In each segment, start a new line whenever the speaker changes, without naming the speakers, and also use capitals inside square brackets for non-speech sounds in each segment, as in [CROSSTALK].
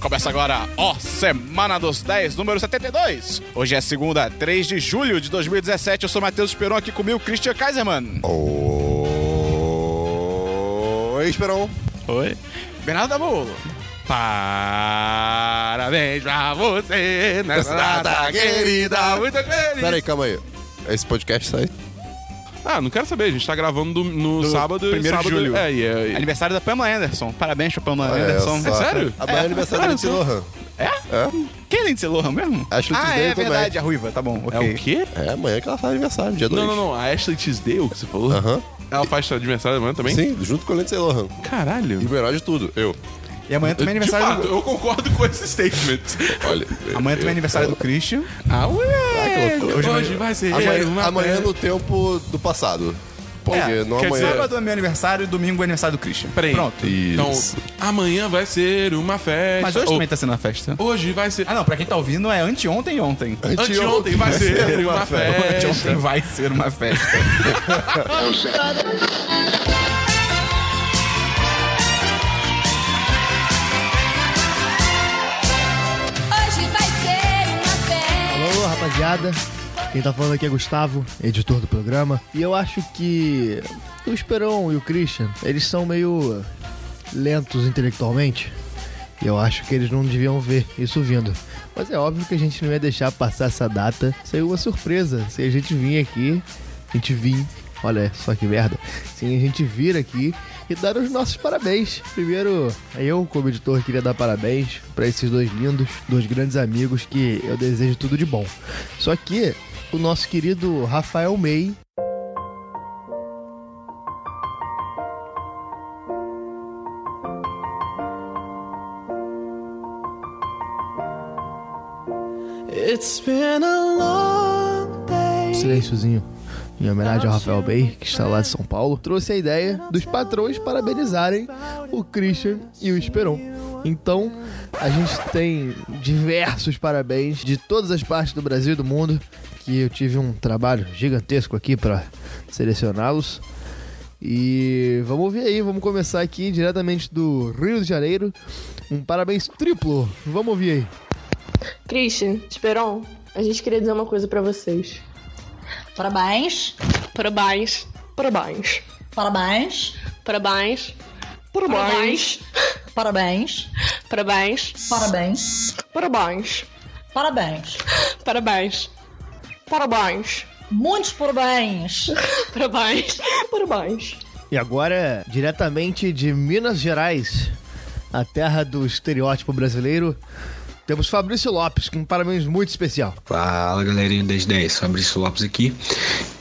Começa agora, ó, Semana dos 10, número 72. Hoje é segunda, 3 de julho de 2017. Eu sou Matheus Peron, aqui comigo, Christian Kaiserman.
Oh.
Oi, Esperon.
Oi. Bernardo Dabulo. Parabéns pra você nessa data querida, muito feliz.
Peraí, calma aí. Esse podcast sai.
Ah, não quero saber, a gente tá gravando do- no
Do
sábado. e
primeiro de
sábado-
julho.
É, e é, e-
Aniversário da Pamela Anderson. Parabéns pra Pamela
Olha
Anderson.
só.
É sério?
Amanhã é aniversário da Lindsay Lohan.
Quem é Lindsay Lohan mesmo?
Ashley
ah,
Tisdale
é
também.
verdade, a ruiva, tá bom, ok.
é o quê?
É, amanhã que ela faz aniversário, dia 2.
Não, não, não. A Ashley Tisdale que você falou? É
Aham.
Ela faz seu aniversário amanhã também?
Sim, junto com a Lindsay Lohan.
Caralho.
E o melhor de tudo, eu.
E amanhã também é
De
aniversário
fato,
do...
eu concordo com esse statement.
Olha.
Amanhã também
eu-
é aniversário do Christian.
ah, moleque.
loucura.
Hoje,
Hoje
vai ser.
Amanhã,
uma-
amanhã é no tempo do passado. Porque não
quer
amanhã.
dizer-
Sábado é meu aniversário, domingo é aniversário do Christian.
Peraí.
Pronto.
Então,
Isso.
amanhã vai ser uma festa.
Mas hoje
Ou-
também tá sendo a festa.
Hoje vai ser.
Ah, não, pra quem tá ouvindo, é anteontem e ontem.
Anteontem
[LAUGHS]
vai ser uma
É,
festa.
É, Anteontem vai ser uma festa.
Hoje vai ser uma festa.
Alô, rapaziada. Quem tá falando aqui é Gustavo, editor do programa. E eu acho que o Esperon e o Christian, eles são meio lentos intelectualmente. E eu acho que eles não deviam ver isso vindo. Mas é óbvio que a gente não ia deixar passar essa data. Seria uma surpresa. Se a gente vir aqui, a gente vir. Olha só que merda. Sim, a gente vir aqui e dar os nossos parabéns. Primeiro, eu, como editor, queria dar parabéns pra esses dois lindos, dois grandes amigos que eu desejo tudo de bom. Só que o nosso querido Rafael May
It's been a long day.
Silênciozinho. Em homenagem ao Rafael Bay, que está lá de São Paulo, trouxe a ideia dos patrões parabenizarem o Christian e o Esperon. Então, a gente tem diversos parabéns de todas as partes do Brasil e do mundo, que eu tive um trabalho gigantesco aqui para selecioná-los. E vamos ouvir aí, vamos começar aqui diretamente do Rio de Janeiro. Um parabéns triplo. Vamos ouvir aí.
Christian, Esperon, a gente queria dizer uma coisa pra vocês.
Parabéns,
Parabéns, parabéns,
parabéns,
parabéns,
Parabéns. parabéns,
parabéns,
parabéns,
parabéns,
parabéns.
parabéns, parabéns,
Muitos parabéns.
parabéns, parabéns.
E agora, diretamente de Minas Gerais, a terra do estereótipo brasileiro, temos Fabrício Lopes, com um parabéns muito especial.
Fala galerinha do 1010, Fabrício Lopes aqui.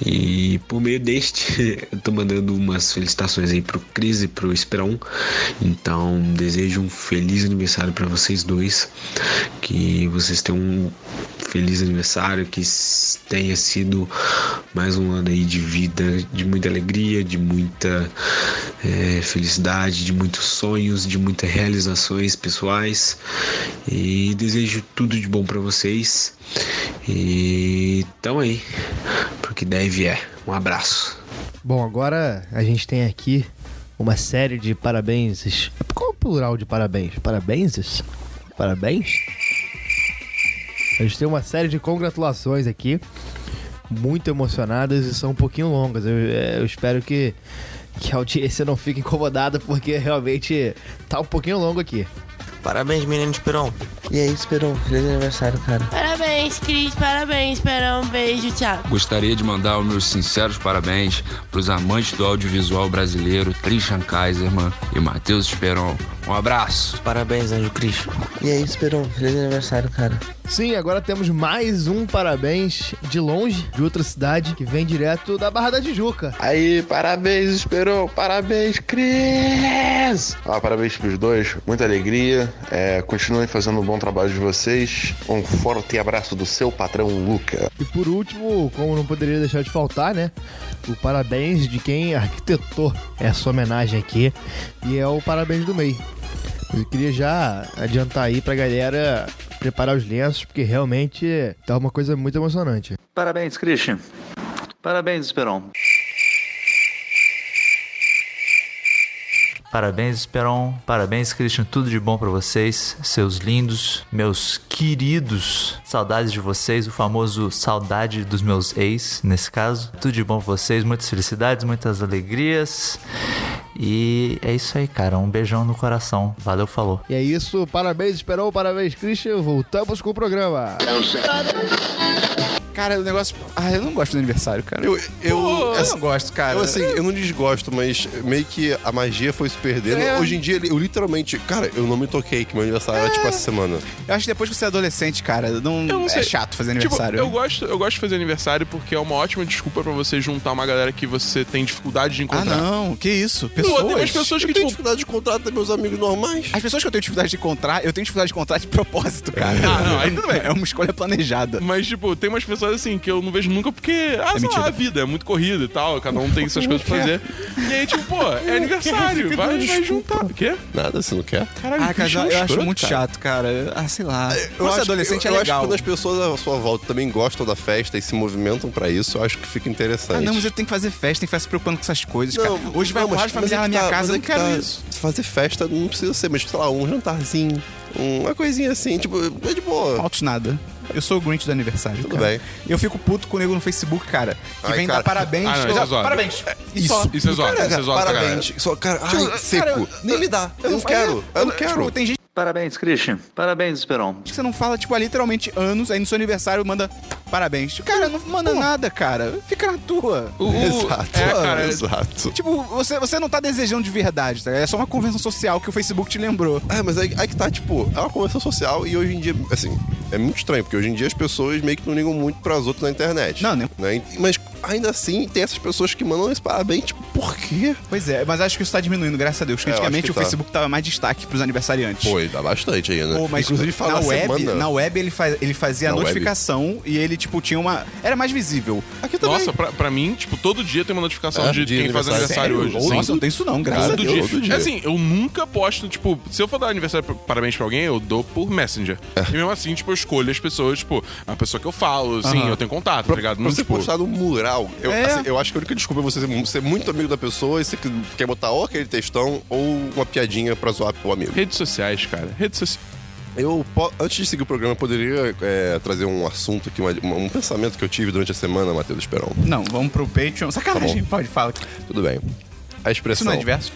E por meio deste, [LAUGHS] eu tô mandando umas felicitações aí pro Cris e pro Esperão. Então, desejo um feliz aniversário para vocês dois. Que vocês tenham um feliz aniversário, que s- tenha sido mais um ano aí de vida, de muita alegria, de muita eh, felicidade, de muitos sonhos, de muitas realizações pessoais. E desejo tudo de bom para vocês. E tamo aí, pro que deve é. Um abraço.
Bom, agora a gente tem aqui uma série de parabéns. Qual é o plural de parabéns? Parabéns? Parabéns? A gente tem uma série de congratulações aqui, muito emocionadas e são um pouquinho longas. Eu, é, eu espero que, que a audiência não fique incomodada, porque realmente tá um pouquinho longo aqui.
Parabéns, menino Esperon. E é isso, Esperon. Feliz aniversário, cara.
Parabéns, Cris. Parabéns, Perão. Um Beijo, tchau.
Gostaria de mandar os meus sinceros parabéns para os amantes do audiovisual brasileiro, Christian Kaiserman e Matheus Esperon. Um abraço!
Parabéns, Anjo Cristo. E é isso, Esperon. Feliz aniversário, cara.
Sim, agora temos mais um parabéns de longe, de outra cidade, que vem direto da Barra da Tijuca.
Aí, parabéns, Esperon. Parabéns, Cris.
Ah, parabéns pros dois. Muita alegria. É, continuem fazendo um bom trabalho de vocês. Um forte abraço do seu patrão, Luca.
E por último, como não poderia deixar de faltar, né? O parabéns de quem arquitetou essa homenagem aqui. E é o parabéns do MEI. Eu queria já adiantar aí pra galera preparar os lenços, porque realmente tá uma coisa muito emocionante.
Parabéns, Christian. Parabéns, Esperon.
Parabéns, Esperon. Parabéns, Christian. Tudo de bom pra vocês, seus lindos, meus queridos. Saudades de vocês, o famoso saudade dos meus ex, nesse caso. Tudo de bom pra vocês, muitas felicidades, muitas alegrias. E é isso aí, cara. Um beijão no coração. Valeu, falou.
E é isso, parabéns, Esperon, parabéns, Christian. Voltamos com o programa.
Cara, o negócio. Ah, eu não gosto do aniversário, cara.
Eu, eu,
Pô, eu
assim,
não gosto, cara.
Eu, assim, eu não desgosto, mas meio que a magia foi se perdendo.
É.
Hoje em dia, eu literalmente. Cara, eu não me toquei que meu aniversário era tipo essa semana.
Eu acho que depois que você é adolescente, cara, não,
não
é
sei.
chato fazer
Tipo,
aniversário.
Eu gosto, eu gosto de fazer aniversário porque é uma ótima desculpa pra você juntar uma galera que você tem dificuldade de
Ah,
encontrar.
não, que isso? Pessoas.
Pô, tem umas pessoas que,
eu
tipo,
tenho dificuldade de encontrar meus amigos normais. As pessoas que eu tenho dificuldade de encontrar, eu tenho dificuldade de encontrar de propósito, cara.
Ah, não, aí
tudo bem. É uma escolha planejada.
Mas, tipo, tem umas pessoas assim que eu não vejo nunca porque, ah,
É
sei lá,
mentira.
a vida é muito corrida e tal, cada um tem suas coisas pra fazer. E aí, tipo,
[LAUGHS]
pô, é aniversário, vai, vai juntar. O quê?
Nada, você não quer?
Caralho,
ah, cara, eu,
Christian é um
acho
escroto,
muito
cara.
chato, cara. Ah, sei lá.
Eu
Você
acho,
adolescente
eu,
é
eu
legal.
acho que quando as pessoas à sua volta também gostam da festa e se movimentam pra isso, eu acho que fica interessante.
Ah, não, mas eu tenho que fazer festa, tem que ficar se preocupando com essas coisas,
Não,
cara. Hoje vai
não,
uma
mas-
rádio familiar
mas
na
é que
minha
tá-
casa,
mas
eu
é
não
que
quero
tá-
isso.
Fazer festa não precisa ser, mas sei lá, um jantarzinho, uma coisinha assim, tipo, é de boa.
Faltos nada. Eu sou o Grinch do aniversário.
Tudo
cara.
bem.
Eu fico puto com o nego no Facebook, cara. Que
Ai,
vem
cara.
dar parabéns. tipo,
Ah, não, isso é zoado.
parabéns. E
Isso-
só.
isso é zoado,
Cara,
isso é zoado pra
Parabéns.
caralho. Só, cara, ai,
Tipo,
seco.
eu-
Nem me dá. Eu não quero. Eu não quero.
Tipo, tem gente
Parabéns, Christian. Parabéns, Esperon.
que você não fala, tipo, há literalmente anos, aí no seu aniversário manda parabéns. Tipo, Cara, não manda nada, cara. Fica na tua.
[LAUGHS] Exato.
É, cara.
Exato.
Tipo, você, você não tá desejando de verdade, tá? É só uma convenção social que o Facebook te lembrou.
É, mas aí, aí que tá, tipo, é uma convenção social e hoje em dia, assim, é muito estranho, porque hoje em dia as pessoas meio que não ligam muito pras outras na internet. Não, né? Mas ainda assim, tem essas pessoas que mandam esse parabéns, tipo, por quê?
Pois é, mas acho que isso tá diminuindo, graças a Deus. que
É, eu acho
antigamente
que
o
tá.
Facebook tava mais destaque pros aniversariantes.
Pô, e dá bastante ainda.
Pô, mas
Inclusive, fala
na
a
web,
semana.
na web ele, faz, ele fazia a
Na web.
notificação e ele, tipo, tinha uma. Era mais visível. Aqui também.
Nossa, pra, pra mim, tipo, todo dia tem uma notificação
É?
de
De
quem faz
aniversário.
aniversário hoje.
Sério?
Sim.
Nossa, não tem isso não, graças
todo
a Deus.
Dia.
Todo dia.
Assim, eu nunca posto, tipo, se eu for dar aniversário pra- parabéns pra alguém, eu dou por Messenger.
É.
E mesmo assim, tipo, eu escolho as pessoas, tipo, a pessoa que eu falo, sim,
Aham.
eu tenho contato, tá ligado?
Pra
Não,
você
tipo,
postar no mural, eu,
É.
assim, eu acho que a única desculpa é você ser, ser muito amigo da pessoa e você que- quer botar ou aquele textão ou uma piadinha pra zoar o amigo.
Redes sociais, cara. Redes sociais.
Eu, po- antes de seguir o programa, eu poderia é, trazer um assunto aqui, uma- uma- um pensamento que eu tive durante a semana, Matheus Esperon.
Não, vamos pro Patreon.
Tá
Sacanagem, pode falar.
Tudo bem. A expressão.
Isso não é diverso?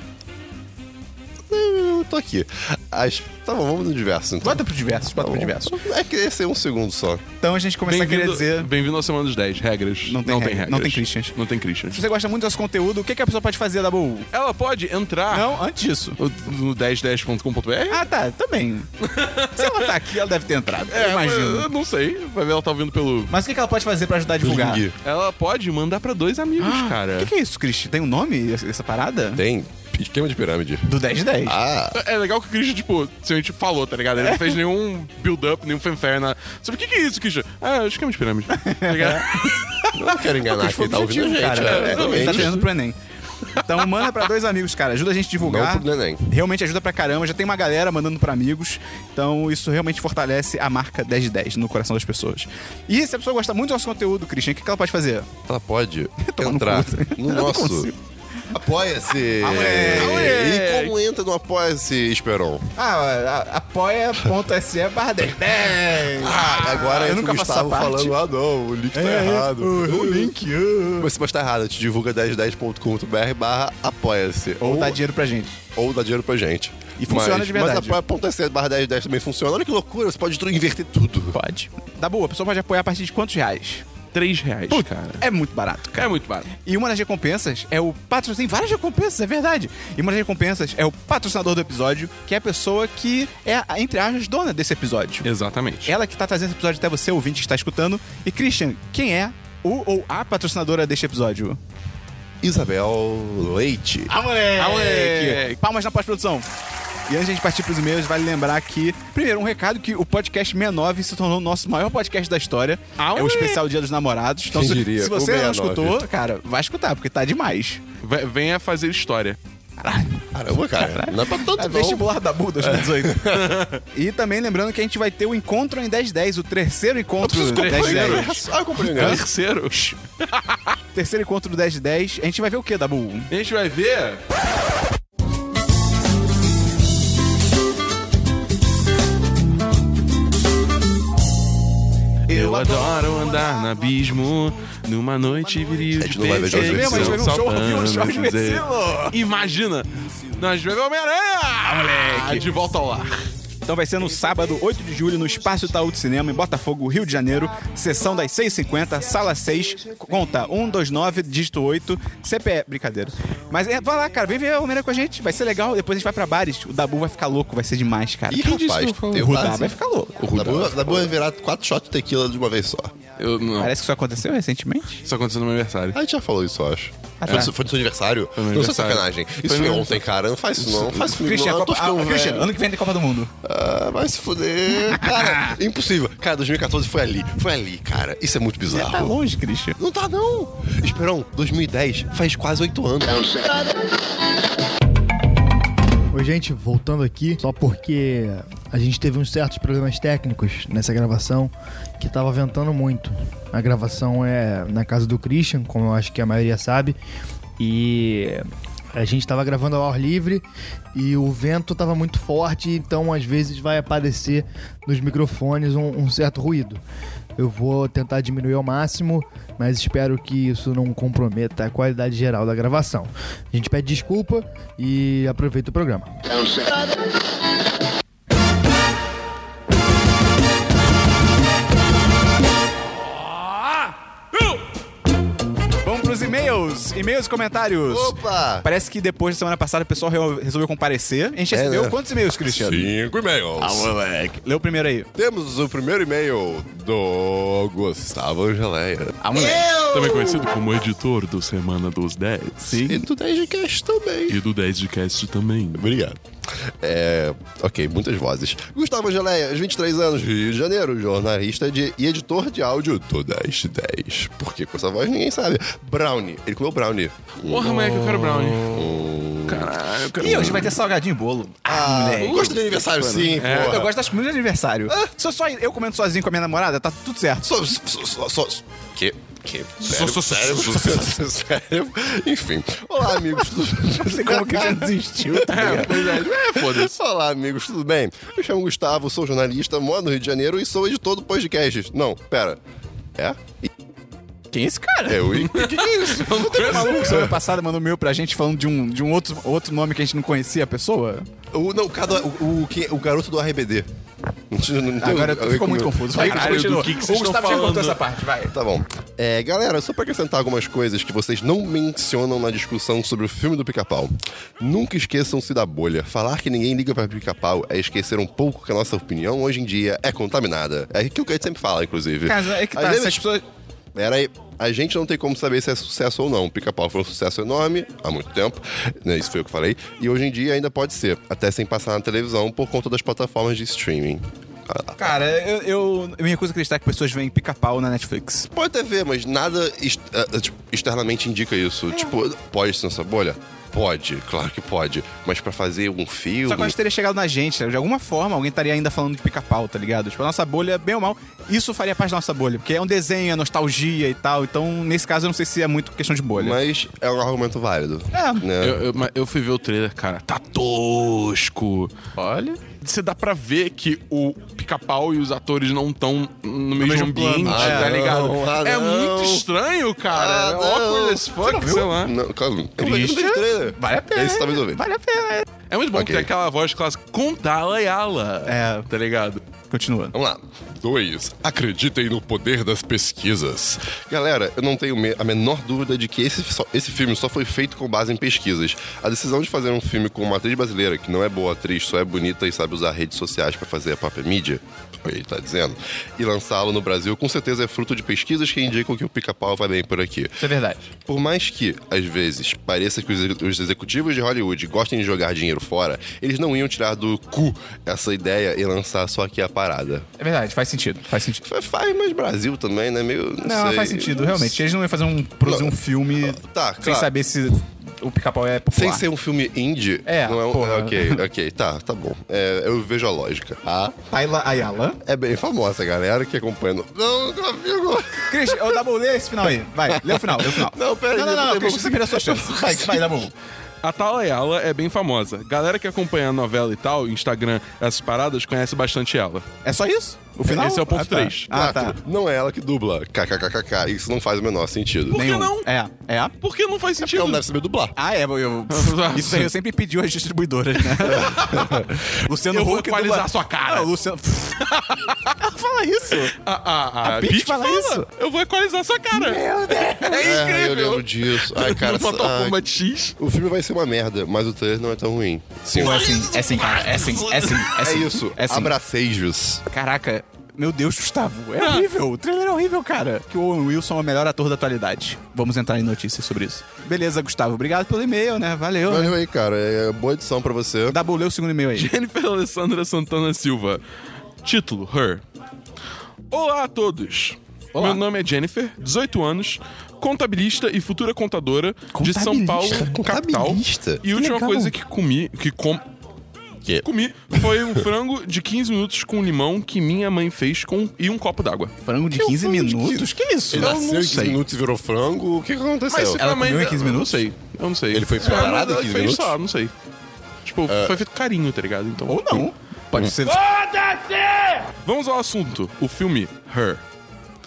Eu tô aqui. As... Tá bom, vamos no diverso então.
Bota pro diverso,
Tá
bota pro um diverso.
É que esse é um segundo só.
Então a gente começa a querer dizer.
Bem-vindo à Semana dos 10. Regras. Não
tem
não
regra-
regras.
não tem
Christians. Não tem Christians.
Se você gosta muito desse conteúdo, o que, que a pessoa pode fazer, Dabu?
Ela pode entrar.
Não, antes disso.
No 1010.com.br?
Ah, tá,
[LAUGHS]
também. Se ela tá aqui, ela deve ter entrado.
É,
eu imagino.
mas Eu não sei. Vai ver, ela tá ouvindo pelo.
Mas o que, que ela pode fazer pra ajudar a divulgar?
Ela pode mandar pra dois amigos, cara.
O que, que é isso, Christian? Tem um nome essa essa parada?
Tem. Esquema de pirâmide.
Do 10 de 10.
Ah.
É legal que o Christian, tipo, simplesmente falou, tá ligado? Ele não fez nenhum build-up, nenhum fanfare na. Sobre o que, que é isso, Christian? Ah, é esquema de pirâmide. Tá ligado?
Não quero enganar
Foi
quem tá ouvindo a
objetivo,
gente.
cara.
né?
É,
Exatamente.
ele tá treinando pro Enem. Então manda pra dois amigos, cara. Ajuda a gente a divulgar.
Não pro Enem.
Realmente ajuda pra caramba. Já tem uma galera mandando pra amigos. Então isso realmente fortalece a marca 10 de 10 no coração das pessoas. E se a pessoa gosta muito do nosso conteúdo, Christian, o que, que ela pode fazer? [LAUGHS]
Ela pode
Tomar no
entrar
cu.
no
Eu não
nosso.
consigo.
Apoia-se!
Aê!
E como entra no Apoia-se, Esperon?
Ah, a- apoia.se barra 10 10.
Ah, agora
É. eu
entra o
nunca faço essa
Gustavo falando,
parte.
ah não, o link tá
[LAUGHS] É,
errado.
o-
Um
o [LAUGHS] link. Mas, mas tá errado, te divulga 1010.com.br barra apoia-se. Ou,
dá dinheiro pra gente.
Ou dá dinheiro pra gente.
E funciona
mas,
de verdade.
Mas apoia.se barra 1010 também funciona. Olha que loucura, você pode inverter tudo.
Pode. Dá boa, a pessoa pode apoiar a partir de quantos reais?
3 reais, cara.
É muito barato, cara.
É muito barato.
E uma das recompensas é o patrocínio. Tem várias recompensas, é verdade. E uma das recompensas é o patrocinador do episódio, que é a pessoa que é, a- entre aspas, dona desse episódio.
Exatamente.
Ela que tá trazendo esse episódio até você, ouvinte que está escutando. E, Christian, quem é o ou a patrocinadora deste episódio?
Isabel Leite.
A moleque!
Ah, moleque!
Palmas na pós-produção. E antes de a gente partir pros e-mails, vale lembrar que, primeiro, um recado que o podcast 69 se tornou o nosso maior podcast da história. é o especial Dia dos Namorados. Então,
Quem
se,
diria?
se
O
você não
69.
escutou, cara, vai escutar, porque tá demais.
Vai- Venha fazer história.
Caramba, cara. Não é pra tanto,
É
não.
vestibular da Bu
É.
2018. e também lembrando que a gente vai ter o encontro em 1010, o terceiro encontro
preciso
do
comprar um
1010.
né?
ingresso. Ah, eu comprei um ingresso. Terceiro?
Terceiro encontro do 1010. A gente vai ver o quê, Dabu?
A gente vai ver. adoro andar no abismo. Numa noite viril de
gente não vai ver Jorge Versilo.
perseguição,
Mas vai ver um show ao
saltando,
vivo de Jorge
dizer-
Versilo.
Imagina! Nós vemos Homem-Aranha! Ah, moleque! De volta ao lar.
Então vai ser no sábado, 8 de julho, no Espaço Itaú de Cinema, em Botafogo, Rio de Janeiro, sessão das 6h50, sala 6, conta 129, dígito 8, CPE. Brincadeira. Mas é, vai lá, cara, vem ver o Homem-Aranha com a gente, vai ser legal. Depois a gente vai pra bares, o Dabu vai ficar louco, vai ser demais, cara.
Ih, rapaz,
o Dabu vai ficar louco.
O Dabu, Dabu vai virar quatro shots de tequila de uma vez só.
Parece que isso aconteceu recentemente.
Isso aconteceu no meu aniversário.
A gente já falou isso, eu acho.
Ah,
foi,
tá.
do seu- foi do seu aniversário? Não, isso
meu
é
aniversário.
sacanagem.
Foi
Isso
meu
foi
aniversário.
ontem, cara. Não faz isso, não. Não faz isso,
Christian,
não. Eu tô
Copa-
ficando
ah, Christian,
velho.
ano que vem tem Copa do Mundo.
Ah, vai se fuder. Cara, [LAUGHS] impossível. Cara, 2014 foi ali. Foi ali, cara. Isso é muito bizarro.
tá longe, Christian.
Não tá, não. Esperão, 2010 faz quase oito anos.
Oi, gente, voltando aqui, só porque a gente teve uns certos problemas técnicos nessa gravação que tava ventando muito. A gravação é na casa do Christian, como eu acho que a maioria sabe, e a gente tava gravando ao ar livre e o vento tava muito forte, então às vezes vai aparecer nos microfones um, um certo ruído. Eu vou tentar diminuir ao máximo, mas espero que isso não comprometa a qualidade geral da gravação. A gente pede desculpa e aproveita o programa.
Vamos pros e-mails, e-mails e comentários.
Opa!
Parece que depois da semana passada o pessoal re- resolveu comparecer. A gente
É,
recebeu
né?
quantos e-mails, Cristiano?
Cinco e-mails.
Ah, moleque. Lê o primeiro aí.
Temos o primeiro e-mail do Gustavo Angeleia.
Ah,
Também conhecido como editor do Semana dos 10.
E do 10 de cast também.
E do 10 de cast também.
Obrigado. É, ok, muitas vozes. Gustavo Angeleia, 23 anos, Rio de Janeiro, jornalista de- e editor de áudio do 10 de 10. Por que com essa voz ninguém sabe? Brownie, ele comeu Brownie.
Porra, moleque, eu quero brownie.
Caralho, eu
E hoje vai ter salgadinho e bolo.
Ah, eu gosto de aniversário, sim,
É.
porra.
Eu gosto das comidas de aniversário. Se eu só eu comendo sozinho com a minha namorada, tá tudo certo.
Só, só, só, só. Que. Que. Sério,
só- só-
sério,
só-
sério, sério. Enfim. Olá, amigos. Não
sei como que já
[LAUGHS]
[LAUGHS] desistiu.
É, pois é. É, foda-se. [LAUGHS] Olá, amigos, tudo bem? Me chamo Gustavo, sou jornalista, moro no Rio de Janeiro e sou editor do podcast. Não, pera. É?
Quem é esse cara?
É, o I- que, que é
tá
isso?
Não tem um maluco que semana passada mandou um e-mail pra gente falando de um, de um outro, outro nome que a gente não conhecia a pessoa?
O, não, cada, o, o, que- o garoto do RBD. Não tinha- não tem-
Agora
alguém
ficou
comeu.
muito confuso. Vai, continua. o Gustavo já contou essa parte, vai.
Tá bom. É, galera, só pra acrescentar algumas coisas que vocês não mencionam na discussão sobre o filme do pica-pau. Nunca esqueçam-se da bolha. Falar que ninguém liga pra pica-pau é esquecer um pouco que a nossa opinião hoje em dia é contaminada. É aquilo que a gente sempre fala, inclusive.
Cara, é que tá,
Às
se as pessoas...
Pera aí. A gente não tem como saber se é sucesso ou não. Pica-pau foi um sucesso enorme há muito tempo, né? Isso foi o que eu falei. E hoje em dia ainda pode ser, até sem passar na televisão por conta das plataformas de streaming. Ah,
Cara, eu, eu, eu me recuso a acreditar que pessoas veem pica-pau na Netflix.
Pode até ver, mas nada ex- eh, tipo, externamente indica
É.
isso. Tipo, pode ser nessa bolha? Pode, claro que pode. Mas pra fazer um filme.
Só que eu acho que teria chegado na gente, né? de alguma forma, alguém estaria ainda falando de pica-pau, tá ligado? Tipo, a nossa bolha, bem ou mal, isso faria parte da nossa bolha, porque é um desenho, é nostalgia e tal, então nesse caso eu não sei se é muito questão de bolha.
Mas é um argumento válido.
É.
Né?
Eu, eu- mas eu fui ver o trailer, cara. Tá tosco. Olha. Você dá pra ver que o pica-pau e os atores não estão no mesmo,
mesmo
ambiente,
plano. Ah,
tá
não,
ligado?
ah,
é
não.
muito estranho, cara.
Ah,
é
não.
awkward as
Você não
fuck,
viu?
sei lá. um
Não, calma.
Triste.
É, Vale a pena.
Esse tá talvez eu veja.
Vale a pena.
É muito bom
Ok.
que tem aquela voz clássica com Dala e Ala.
É.
Tá ligado?
Continuando.
Vamos lá. 2. Acreditem no poder das pesquisas. Galera, eu não tenho me- a menor dúvida de que esse, só- esse filme só foi feito com base em pesquisas. A decisão de fazer um filme com uma atriz brasileira que não é boa atriz, só é bonita e sabe usar redes sociais pra fazer a própria mídia, ele tá dizendo, e lançá-lo no Brasil com certeza é fruto de pesquisas que indicam que o pica-pau vai bem por aqui.
Isso é verdade.
Por mais que, às vezes, pareça que os os executivos de Hollywood gostem de jogar dinheiro fora, eles não iam tirar do cu essa ideia e lançar só aqui a parada.
É verdade, faz sentido, faz sentido.
Faz, mas Brasil também, né? Meio. Não,
Não,
sei.
faz sentido, realmente. Eles não iam fazer um, produzir um filme
Tá,
sem
claro.
saber se o pica-pau é popular.
Sem ser um filme indie.
É,
não é um,
porra.
Ok, ok, tá, tá bom. É, eu vejo a lógica. A
Ayla Ayala.
é bem famosa, galera que acompanha. no- Não, amigo.
Christian, eu Dabu, lê esse final aí. Vai, lê o final, lê o final.
Não, pera aí,
Não, não,
eu
não,
tenho-
Christian, você perdeu a sua chance. Vai, vai, Dabu.
A tal Ayala é bem famosa. Galera que acompanha a novela e tal, Instagram, essas paradas, conhece bastante ela.
É só isso? O final?
Esse é o ponto
Ah, tá.
três.
Ah, tá.
Quatro.
Não é ela que dubla. KKKKK. Isso não faz o menor sentido.
Por que Nenhum. não?
É, é.
Por que não faz sentido?
Ela não deve saber dublar.
Ah, é, eu, eu-
[LAUGHS]
isso aí eu sempre pedi às distribuidoras, né? Luciano
Eu vou
Huck
equalizar
dubla-
sua cara.
Não, Luciano... [LAUGHS] fala isso.
A,
A Peach
Peach
fala isso?
Eu vou equalizar sua cara. Meu Deus. [LAUGHS] É
É, eu
incrível.
lembro disso.
[LAUGHS]
Ai, cara.
Mortal
ai,
Kombat X.
O filme vai ser uma merda, mas o trailer não é tão ruim.
Pô, é sim, é sim, cara. É sim, é sim, é sim.
isso.
É sim. Uhum.
Abracejos.
Caraca, meu Deus, Gustavo.
Ah.
É horrível. O trailer é horrível, cara. Que o Owen Wilson é o melhor ator da atualidade. Vamos entrar em notícias sobre isso. Beleza, Gustavo. Obrigado pelo e-mail, né? Valeu.
Valeu aí, cara. É boa edição pra você.
Dabu, lê o segundo e-mail aí.
Jennifer Alessandra Santana Silva. Título: Her. Olá a todos. Meu nome é Jennifer, 18 anos, contabilista e futura contadora de São Paulo, capital.
Contabilista?
E a última
legal.
coisa que comi, que com
Que?
comi foi um frango de 15 minutos com limão que minha mãe fez com e um copo d'água.
Frango de
Que
15
frango de
minutos? Que isso?
Eu
Ele nasceu
não
em 15
sei.
minutos e virou frango. O que que aconteceu?
Mas isso
Ela
também-
comeu em
15
minutos? Eu não sei. Eu não sei.
Ele foi
Sei lá,
preparado
ela
em 15
fez,
minutos? Ah.
sei lá, não sei. Tipo, foi feito carinho, tá ligado? Então,
Ou não. Pode ser.
Ah! Vamos ao assunto. O filme Her.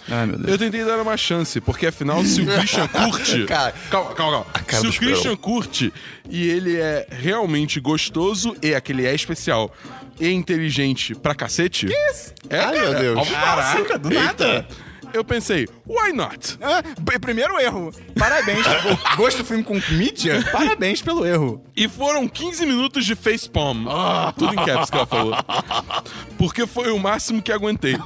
Ai, meu Deus.
Eu tentei dar uma chance, porque afinal, se o
[LAUGHS]
Christian curte.
Cara,
calma, calma, calma.
cara
Se
do
o
Esperão.
Christian curte e ele é realmente gostoso e aquele é especial e inteligente pra cacete. Que
isso?
É,
Ai,
cara,
meu Deus.
óbvio.
Caraca, do nada.
Eu pensei, why not?
Ah, b- primeiro erro. Parabéns. O Gosto do filme com mídia? Parabéns pelo erro.
E foram 15 minutos de facepalm. Tudo em caps que ela falou. Porque foi o máximo que aguentei.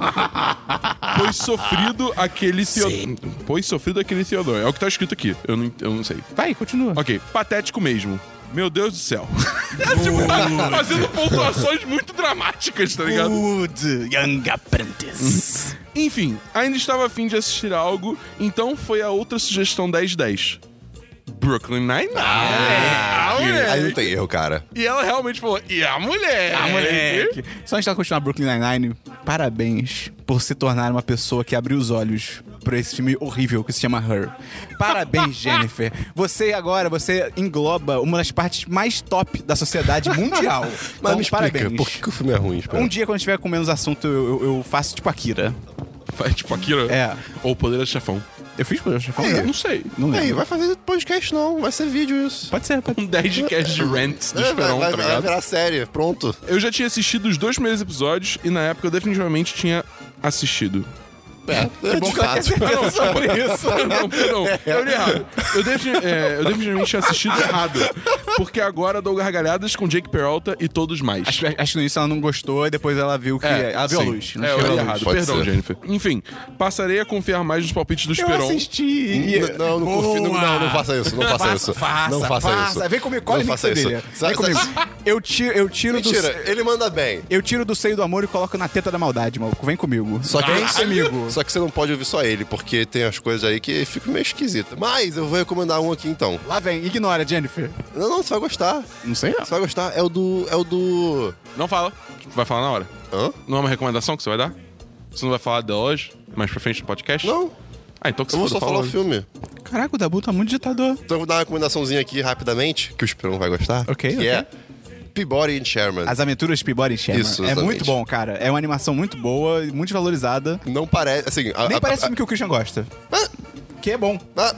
Pois sofrido aquele Theodore. Pois sofrido aquele Theodore. É o que tá escrito aqui. Eu não, eu não sei.
Vai, continua.
Ok, patético mesmo. Meu Deus do céu. [LAUGHS] É, tipo, tá fazendo pontuações muito dramáticas, tá ligado?
Good Young Apprentice. [LAUGHS]
Enfim, ainda estava afim de assistir a algo, então foi a outra sugestão 1010. Brooklyn Nine-Nine. Ah,
é
moleque.
Aí não tem erro, cara.
E ela realmente falou, e a mulher?
Ah, moleque. Só antes de continuar Brooklyn Nine-Nine, parabéns por se tornar uma pessoa que abriu os olhos pra esse filme horrível que se chama Her. Parabéns, Jennifer. Você agora, você engloba uma das partes mais top da sociedade mundial.
Mas
Então,
me explica,
parabéns.
por que, que o filme é ruim, espera?
Um dia, quando eu estiver com menos assunto, eu, eu- eu faço tipo Akira.
Faz tipo Akira?
É.
Ou Poder do Chefão.
Eu fiz Poder do Chefão?
É.
né?
Não sei.
Não
Aí,
lembro.
vai fazer podcast não, vai ser vídeo isso.
Pode ser. Pode...
Um 10 de cast de rants do
É, vai,
Esperão,
vai,
tá
vai
ligado?
virar série, pronto.
Eu já tinha assistido os dois primeiros episódios e na época eu definitivamente tinha
[LAUGHS]
assistido.
É,
Que bom que eu tenho certeza sobre É isso.
Não, perdão, eu li errado. Eu, defini é, eu definitivamente tinha assistido errado. Porque agora dou gargalhadas com Jake Peralta e todos mais.
Acho, acho que no início ela não gostou e depois ela viu que. ela viu a luz.
É,
Ela
eu li
viu a
errado.
luz.
Perdão,
ser.
Jennifer. Enfim, passarei a confiar mais nos palpites do
Eu
Esperon.
assisti.
N-
e-
Não, não confio. Não, não, não faça isso, não é faça
Faça,
isso.
faça,
não faça,
faça.
isso.
Vem comigo, colhe
Não
a
faça
mixadeira.
isso.
Vem
Sa-
comigo.
sa-
Eu tiro, eu tiro do
Mentira, ele manda bem.
eu tiro do seio do amor e coloco na teta da maldade, maluco. Vem comigo.
Só que,
Vem comigo.
só que você não pode ouvir só ele, porque tem as coisas aí que ficam meio esquisitas. Mas eu vou recomendar um aqui então.
Lá vem, ignora, Jennifer.
Não, não, você vai gostar.
Não sei não.
Você vai gostar. É o do. É o do.
Não fala. Vai falar na hora.
Hã?
Não é uma recomendação que você vai dar? Você não vai falar dela hoje? Mais pra frente no podcast?
Não.
Ah, então que
Eu
você
vou só falar o filme.
Caraca, o Dabu tá muito ditador.
Então eu vou dar uma recomendaçãozinha aqui rapidamente, que o Esperão vai gostar.
Ok,
Que
ok.
é Peabody and Sherman.
As Aventuras de Peabody e Sherman.
Isso,
é
exatamente.
muito bom, cara. É uma animação muito boa, e muito valorizada.
Não parece. Assim, a-
Nem
a-
parece
a-
o filme que o Christian gosta. Que é bom.
Ah,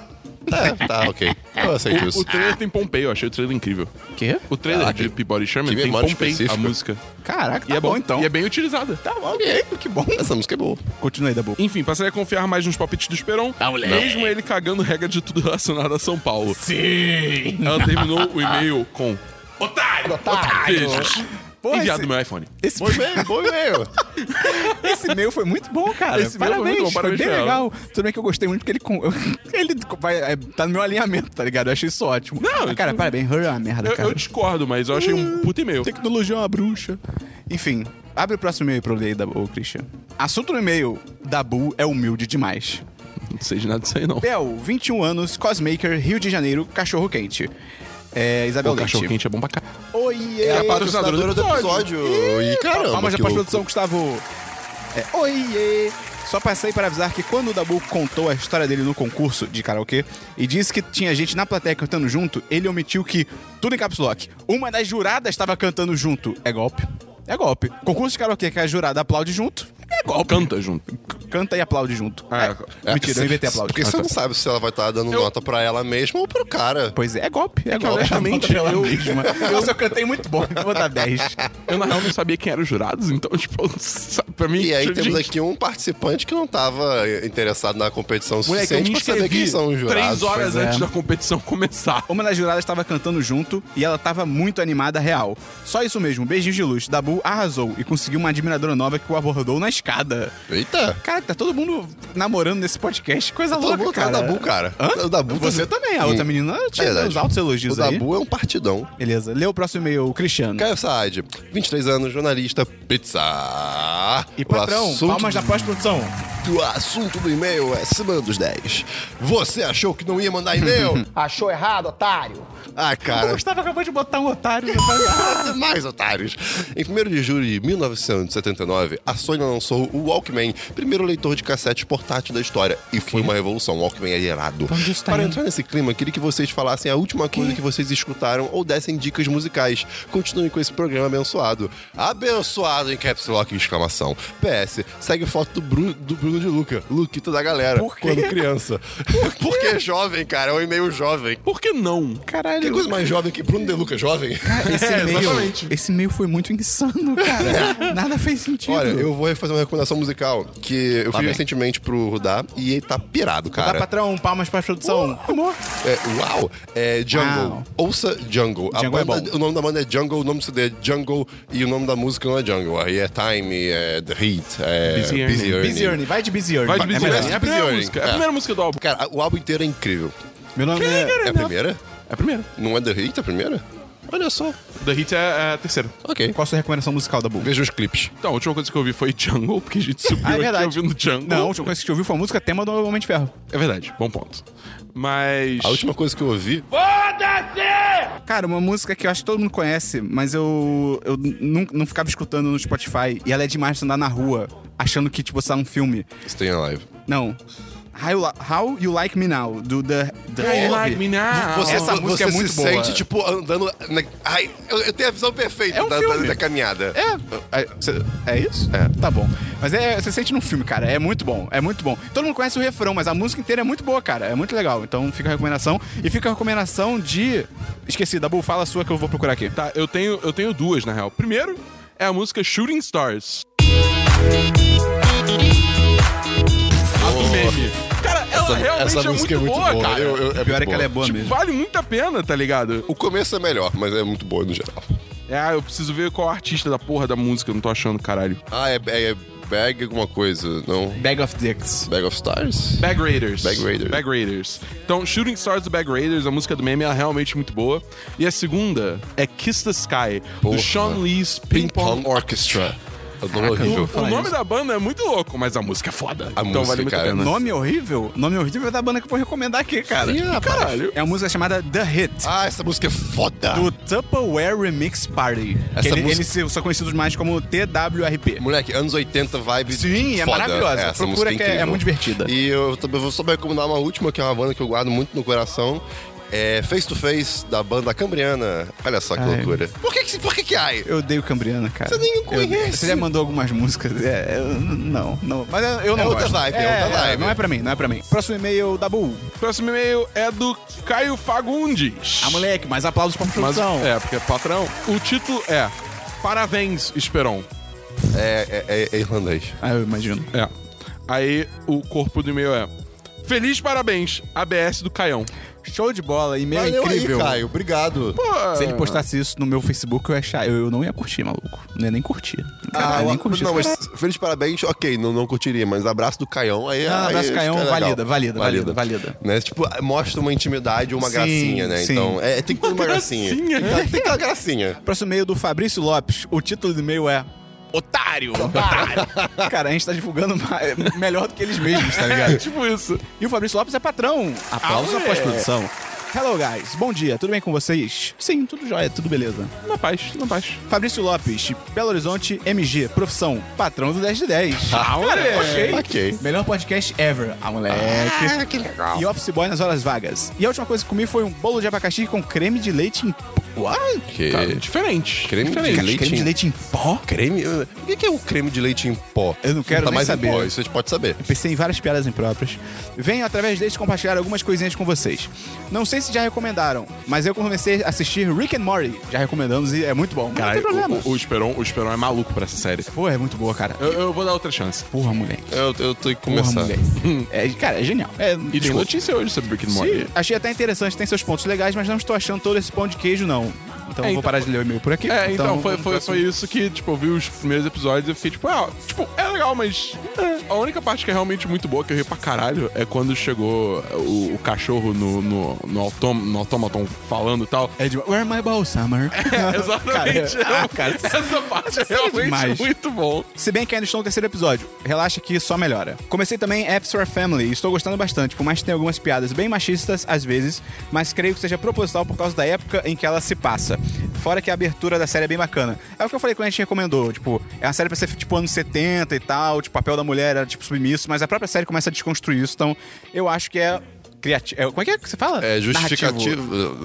tá, tá, ok. Eu aceito
O
isso.
trailer tem Pompei, eu achei o trailer incrível.
Quê?
O trailer
Caraca,
de Peabody Sherman
que
tem
memória
Pompei,
específica.
a música.
Caraca,
E
tá
é bom,
então.
E é bem utilizada.
Tá bom, ok. Que bom.
Essa música é boa.
Continua aí, Dabu.
Enfim, passarei a confiar mais nos palpites do Esperon, mesmo ele cagando regra de tudo relacionado a São Paulo.
Sim.
Ela terminou o e-mail com... Otário!
Otário!
Beijos.
Pô,
Enviado
esse-
no meu iPhone.
Esse
Foi bem, foi bem.
Esse meu foi muito bom, cara.
Esse meu foi
parabéns,
muito bom,
foi
parabéns
bem
pra ela.
legal. Tudo bem que eu gostei muito porque ele com- [LAUGHS] ele vai, é, tá no meu alinhamento, tá ligado? Eu achei isso ótimo.
Não,
Mas, cara,
eu-
parabéns. Hurry é uma merda,
Eu,
cara.
eu discordo, mas eu achei um puto e-mail.
Tecnologia é uma bruxa. Enfim, abre o próximo e-mail pra eu ler, Dabu, ô, Christian. Assunto no e-mail. Dabu é humilde demais.
Não sei de nada disso aí, não.
Bel, 21 anos, cosmaker, Rio de Janeiro, cachorro quente. É, Isabel
O
Leite.
cachorro quente é bom pra cá.
Oiê!
É a
patrocinadora
patrocinadora do
do
episódio. E caramba.
Palmas da
que louco.
pós-produção, Gustavo. É, oiê! Só passei para avisar que quando o Dabu contou a história dele no concurso de karaokê e disse que tinha gente na plateia cantando junto, ele omitiu que, tudo em caps lock, uma das juradas estava cantando junto. É golpe. É golpe. Concurso de karaokê que a jurada aplaude junto. É golpe.
Canta junto.
Canta e aplaude junto.
É,
Mentira, eu inventei aplaude.
Porque você não sabe se ela vai estar dando nota pra ela mesma ou pro cara.
Pois é, é golpe. É,
É
que
golpe.
[LAUGHS]
[LAUGHS]
honestamente,
Ela
eu...
mesma.
Nossa, eu cantei muito bom. Eu Vou dar 10.
Eu, na real, não sabia quem eram os jurados, então, [LAUGHS] tipo, sabe, pra mim...
E aí
tipo,
temos
gente,
aqui um participante que não tava interessado na competição o
Moleque, eu
suficiente
me
pra saber quem
inscrevi
são os jurados.
três horas
Pois é.
antes da competição começar.
Uma das juradas estava cantando junto e ela estava muito animada, real. Só isso mesmo, beijinhos de luz. Dabu arrasou e conseguiu uma admiradora nova que o abordou na escada.
Eita!
Cara, tá todo mundo namorando nesse podcast, coisa
Todo
louca,
mundo tá
cara.
Dabu, cara.
Hã?
O Dabu
Você
tá-
também, a outra
Hum.
menina
É
tinha
verdade.
os altos elogios
O
aí.
Dabu é um partidão.
Beleza, lê o próximo e-mail, o Cristiano.
Caio Saad, 23 anos, jornalista, pizza. E
patrão, palmas da pós-produção.
O assunto do e-mail é Semana dos 10. Você achou que não ia
[LAUGHS]
mandar e-mail?
Achou errado, otário?
ah,
O
cara.
Gustavo acabou de botar um otário.
Mais otários. Em 1 de julho de 1979, a Sony lançou o Walkman, primeiro leitor de cassete portátil da história. E foi uma revolução. O Walkman é irado. Para entrar nesse clima, queria que vocês falassem a última coisa que vocês escutaram ou dessem dicas musicais. Continuem com esse programa abençoado. Abençoado em caps lock exclamação. PS, segue foto do, Bru- do Bruno de Luca, Luquita da galera, quando criança. Por que jovem, cara? É um e-mail jovem.
Por que não?
Caralho. Que coisa mais jovem que Bruno de Luca jovem?
[LAUGHS] Esse
É,
e-mail, esse e-mail foi muito
[LAUGHS]
insano, cara. Nada fez sentido.
Olha, eu vou fazer uma recomendação musical que eu
Tá
fiz
bem.
recentemente pro Rudá e ele tá pirado,
Dá
cara.
patrão, palmas pra produção. Amor.
É, uau! É Jungle.
Uau.
Ouça Jungle. A
Jungle é
banda- O nome da banda é Jungle, o nome do CD é Jungle e o nome da música não é Jungle. Aí é Time, é The Heat, é
Busy Earning. Busy Earning. Vai de Busy Earning. Vai de Busy
melhor.
Earning. É a primeira
Busy Earning.
música. É a primeira
música do álbum.
Cara, o álbum inteiro é incrível.
Meu nome é...
É a primeira?
É a primeira.
Não é The Heat a primeira? Olha só.
The Hit é, é a terceira.
Ok.
Qual a sua recomendação musical da Bull?
Veja os clipes.
Então, a última coisa que eu ouvi foi Jungle, porque a gente [LAUGHS] subiu
Ah, é
aqui
verdade.
ouvindo Jungle.
Não, a última coisa que a gente ouviu foi a música tema do Homem de Ferro.
É verdade, bom ponto. Mas...
A última coisa que eu ouvi...
Cara, uma música que eu acho que todo mundo conhece, mas eu, eu não, não ficava escutando no Spotify. E ela é demais de andar na rua, achando que, tipo, você tá num filme.
Stay Alive.
Não. How You, Li- How You Like Me Now, do The... the
How You
Orb.
Like Me Now.
Você,
Essa
você
música é muito
se
boa.
sente, tipo, andando. na- Ai, eu, eu tenho a visão perfeita
É um
da, da,
filme.
da caminhada.
É, é, cê- é isso? É. Tá bom. Mas é, você sente num filme, cara. É muito bom. É muito bom. Todo mundo conhece o refrão, mas a música inteira é muito boa, cara. É muito legal. Então fica a recomendação. E fica a recomendação de. Esqueci, Dabu, fala a sua que eu vou procurar aqui.
Tá, eu tenho, eu tenho duas, na real. Primeiro é a música Shooting Stars. A do meme. Cara, ela
Essa-
realmente
essa
é,
música
muito
é muito
boa,
boa.
cara.
Eu- eu- é muito boa.
Tipo, Vale muito a pena, tá ligado?
O começo é melhor, mas é muito boa no geral.
Ah, eu preciso ver qual artista da porra da música, eu não tô achando, caralho.
Ah, é, é, é Bag alguma coisa, não?
Bag of Dicks.
Bag of Stars?
Bag Raiders.
Bag Raiders.
Bag Raiders. Então, Shooting Stars do Bag Raiders, a música do meme, ela é realmente muito boa. E a segunda é Kiss the Sky,
Porra.
do Sean Lee's Ping Pong.
Pong Orchestra. É um nome
Caraca,
horrível.
o, o nome da banda é muito louco, mas a música é foda.
A música, cara. é
Nome horrível? Nome horrível é da banda que eu vou recomendar aqui, cara.
Ih,
E,
rapaz.
caralho. É uma música chamada The Hit.
Ah, essa música é foda.
Do Tupperware Remix Party.
Essa
que ele,
música-
eles se- são conhecidos mais como TWRP.
Moleque, anos 80, vibe
Sim, é
foda.
maravilhosa.
essa
Procura
música
que é- é
incrível.
muito divertida.
E eu também vou só recomendar uma última, que é uma banda que eu guardo muito no coração. É Face to Face, da banda Cambriana. Olha só que
Ai.
loucura. Por que que, por que que ai?
Eu odeio Cambriana, cara.
Você nem
Eu-
conhece.
Você já mandou algumas músicas. É, eu- não, não. Mas eu, eu não
É outra
gosto.
vibe, é outra vibe.
Não é pra mim, não é pra mim. Próximo e-mail, Dabu.
Próximo e-mail é do Caio Fagundes.
Ah, moleque, mais aplausos pra
Mas,
produção.
é, porque é patrão. O título é Parabéns, Esperon.
É, é, é- é irlandês.
Ah, eu imagino.
É. Aí o corpo do e-mail é Feliz parabéns, ABS do Caião.
Show de bola, e-mail
Valeu aí,
É incrível.
Caio. Obrigado.
Pô,
Se ele postasse isso no meu Facebook, eu ia achar. Eu, eu não ia curtir, maluco. Não ia nem curtir.
Ah,
Caralho, É, nem
eu-
curtir.
não, mas
Caralho.
feliz parabéns, ok, não, não curtiria, mas abraço do Caião aí.
Não,
aí
Ah, abraço
fica
Caião,
legal.
valida, valida, valida, valida.
Né? Tipo, mostra uma intimidade ou uma
Sim,
gracinha, né?
sim.
Então, é, tem que
[LAUGHS]
ter uma gracinha.
gracinha,
Tem- Tem que ter uma gracinha.
Próximo e-mail do Fabrício Lopes. O título do e-mail é Otário! Otário! [LAUGHS] Cara, a gente tá divulgando mais- melhor do que eles mesmos, tá ligado?
É, [LAUGHS] tipo isso.
E o Fabrício Lopes é patrão. Aplausos
Ah,
à
moleque.
pós-produção. Hello, guys. Bom dia. Tudo bem com vocês? Sim, tudo jóia, tudo beleza.
Na paz, na paz.
Fabrício Lopes, Belo Horizonte, MG, profissão, patrão do 10 de
[LAUGHS]
10.
Ah, moleque.
ok.
Ok.
Melhor podcast ever. Ah, moleque.
Ah, que legal.
E office boy nas horas vagas. E a última coisa que comi foi um bolo de abacaxi com creme de leite em,
Uai, que...
é diferente.
Creme,
Diferente.
De, leite
Creme de leite
em pó?
Creme... O que que é um creme de leite em pó?
Eu não quero
tá
nem
mais
saber.
Em pó, isso vocês podem saber.
Eu pensei em várias piadas impróprias. Venho através deste compartilhar algumas coisinhas com vocês. Não sei se já recomendaram, mas eu comecei a assistir Rick and Morty. Já recomendamos e é muito bom. não
Cara,
tem problema.
o, o, Esperon, o Esperon é maluco pra essa série.
Pô, é muito boa, cara.
Eu, eu vou dar outra chance.
Porra, moleque.
Eu, eu tenho que
Porra,
começar. [LAUGHS]
moleque. É, cara, é genial. É,
E tem
desculpa.
notícia hoje sobre Brick and Morty.
Sim, achei até interessante, tem seus pontos legais, mas não estou achando todo esse pão de queijo, não. Então
É,
eu vou parar de ler o e-mail por aqui.
É, então, foi,
vamos
foi,
pro
foi isso que, tipo, eu vi os primeiros episódios e eu fiquei, tipo, ah, tipo, é legal, mas. é. A única parte que é realmente muito boa, que eu ri pra caralho, é quando chegou o, o cachorro no, no, no, autom, no automaton falando e [LAUGHS] tal.
É de Where My Ball
[LAUGHS]
Summer?
É, exatamente. [LAUGHS]
Cara, [LAUGHS] ah, cara,
essa parte é
Isso é
realmente
demais.
muito bom.
Se bem que ainda estou no terceiro episódio, relaxa que só melhora. Comecei também Apps for Family e estou gostando bastante, por mais que tenha algumas piadas bem machistas às vezes, mas creio que seja proposital por causa da época em que ela se passa. Fora que a abertura da série é bem bacana. É o que eu falei quando a gente recomendou, tipo, é uma série pra ser tipo anos 70 e tal, tipo, o papel da mulher era tipo submisso, mas a própria série começa a desconstruir isso, então eu acho que é criativo. como é que, é que você fala?
É justificativo...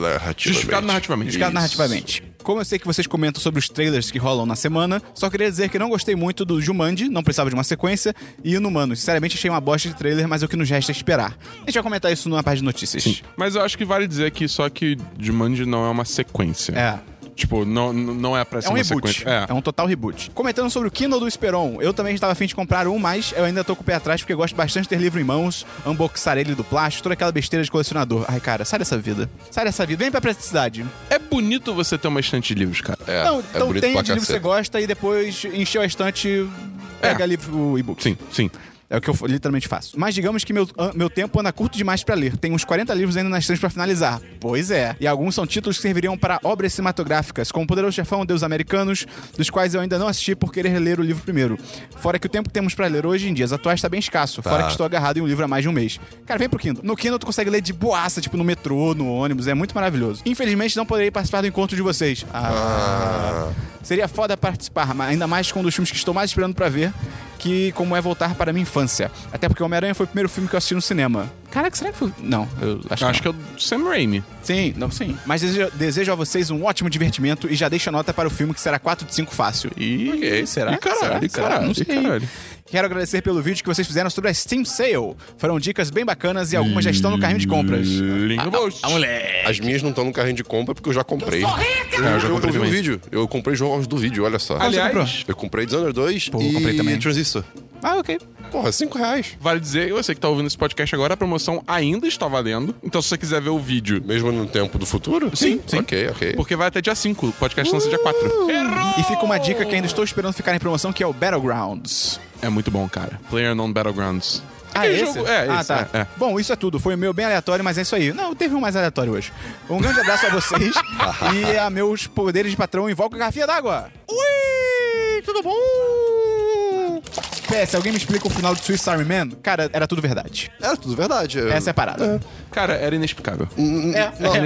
é, narrativamente.
Justificado narrativamente.
Justificado narrativamente. Como eu sei que vocês comentam sobre os trailers que rolam na semana, só queria dizer que não gostei muito do Jumanji, não precisava de uma sequência, e Inumanos. Sinceramente, achei uma bosta de trailer, mas é o que nos resta é esperar. A gente vai comentar isso numa parte de notícias.
Mas eu acho que vale dizer aqui só que Jumanji não é uma sequência.
É.
Tipo, não, não é pra ser
É um
uma
reboot.
sequência.
É. um total reboot. Comentando sobre o Kindle do Esperon, eu também estava afim de comprar um, mas eu ainda tô com o pé atrás porque eu gosto bastante de ter livro em mãos, unboxar ele do plástico, toda aquela besteira de colecionador. Ai, cara, sai dessa vida. Sai dessa vida. Vem pra praticidade.
É bonito você ter uma estante de livros, cara. É,
Não, então tem de livro que você gosta e depois encheu a estante, pega ali o e-book.
É. Sim, sim.
É o que eu f- literalmente faço. Mas digamos que meu, an- meu tempo anda curto demais pra ler. Tem uns 40 livros ainda na estante pra finalizar. Pois é. E alguns são títulos que serviriam para obras cinematográficas, como Poderoso Chefão, Deus Americanos, dos quais eu ainda não assisti por querer ler o livro primeiro. Fora que o tempo que temos pra ler hoje em dias atuais tá bem escasso.
Tá.
Fora que estou agarrado em um livro há mais de um mês. Cara, vem pro Kindle. No Kindle tu consegue ler de boaça, tipo no metrô, no ônibus. É muito maravilhoso. Infelizmente não poderei participar do encontro de vocês. Ah. Seria foda participar, mas ainda mais com um dos filmes que estou mais esperando pra ver, que como é voltar para a minha infância. Até porque Homem-Aranha foi o primeiro filme que eu assisti no cinema. Caraca, será que foi? Não, eu acho,
que é o Sam Raimi.
Sim, não, sim. Mas desejo, desejo a vocês um ótimo divertimento e já deixo a nota para o filme que será 4 de 5 fácil.
E
será?
e caralho,
será?
e
Né? Será?
caralho,
Não
e
sei.
caralho.
Quero agradecer pelo vídeo que vocês fizeram sobre a Steam Sale. Foram dicas bem bacanas e algumas já estão no carrinho de compras. Ah,
Link no post.
As minhas não estão no carrinho de compra porque eu já comprei. Eu
É, eu já
eu
comprei
vi o
também.
vídeo. Eu comprei jogos do vídeo, olha só.
Ah, você comprou?
eu comprei Dishonored 2
Pô, eu
e
comprei também.
Transistor.
Ah, ok.
Porra, 5 reais.
Vale dizer, você que tá ouvindo esse podcast agora, a promoção ainda está valendo. Então, se você quiser ver o vídeo.
Mesmo no tempo do futuro?
Sim, sim.
Ok, ok.
Porque vai até dia 5. O podcast lança dia 4.
Uh! E fica uma dica que ainda estou esperando ficar em promoção, que é o Battlegrounds.
É muito bom, cara. Player Non Battlegrounds.
Ah,
Aquele
esse?
jogo- É,
ah,
esse,
tá.
é, é.
Bom, isso é tudo. Foi o meu bem aleatório, mas é isso aí. Não, teve um mais aleatório hoje. Um grande abraço a [LAUGHS] vocês e a meus poderes de patrão invoco a garrafinha d'água. Ui, tudo bom? PS, alguém me explica o final de Swiss Army Man? Cara, era tudo verdade.
Era tudo verdade.
Essa é a parada.
Cara, era inexplicável.
É, é inexplicável. É
Na,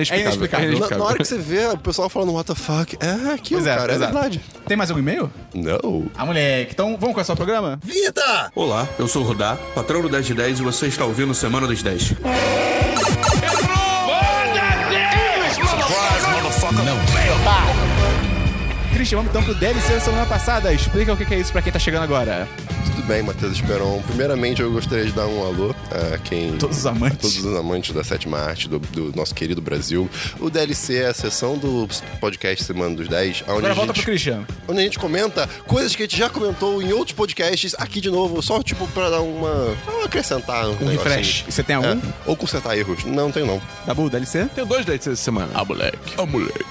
inexplicável.
na hora que você vê o pessoal falando what the fuck, é aquilo,
Pois é,
cara, é
exato.
verdade.
Tem mais algum e-mail?
Não.
Ah, moleque. Então, vamos começar o programa?
Vida!
Olá, eu sou o Rodá, patrão do 10 de 10 e você está ouvindo Semana dos 10.
Christian, vamos então pro DLC da semana passada. Explica o que que é isso pra quem tá chegando agora.
Tudo bem, Matheus Esperon. Primeiramente, eu gostaria de dar um alô a quem.
Todos os amantes.
a todos os amantes da sétima arte do, do nosso querido Brasil. O DLC é a sessão do podcast Semana dos 10, onde
Agora
a
volta
gente.
pro Christian.
Onde a gente comenta coisas que a gente já comentou em outros podcasts aqui de novo, só tipo pra dar uma. pra acrescentar um, negocinho.
refresh. assim. Você tem algum?
É. Ou consertar erros. Não, tenho não.
Dabu, DLC?
Tenho dois DLCs essa semana. Ah, moleque. Ah, moleque.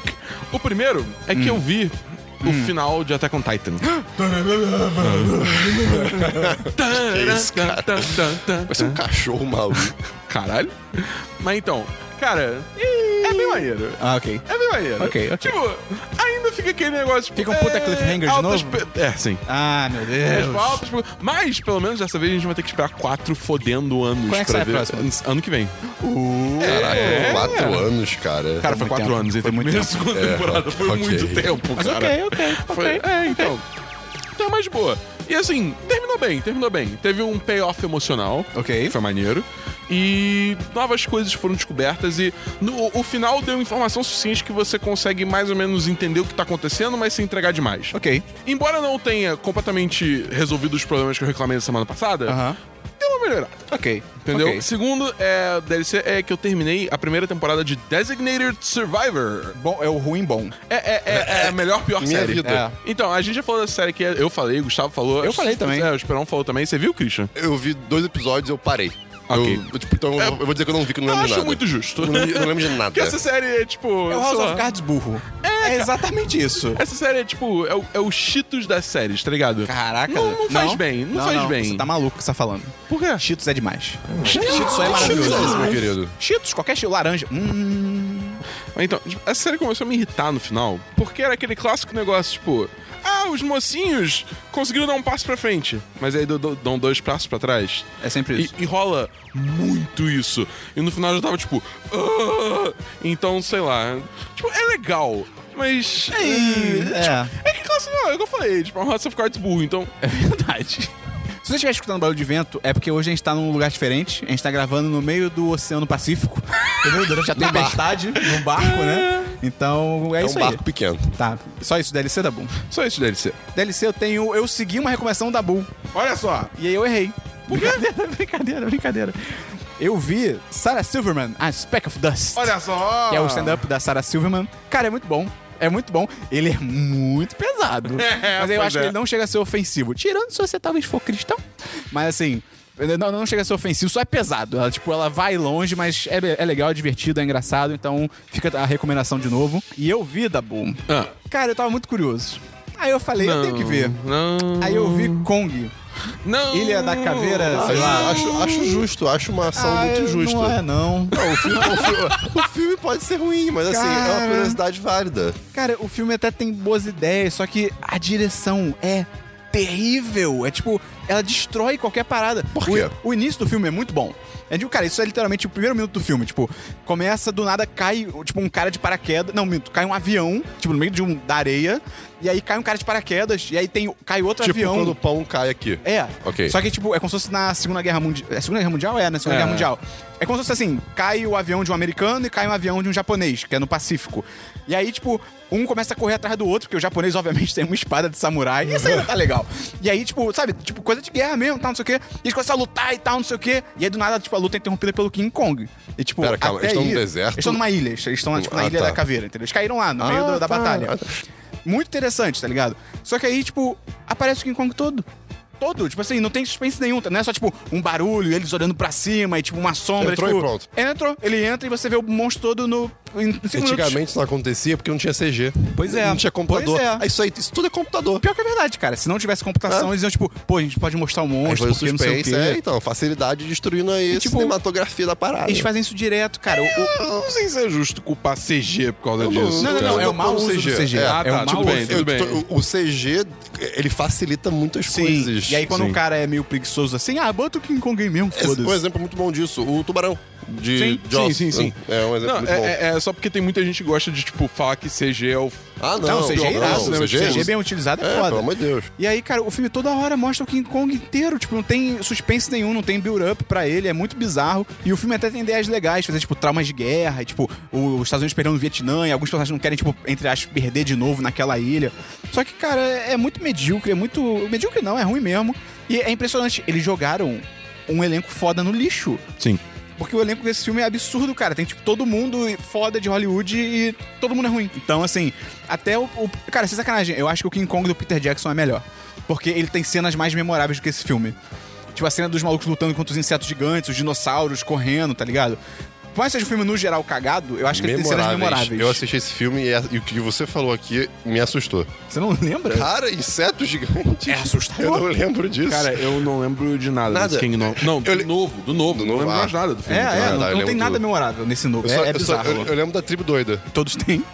O primeiro é
Hum.
que eu vi o final de Attack on Titan.
[GASPS]
Que isso, cara? Parece um cachorro maluco.
Caralho. Mas então, cara, é bem maneiro.
Ah, ok.
É bem maneiro.
Ok, ok.
Tipo, ainda fica aquele negócio. Tipo,
Fica um puta
é,
cliffhanger de
altas
novo?
pe- É, sim.
Ah, meu
É,
Deus.
tipo, altas pe- Mas, pelo menos dessa vez, a gente vai ter que esperar quatro fodendo anos
Quando é que
pra
sai a
ver.
próxima?
Ano que vem.
Caraca,
É.
quatro anos, cara.
Cara, foi quatro anos entre a primeira e a segunda
É,
temporada. Foi
ok.
muito tempo,
Mas
cara.
ok,
ok, ok. É, então. Então é mais de boa. E assim, terminou bem, terminou bem. Teve um payoff emocional. Ok. Foi maneiro. E novas coisas foram descobertas e no, o final deu informação suficiente que você consegue mais ou menos entender o que tá acontecendo, mas sem entregar demais.
Ok.
Embora não tenha completamente resolvido os problemas que eu reclamei na semana passada, deu uma melhorada.
Ok.
Entendeu?
Ok.
Segundo é, DLC é que eu terminei a primeira temporada de Designated Survivor.
Bom, é o ruim bom.
É, é, é, é a melhor, pior
Minha
série.
vida.
É. Então, a gente já falou da série que eu falei, o Gustavo falou.
Eu falei também.
É, o Esperão falou também. Você viu, Christian?
Eu vi dois episódios e eu parei.
Ok.
Eu- eu, tipo, então eu, eu vou dizer que eu não vi, que eu não
Eu
lembro
acho
de nada.
muito justo.
Eu não, lembro- eu não lembro de nada.
[LAUGHS] Porque essa série é tipo.
É o House of Cards burro.
É,
exatamente isso.
Essa série é tipo. É o, é o Cheetos das séries, tá ligado?
Caraca.
Não, não faz bem, não, faz bem.
Você tá maluco que você tá falando.
Por quê?
Cheetos é demais.
Cheetos?
Cheetos é maravilhoso.
Cheetos é isso, meu querido.
Cheetos, qualquer cheetos. Laranja. Hum.
Então, tipo, essa série começou a me irritar no final, porque era aquele clássico negócio, tipo, ah, os mocinhos conseguiram dar um passo pra frente, mas aí do- do- dão dois passos pra trás.
É sempre isso.
E, e rola muito isso. E no final eu já tava tipo, "Ah", então, sei lá. Tipo, é legal, mas.
É, é.
tipo, é que clássico, não, é o que eu falei, tipo, é um House of Cards burro, então. [LAUGHS] É verdade.
Se você estiver escutando barulho de vento, é porque hoje a gente tá num lugar diferente. A gente tá gravando no meio do Oceano Pacífico. Entendeu? Durante a
Num barco.
tempestade, num barco, né? Então é,
É um
isso aí.
barco pequeno.
Tá. Só isso, DLC da Boom.
Só isso, DLC.
DLC eu tenho. Eu segui uma recomendação da Bull.
Olha só.
E aí eu errei. Brincadeira, [LAUGHS] brincadeira, brincadeira. Eu vi Sarah Silverman, A Speck of Dust.
Olha só!
Que é o stand-up da Sarah Silverman. Cara, é muito bom. É muito bom. Ele é muito pesado.
[LAUGHS] É,
mas eu
pois
acho
é.
que ele não chega a ser ofensivo. Tirando se você talvez for cristão. Mas assim. Não, não chega a ser ofensivo, só é pesado. Ela, tipo, ela vai longe, mas é, é legal, é divertido, é engraçado. Então fica a recomendação de novo. E eu vi, Dabu.
Ah.
Cara, eu tava muito curioso. Aí eu falei, eu tenho que ver.
Não.
Aí eu vi
Hum.
Kong.
Não.
Ilha da Caveira, sei
Acho,
lá.
acho, acho justo, acho uma ação
Ah,
Hum. muito
eu-
justa.
Não é, não.
Não, o, filme, o
[LAUGHS]
filme- o filme pode ser ruim, mas assim, é
Cara.
uma curiosidade válida.
Cara, o filme até tem boas ideias, só que a direção é terrível. É tipo, ela destrói qualquer parada. Por
quê?
O, o início do filme é muito bom. É tipo, cara, isso é literalmente o primeiro minuto do filme. Tipo, começa do nada, cai, tipo, um cara de paraquedas. Não, minto, cai um avião, tipo, no meio de um, da areia. E aí cai um cara de paraquedas, e aí tem, cai outro
tipo,
Tá avião.
quando o pão cai aqui.
É.
Ok.
Só que, tipo, é como se fosse na Segunda Guerra Mundial. É Segunda Guerra Mundial? É, na Segunda
É.
Guerra Mundial. É como se fosse assim: cai o avião de um americano e cai um avião de um japonês, que é no Pacífico. E aí, tipo, um começa a correr atrás do outro, porque o japonês, [LAUGHS] obviamente, tem uma espada de samurai. E isso ainda tá legal. E aí, tipo, sabe, tipo, coisa de guerra mesmo, tal, não sei o quê. E eles começam a lutar e tal, não sei o quê. E aí, do nada, tipo, a luta é interrompida pelo King Kong. E, tipo,
Pera, calma,
até
eles estão
aí-
num deserto?
Eles estão numa ilha. Eles estão, tipo, na
Ah,
Ilha
tá.
da Caveira, entendeu? Eles caíram lá, no meio
Ah,
do- da
tá.
batalha. Muito interessante, tá ligado? Só que aí, tipo, aparece o King Kong todo. Todo, tipo assim, não tem suspense nenhum, tá? não é só tipo um barulho, eles olhando pra cima e tipo uma sombra.
Entrou
tipo,
e pronto.
Entrou, ele entra e você vê o monstro todo no. Em cinco
Antigamente
minutos.
isso não acontecia porque não tinha CG.
Pois é.
Não tinha computador.
Pois é.
Aí Isso aí, isso tudo é computador.
Pior que é verdade, cara. Se não tivesse computação,
É.
eles iam tipo, pô, a gente pode mostrar o
Aí
monstro,
foi o
porque não sei o
suspense,
quê.
é, então, facilidade destruindo aí
E,
a
tipo,
é cinematografia da parada.
Eles fazem isso direto, cara. O- o-
Eu não sei se é justo culpar CG por causa
Eu
disso.
Não, não,
cara.
não, é o mau uso do CG.
É,
Ah,
é
tá,
um
tudo
tipo
mau
bem,
uso.
tudo
Eu-
bem.
O CG, ele facilita muitas coisas.
E aí quando
Sim.
o cara é meio preguiçoso assim, ah, bota o King Kong aí mesmo,
Esse- Um
foda-se.
exemplo muito bom disso, o tubarão de
Sim, sim,
Jaws.
sim, sim.
É um exemplo
Não,
muito
é,
bom.
é- é só porque tem muita gente que gosta de, tipo, falar que CG é o.
Ah,
Não, CG é irado,
não,
né? O
CG é
CG bem
isso.
utilizado é,
É,
foda.
pelo amor de Deus.
E aí, cara, o filme toda hora mostra o King Kong inteiro. Tipo, não tem suspense nenhum, não tem build-up pra ele. É muito bizarro. E o filme até tem ideias legais, fazer, tipo, traumas de guerra. E, tipo, o- os Estados Unidos perdendo o Vietnã. E alguns personagens não querem, tipo, entre aspas, perder de novo naquela ilha. Só que, cara, é, é muito medíocre. É muito... Medíocre não, é ruim mesmo. E é impressionante. Eles jogaram um elenco foda no lixo.
Sim.
Porque o elenco desse filme é absurdo, cara. Tem, tipo, todo mundo foda de Hollywood e todo mundo é ruim. Então, assim, até o. o- cara, sem sacanagem, eu acho que o King Kong do Peter Jackson é melhor. Porque ele tem cenas mais memoráveis do que esse filme. Tipo, a cena dos malucos lutando contra os insetos gigantes, os dinossauros correndo, tá ligado? Por mais que seja um filme no geral cagado, eu acho que ele tem cenas memoráveis.
Eu assisti esse filme e, é, e o que você falou aqui me assustou.
Você não lembra?
É. Cara, insetos gigantes. É
assustador.
Eu não lembro disso.
Cara, eu não lembro de nada,
Nada.
desse King Kong. Não, do novo, do novo. Não lembro
ah.
mais nada do filme.
É,
tá
é,
ligado?
não,
eu
não
lembro
tem nada
tudo.
memorável nesse novo.
Eu só-
é, é
eu só-
bizarro.
eu- eu lembro da tribo doida.
Todos
[LAUGHS]
têm.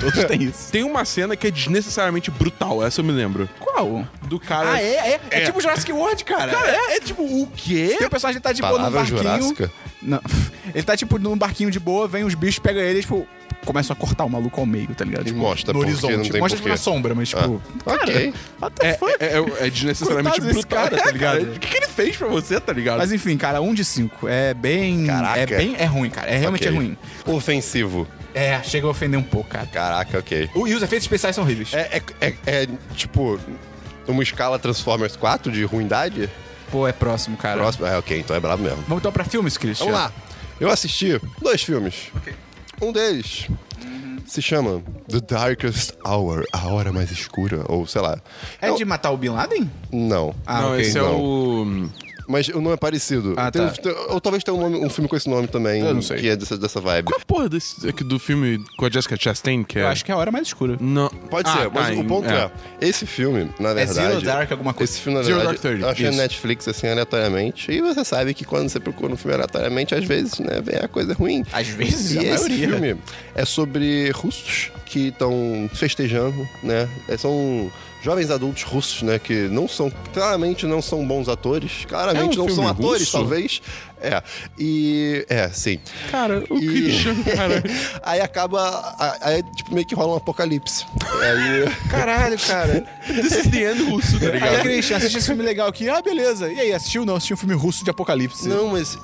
Todos têm isso.
Tem uma cena que é desnecessariamente brutal, essa eu me lembro.
Qual?
Do cara.
Ah, é, é. É,
É.
tipo Jurassic World, cara.
Cara, é, é tipo, o quê?
Tem o personagem que tá de boa num
Palavra
barquinho. [LAUGHS]
jurássica.
Não. Ele tá, tipo, num barquinho de boa, vem os bichos, pega ele, tipo. começam a cortar o maluco ao meio, tá ligado? Tipo,
mostra,
no
porque
horizonte.
não tem
mostra tipo,
porquê.
na sombra, mas tipo.
Ah,
cara,
ok.
what the fuck?
É, é, é desnecessariamente
Coitado desse
brutal,
cara,
tá
é,
ligado?
cara.
O que, que ele fez pra você, tá ligado?
Mas enfim, cara, um de cinco. É bem. É bem. É ruim, cara. É realmente
Ok.
é ruim.
Ofensivo.
É, chega a ofender um pouco, cara.
Caraca, ok.
O- E os efeitos especiais são horríveis.
É, é- é- é, tipo uma escala Transformers 4 de ruindade?
Pô, é próximo, cara.
Próximo? É, ok, então é brabo mesmo.
Vamos então pra filmes, Christian.
Vamos lá. Eu assisti dois filmes. Um deles se chama The Darkest Hour, a hora mais escura, ou sei lá.
É de matar o Bin Laden?
Não.
Ah, Não, ok. esse é
então. o...
Mas o nome é parecido.
Ah,
Tem-
tá.
tem- ou talvez tenha um, nome- um filme com esse nome também,
Eu não sei.
que é dessa, dessa vibe.
Porra, desse, aqui do filme com a Jessica Chastain, que é...
Eu acho que é a hora mais escura.
Não.
Pode
Ah,
ser, mas
tá,
o ponto é. esse filme, na verdade...
É Zero Dark alguma coisa.
Esse filme, na
Zero
verdade,
Dark Thirty,
eu achei
isso.
na Netflix, assim, aleatoriamente. E você sabe que quando você procura um filme aleatoriamente, às vezes, né, vem a coisa ruim.
Às vezes,
e
a
esse
maioria.
filme é sobre russos que estão festejando, né? É, São jovens adultos russos, né? Que não são... Claramente não são bons atores. Claramente
É um
não são
filme
atores,
russo?
talvez. É. E... É, sim.
Cara, o
E- [LAUGHS]
Christian, cara...
aí acaba... a- Aí, tipo, meio que rola
[LAUGHS]
um apocalipse. Aí...
Caralho, cara.
This is the end russo, tá ligado?
Aí, Christian, assiste esse filme legal aqui. Ah, beleza. E aí, assistiu? Não, assistiu um filme russo de apocalipse.
Não, mas.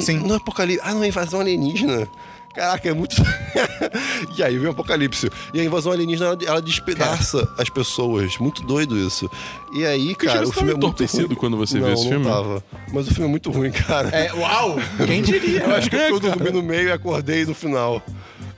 Sim. No apocalipse. Ah, não, é invasão alienígena. Caraca, é muito. [LAUGHS] e aí vem o apocalipse. E a invasão alienígena, ela, ela despedaça as pessoas. Muito doido isso. E aí,
Christian,
cara,
você
o filme é
tava
muito
entorpecido
ruim.
quando você
não,
viu esse
não
filme?
Tava. Mas o filme é muito ruim, cara.
É, uau! Quem diria?
Eu acho que
É,
eu
cara.
dormi no meio e acordei no final.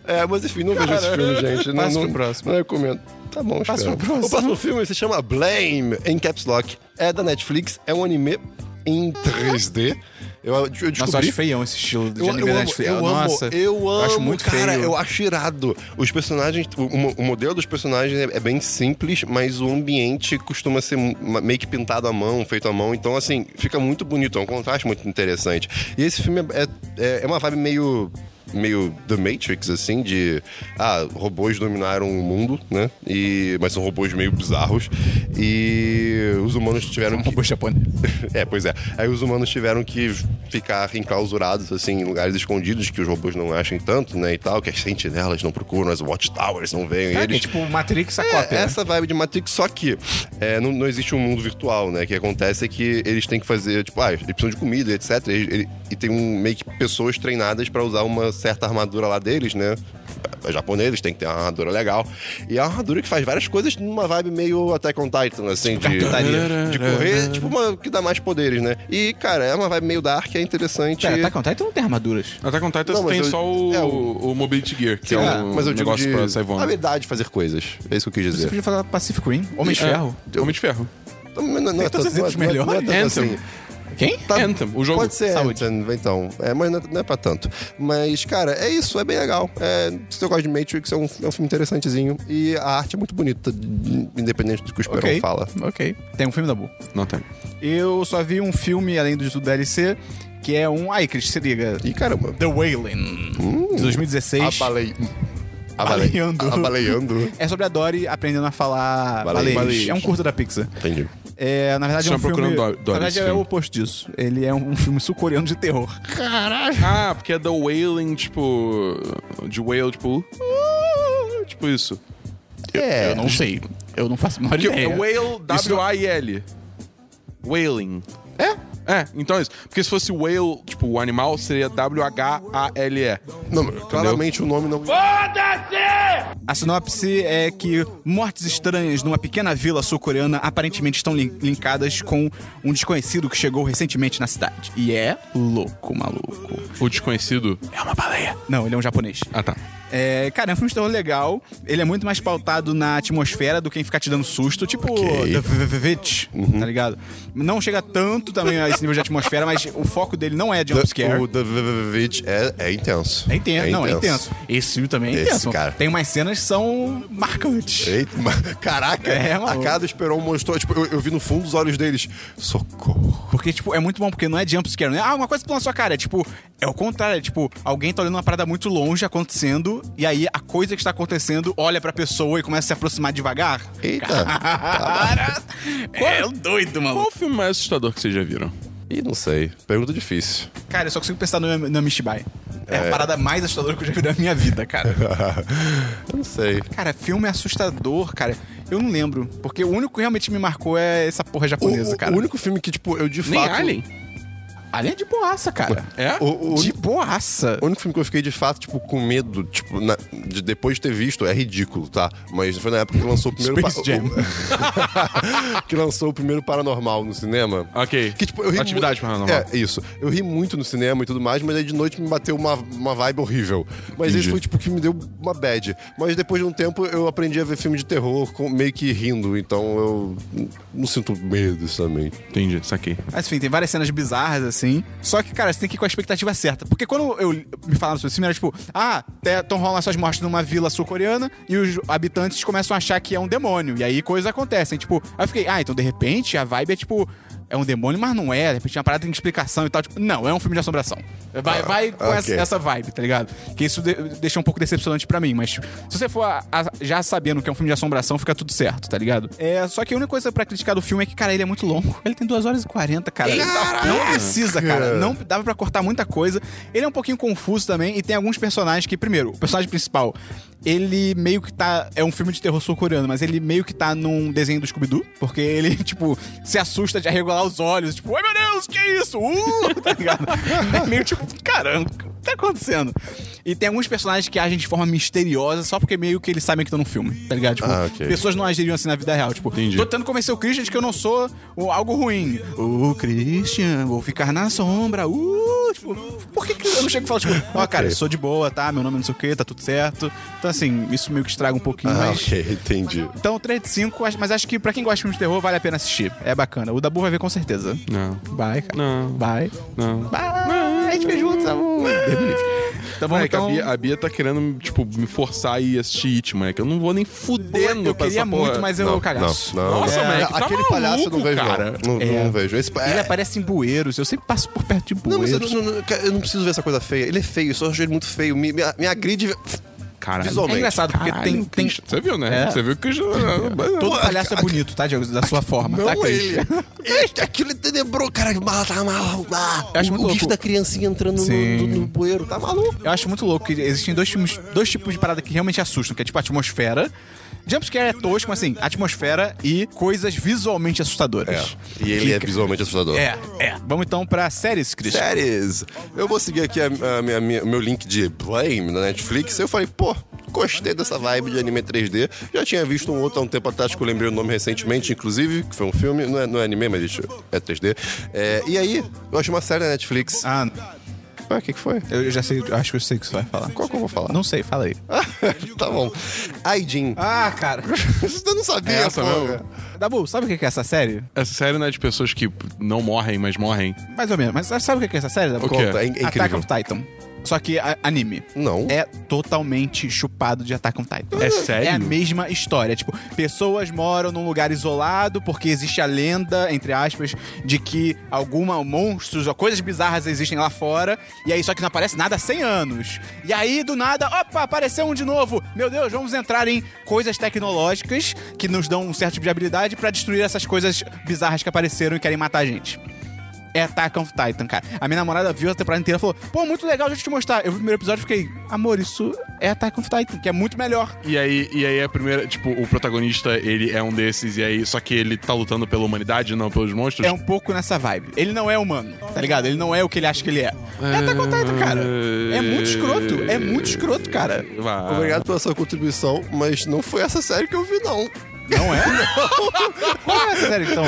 É, mas enfim, não vejo esse
Cara,
filme, gente. Não,
passa
não,
pro próximo.
Não recomendo. Tá bom,
Passa
espero.
pro próximo.
O próximo filme se chama Blame, em Caps Lock. É da Netflix, é um anime em 3D. Eu, eu descobri...
Nossa, eu acho feião esse estilo de
Eu,
anime
eu
da
amo,
Netflix.
eu amo,
Nossa,
eu amo,
acho muito
cara,
feio.
eu acho irado. Os personagens, o, o- o modelo dos personagens é, é bem simples, mas o ambiente costuma ser ma- meio que pintado à mão, feito à mão, então assim, fica muito bonito, é um contraste muito interessante. E esse filme é, é, é uma vibe meio meio The Matrix, assim, de ah, robôs dominaram o mundo, né? E, mas são robôs meio bizarros e os humanos tiveram um que... robôs
japoneses.
[LAUGHS] É, pois é. Aí os humanos tiveram que ficar enclausurados, assim, em lugares escondidos que os robôs não achem tanto, né, e tal, que as sentinelas não procuram, as watchtowers não veem
Cara,
eles.
é tipo Matrix a
É,
cópia. né?
essa vibe de Matrix, só que é, não, não existe um mundo virtual, né? O que acontece é que eles têm que fazer, tipo, ah, eles precisam de comida, etc. E, ele- e tem um, meio que pessoas treinadas pra usar uma certa armadura lá deles, né? Os japoneses têm que ter uma armadura legal. E é uma armadura que faz várias coisas numa vibe meio Attack on Titan, assim, de, de correr, tipo, uma que dá mais poderes, né? E, cara, é uma vibe meio dark, é interessante.
Pera, Attack on Titan não tem armaduras.
Attack on Titan
Não, mas
tem
eu-
só o,
é,
o... Mobility Gear, que
Sim,
é o
ah, mas eu digo
negócio
de
pra sair voando.
habilidade de fazer coisas. É isso que eu quis
Você
dizer.
podia falar Pacific Rim? Homem de
É.
Ferro.
Homem de Ferro.
Não, não, não,
Tem
é
todos
tanto-
os exemplos
não é- não é- não é
melhores.
tanto
Anthem. Quem?
Tá-
Anthem, o jogo.
Pode ser
Saúde.
Anthem, então. É, mas não é, não é pra tanto. Mas, cara, é isso, é bem legal. É, se você gosta de Matrix, é um, é um filme interessantezinho. E a arte é muito bonita, independente do que o Esperão
Ok,
fala.
Ok. Tem um filme da Bu.
Não tá. tem.
Eu só vi um filme, além do tudo DLC, que é um. Ai, Cris, se liga.
Ih, caramba.
The Wailing.
Hum.
de 2016.
Abalei.
Abaleando.
Abaleando.
É sobre a Dory aprendendo a falar
Baleias.
baleias. É um curta da Pixar.
Entendi.
É, na verdade, é
Chama
um filme...
Procurando Dory- Dory,
na verdade,
esse
é o
filme.
oposto disso. Ele é um filme sul-coreano de terror.
Caralho! Ah, porque é The Wailing, tipo. De whale, tipo. uh, Tipo isso.
É.
Eu não sei. Eu não faço a menor
Porque
ideia.
é whale,
Isso-
W-A-I-L. Wailing.
É?
É, então é isso. Porque se fosse whale, tipo, o animal, seria W-H-A-L-E.
Não, claramente o nome não.
A sinopse é que mortes estranhas numa pequena vila sul-coreana aparentemente estão lin- linkadas com um desconhecido que chegou recentemente na cidade. E é louco, maluco.
O desconhecido.
É uma baleia. Não, ele é um japonês.
Ah, tá.
É, cara, é um filme de terror legal. Ele é muito mais pautado na atmosfera do que em ficar te dando susto, tipo The V- V- Vit,
Uhum.
tá ligado? Não chega tanto também a esse nível de atmosfera, mas o foco dele não é jumpscare.
O The Vivit é, é intenso.
É intenso, não, é intenso. Esse filme também é
Esse,
intenso.
cara.
Tem umas cenas que são marcantes.
Eita, ma- caraca,
É,
a
maluco.
cara do Esperão mostrou, tipo, eu, eu vi no fundo dos olhos deles, socorro.
Porque, tipo, é muito bom, porque não é jumpscare, não é ah, uma coisa pula na sua cara. É tipo, é o contrário, é tipo, alguém tá olhando uma parada muito longe acontecendo, e aí a coisa que está acontecendo olha pra pessoa e começa a se aproximar devagar.
Eita!
Cara, é um doido, mano.
Qual o filme mais assustador que vocês já viram?
Ih, não sei. Pergunta difícil.
Cara, eu só consigo pensar no, no Amishibai. É. a parada mais assustadora que eu já vi na minha vida, cara.
eu não sei.
Cara, filme assustador, cara. Eu não lembro. Porque o único que realmente me marcou é essa porra japonesa,
O- o-
cara.
o único filme que, tipo, eu de
Nem
fato-
Alien? Alien é de boaça, cara.
É?
O,
de boaça.
O único filme que eu fiquei de fato, tipo, com medo, tipo, na- de, depois de ter visto, é ridículo, tá? Mas foi na época que lançou o primeiro.
Space Jam.
o- [LAUGHS] que lançou o primeiro Paranormal no cinema.
Ok.
Que, tipo, eu ri mu-
Atividade paranormal.
É, isso. Eu ri muito no cinema e tudo mais, mas aí de noite me bateu uma, uma vibe horrível. Mas
Entendi.
esse foi, tipo, que me deu uma bad. Mas depois de um tempo eu aprendi a ver filme de terror com- meio que rindo, então eu n- não sinto medo, também.
Entendi, saquei.
Mas enfim, tem várias cenas bizarras, assim. Só que, cara, você tem que ir com a expectativa certa. Porque quando eu me falaram sobre esse filme, era tipo, ah, te- tão rolando essas mortes numa vila sul-coreana e os habitantes começam a achar que é um demônio. E aí coisas acontecem. Tipo, aí eu fiquei, ah, então de repente a vibe é tipo. É um demônio, mas não é. De repente uma parada tem explicação e tal. Tipo, não, é um filme de assombração. Vai, vai com
ok.
essa, essa vibe, tá ligado? Que isso de, deixa um pouco decepcionante pra mim. Mas tipo, se você for a- a- já sabendo que é um filme de assombração, fica tudo certo, tá ligado? É, só que a única coisa pra criticar do filme é que, cara, ele é muito longo. Ele tem 2 horas e 40, cara. Não precisa, cara. Não dava pra cortar muita coisa. Ele é um pouquinho confuso também e tem alguns personagens que, primeiro, o personagem principal, ele meio que tá. É um filme de terror sul-coreano, mas ele meio que tá num desenho do Scooby-Doo, porque ele, [LAUGHS] tipo, se assusta de arregolar os olhos, tipo, ai meu Deus, que isso? Uh! [LAUGHS] Tá ligado? É meio tipo, caramba, o que tá acontecendo? E tem alguns personagens que agem de forma misteriosa só porque meio que eles sabem que estão no filme, tá ligado? Tipo,
Ah, ok.
pessoas não agiriam assim na vida real. Tipo, tô tentando convencer o Christian de que eu não sou o- algo ruim. O Christian, vou ficar na sombra. Uh, tipo, por que, que eu não chego e falo, tipo, ó, cara, eu sou de boa, tá? Meu nome é não sei o quê, tá tudo certo. Então, assim, isso meio que estraga um pouquinho,
Ah,
mas.
ok, entendi.
Então, 3 de 5, acho- mas acho que pra quem gosta de filme de terror, vale a pena assistir. É bacana. O Dabu vai ver com certeza.
Não.
Vai, cara. Não. Vai.
Não.
Vai. A gente vê juntos, amor. Deus me livre. Tá bom,
É
Moleque,
então...
É a, Bia, a Bia tá querendo, tipo, me forçar a ir assistir It, moleque. Eu não vou nem fudendo
Eu
pra
queria
essa porra.
muito, mas eu
Não,
cagaço.
não, não. Nossa,
É,
moleque, tá
aquele palhaço eu não
maluco,
vejo, não.
cara.
Não-
É.
não vejo. Esse-
Ele
é-
aparece em bueiros. Eu sempre passo por perto de
Não,
bueiros.
mas eu não, não- cara, eu não preciso ver essa coisa feia. Ele é feio, eu só acho ele muito feio. Me, me, me agride
Caralho.
visualmente.
É engraçado, porque
Caralho,
tem- tem-
Christian.
Você viu, né?
É.
Você viu que eu já...
Todo palhaço é bonito, tá, Diego? Da sua forma,
Não
tá, Cris?
ele. [LAUGHS] Este, aquilo é tenebroso. Cara, mal, tá mal. Ah,
Eu acho
o,
muito
o gif
louco.
da criancinha entrando
Sim.
no, no, no bueiro. Tá maluco?
Eu acho muito louco que existem dois, filmes- dois tipos de parada que realmente assustam, que é tipo a atmosfera. Jumpscare é tosco, mas assim, atmosfera e coisas visualmente assustadoras.
E ele é visualmente assustador.
É, é. Vamos então pra séries, Cris.
Séries. Eu vou seguir aqui a, a minha- minha- meu link de Blame na Netflix. Eu falei, pô, gostei dessa vibe de anime 3D. Já tinha visto um outro há um tempo atrás que eu lembrei o nome recentemente, inclusive, que foi um filme. Não é, não é anime, mas gente, é 3D. É, e aí, eu achei uma série na Netflix. [LAUGHS]
Ah,
Ué, o que, que foi?
Eu já sei, acho que eu sei o que você vai falar.
Qual que eu vou falar?
Não sei, fala aí.
tá bom. Aijin.
Ah, [LAUGHS] cara.
Você não sabia,
É essa
porra.
mesmo?
Dabu, sabe o que é essa série?
Essa série não é de pessoas que não morrem, mas morrem.
Mais ou menos. Mas sabe o que é essa série? Dabu?
O quê? É in- é
Attack
incrível.
on Titan. Só que a- anime.
Não.
É totalmente chupado de Attack on Titan.
É sério?
É a mesma história. Tipo, pessoas moram num lugar isolado porque existe a lenda, entre aspas, de que alguma monstros ou coisas bizarras existem lá fora. E aí, só que não aparece nada há 100 anos. E aí, do nada, opa, apareceu um de novo. Meu Deus, vamos entrar em coisas tecnológicas que nos dão um certo tipo de habilidade pra destruir essas coisas bizarras que apareceram e querem matar a gente é Attack on Titan, cara. A minha namorada viu a temporada inteira e falou: pô, muito legal, deixa eu te mostrar. Eu vi o primeiro episódio e fiquei: amor, isso é Attack on Titan, que é muito melhor.
E aí, e aí a primeira, tipo, o protagonista, ele é um desses, e aí, só que ele tá lutando pela humanidade, não pelos monstros.
É um pouco nessa vibe. Ele não é humano, tá ligado? Ele não é o que ele acha que ele é. É Attack on Titan, cara. É muito escroto. É muito escroto, cara.
Vai.
Obrigado pela sua contribuição, mas não foi essa série que eu vi, não.
Não é? Qual é essa série, então?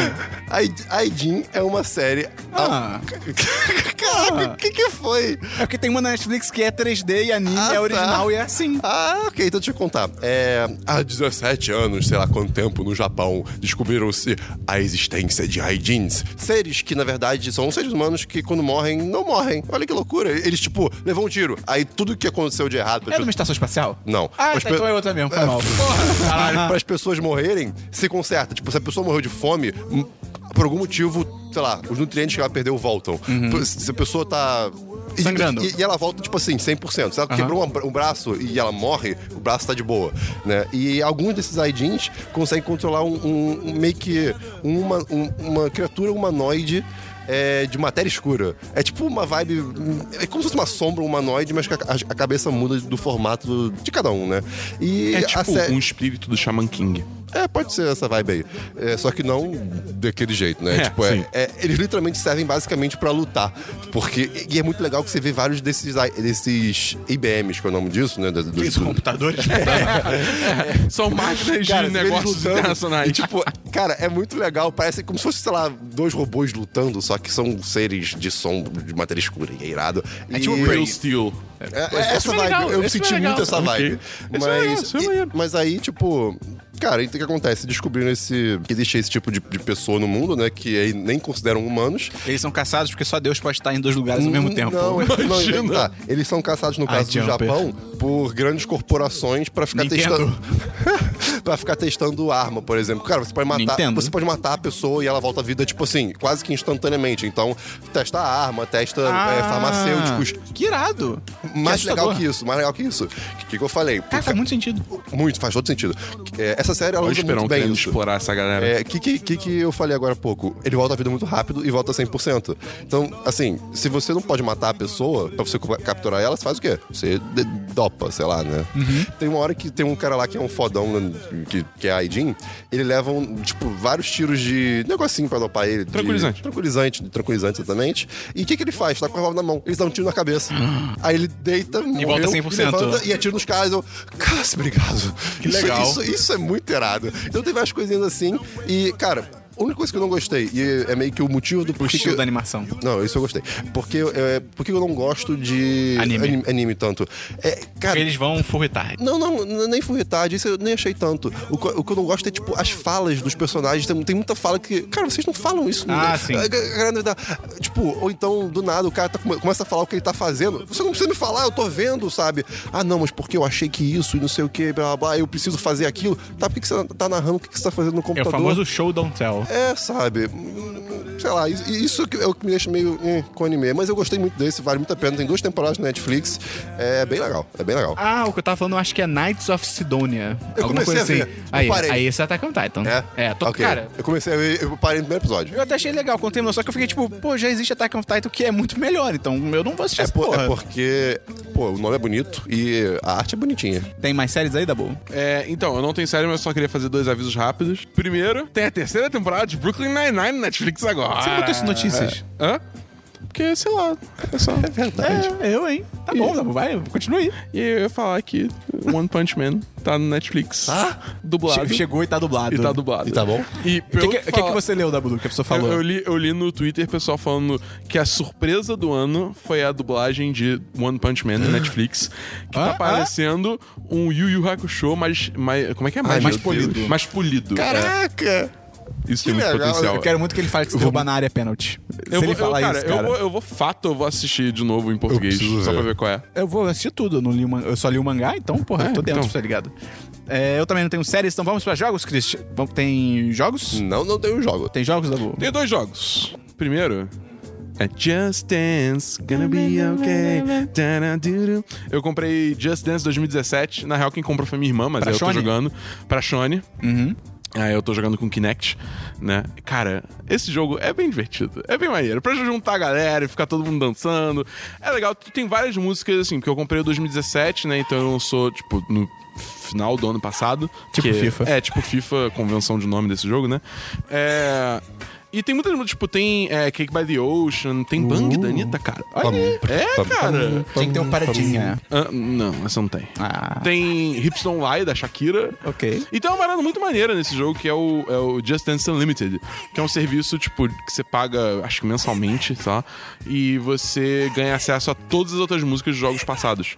Aidin é uma série.
Ah.
[LAUGHS] Caraca,
Ah.
o que, que foi?
É porque tem uma na Netflix que é 3D e anime
Ah,
é original
tá.
e é assim.
Ah, ok, então deixa eu contar. É, há 17 anos, sei lá quanto tempo, no Japão, descobriram-se a existência de Haijins. Seres que, na verdade, são seres humanos que, quando morrem, não morrem. Olha que loucura. Eles, tipo, levam um tiro. Aí tudo que aconteceu de errado...
É numa estação espacial?
Não.
Ah,
Mas
tá,
pe-
então é outra mesmo, foi mal. Porra,
Caralho, para as pessoas morrerem, se conserta. Tipo, se a pessoa morreu de fome, m- por algum motivo, sei lá, os nutrientes que ela perdeu voltam. P- Se a pessoa tá. e-
Sangrando.
E, e ela volta, tipo assim, 100%. Se ela quebrou uma bra- um braço e ela morre, o braço tá de boa, né? E alguns desses Aidins conseguem controlar um, um- um- meio que uma, um- uma criatura humanoide é, de matéria escura. É tipo uma vibe. hum, É como se fosse uma sombra humanoide, mas que a, a cabeça muda do formato do- de cada um, né? E
é
a
tipo
série-
um espírito do Shaman King.
é, pode ser essa vibe aí. É, só que não daquele jeito, né?
É,
tipo, é-
sim.
é- eles literalmente servem basicamente pra lutar. Porque, e é muito legal que você vê vários desses, ai- desses IBMs, que é o nome disso, né?
[LAUGHS]
Dos,
computadores?
É, são máquinas
Cara,
[LAUGHS]
você
de
vê eles
negócios
lutando,
internacionais.
e, tipo, cara, é muito legal. Parece como se fosse, sei lá, dois robôs lutando, só que são seres de som, de matéria escura. E é irado.
É
E-
tipo Real Steel.
É, é essa vibe. eu senti muito essa vibe. Mas, e- mas aí, tipo. Cara, então o que acontece? Descobriram esse, que existe esse tipo de, de pessoa no mundo, né? Que aí nem consideram humanos.
Eles são caçados porque só Deus pode estar em dois lugares ao mesmo tempo.
Hum, Não, eles, não,
Imagina.
tá. Eles são caçados, no
Ai,
caso do
Jumper.
Japão, por grandes corporações pra ficar
Nintendo.
testando. [LAUGHS] pra ficar testando arma, por exemplo. Cara, você pode matar.
Nintendo.
Você pode matar a pessoa e ela volta à vida, tipo assim, quase que instantaneamente. Então, testa arma, testa
Ah,
é, farmacêuticos.
Que irado!
Mais
Que assustador.
legal que isso, mais legal que isso. O que, que eu falei?
Cara, faz muito sentido.
Muito, faz todo sentido. É, essa série ela
Olha o
usa
Esperão
muito bem
querendo
isso.
um explorar essa galera.
É, que, que, que que eu falei agora há pouco? Ele volta à vida muito rápido e volta 100%. Então, assim, se você não pode matar a pessoa pra você co- capturar ela, você faz o quê? Você de- dopa, sei lá, né? Tem uma hora que tem um cara lá que é um fodão, né, que, que é Aidin, ele leva, um, tipo, vários tiros de negocinho pra dopar ele. de-
Tranquilizante.
tranquilizante, tranquilizante, exatamente. E o que, que ele faz? Tá com a revólver na mão. Eles dão um tiro na cabeça. Aí ele deita, morreu,
volta
E,
100%.
levanta, e atira nos caras. Eu, cara, obrigado.
Que
Isso-
legal.
Isso, [LAUGHS] isso é muito errado. Então teve várias coisinhas assim. E, cara, a única coisa que eu não gostei, e é meio que o motivo do porquê.
estilo
que-
da animação.
Não, isso eu gostei. Porque, é, porque eu não gosto de
Anime.
anime, anime tanto. É, cara,
Eles vão É full retard.
não, não, n- nem foi tarde, isso eu nem achei tanto. O, co- o que eu não gosto é, tipo, as falas dos personagens. Tem, tem muita fala que. Cara, vocês não falam isso.
Ah,
né?
sim.
A- a- a galera não dá- Tipo, ou então, do nada, o cara tá come- começa a falar o que ele tá fazendo. Você não precisa me falar, eu tô vendo, sabe? Ah, não, mas porque eu achei que isso e não sei o que, blá blá, blá, eu preciso fazer aquilo. Tá, por que, que você tá narrando o que, que você tá fazendo no
É o
computador?
famoso show don't tell.
É, sabe? Hum, Sei lá, is- isso que- é o que me deixa meio hum, com anime. Mas eu gostei muito desse, vale muito a pena. Tem duas temporadas na Netflix. É bem legal, é bem legal.
Ah, o que eu tava falando, eu acho que é Knights of Sidonia.
Eu
Alguma
comecei
coisa
a
assim.
ver, eu
Aí,
parei.
aí esse é Attack on Titan. É? É, tô,
Ok.
cara...
Eu comecei a ver, eu parei no primeiro episódio.
Eu até achei legal quando terminou, só que eu fiquei tipo, pô, já existe Attack on Titan que é muito melhor, então eu não vou assistir
É,
essa
por-
porra.
é porque, pô, o nome é bonito e a arte é bonitinha.
Tem mais séries aí, Dabu?
É, então, eu não tenho série, mas eu só queria fazer dois avisos rápidos. Primeiro, tem a terceira temporada de Brooklyn Nine-Nine na Netflix agora.
Você botou isso em notícias?
Hã? Porque, sei lá, é só. É verdade.
É, eu, hein? Tá bom, Dabu, vai, continua aí.
E eu ia falar que One Punch Man tá no Netflix. Tá? Dublado.
Ah? Che- Chegou e tá dublado.
E tá dublado.
E tá bom?
E
O que, que, o que que
falar-
você leu, Dabu, do que a pessoa
Eu,
falou?
eu li, eu li no Twitter pessoal falando que a surpresa do ano foi a dublagem de One Punch Man no Netflix, que
Ah,
tá parecendo um Yu Yu Hakusho mais, mais. Como é que é?
Ai, meu Deus.
Mais polido.
Caraca!
É. Isso tem muito potencial.
Eu quero muito que ele fale que se derrubar na área é pênalti. Se
Eu
ele
vou, eu,
falar
cara,
isso, cara.
Eu, vou, eu vou fato, eu vou assistir de novo em português,
preciso
só
ver.
pra ver qual é.
Eu vou assistir tudo, eu, não li o man- eu só li o mangá, então, porra, eu tô dentro,
então.
tá ligado? É, eu também não tenho séries, então vamos pra jogos, Christian. Vamos- Tem jogos?
Não, não tenho jogo.
Tem jogos, Dabu?
Hum. Tem dois jogos. Primeiro. É Just Dance, gonna be okay. Tadaduru. Eu comprei Just Dance 2017. Na real, quem comprou foi minha irmã, mas
Pra
aí eu tô
Shone?
jogando pra Shone. Aí Ah, eu tô jogando com Kinect, né? Cara, esse jogo é bem divertido. É bem maneiro. Pra juntar a galera e ficar todo mundo dançando. É legal. Tem várias músicas, assim, porque eu comprei o 2017, né? Então eu não sou, tipo, no final do ano passado.
Tipo
que-
FIFA.
É, tipo FIFA, convenção de nome desse jogo, né? É... E tem muitas músicas, tipo, tem é, Cake by the Ocean,
Uh.
tem Bang da Anitta, cara.
Tá
Olha aí. É, cara.
Tem que ter um paradinha. Ah,
Ah, não, essa não tem. Tem Hips Don't Lie, da Shakira.
Ok.
E tem uma parada muito maneira nesse jogo, que é o, é o Just Dance Unlimited. Que é um serviço, tipo, que você paga, acho que mensalmente, tá? E você ganha acesso a todas as outras músicas de jogos passados.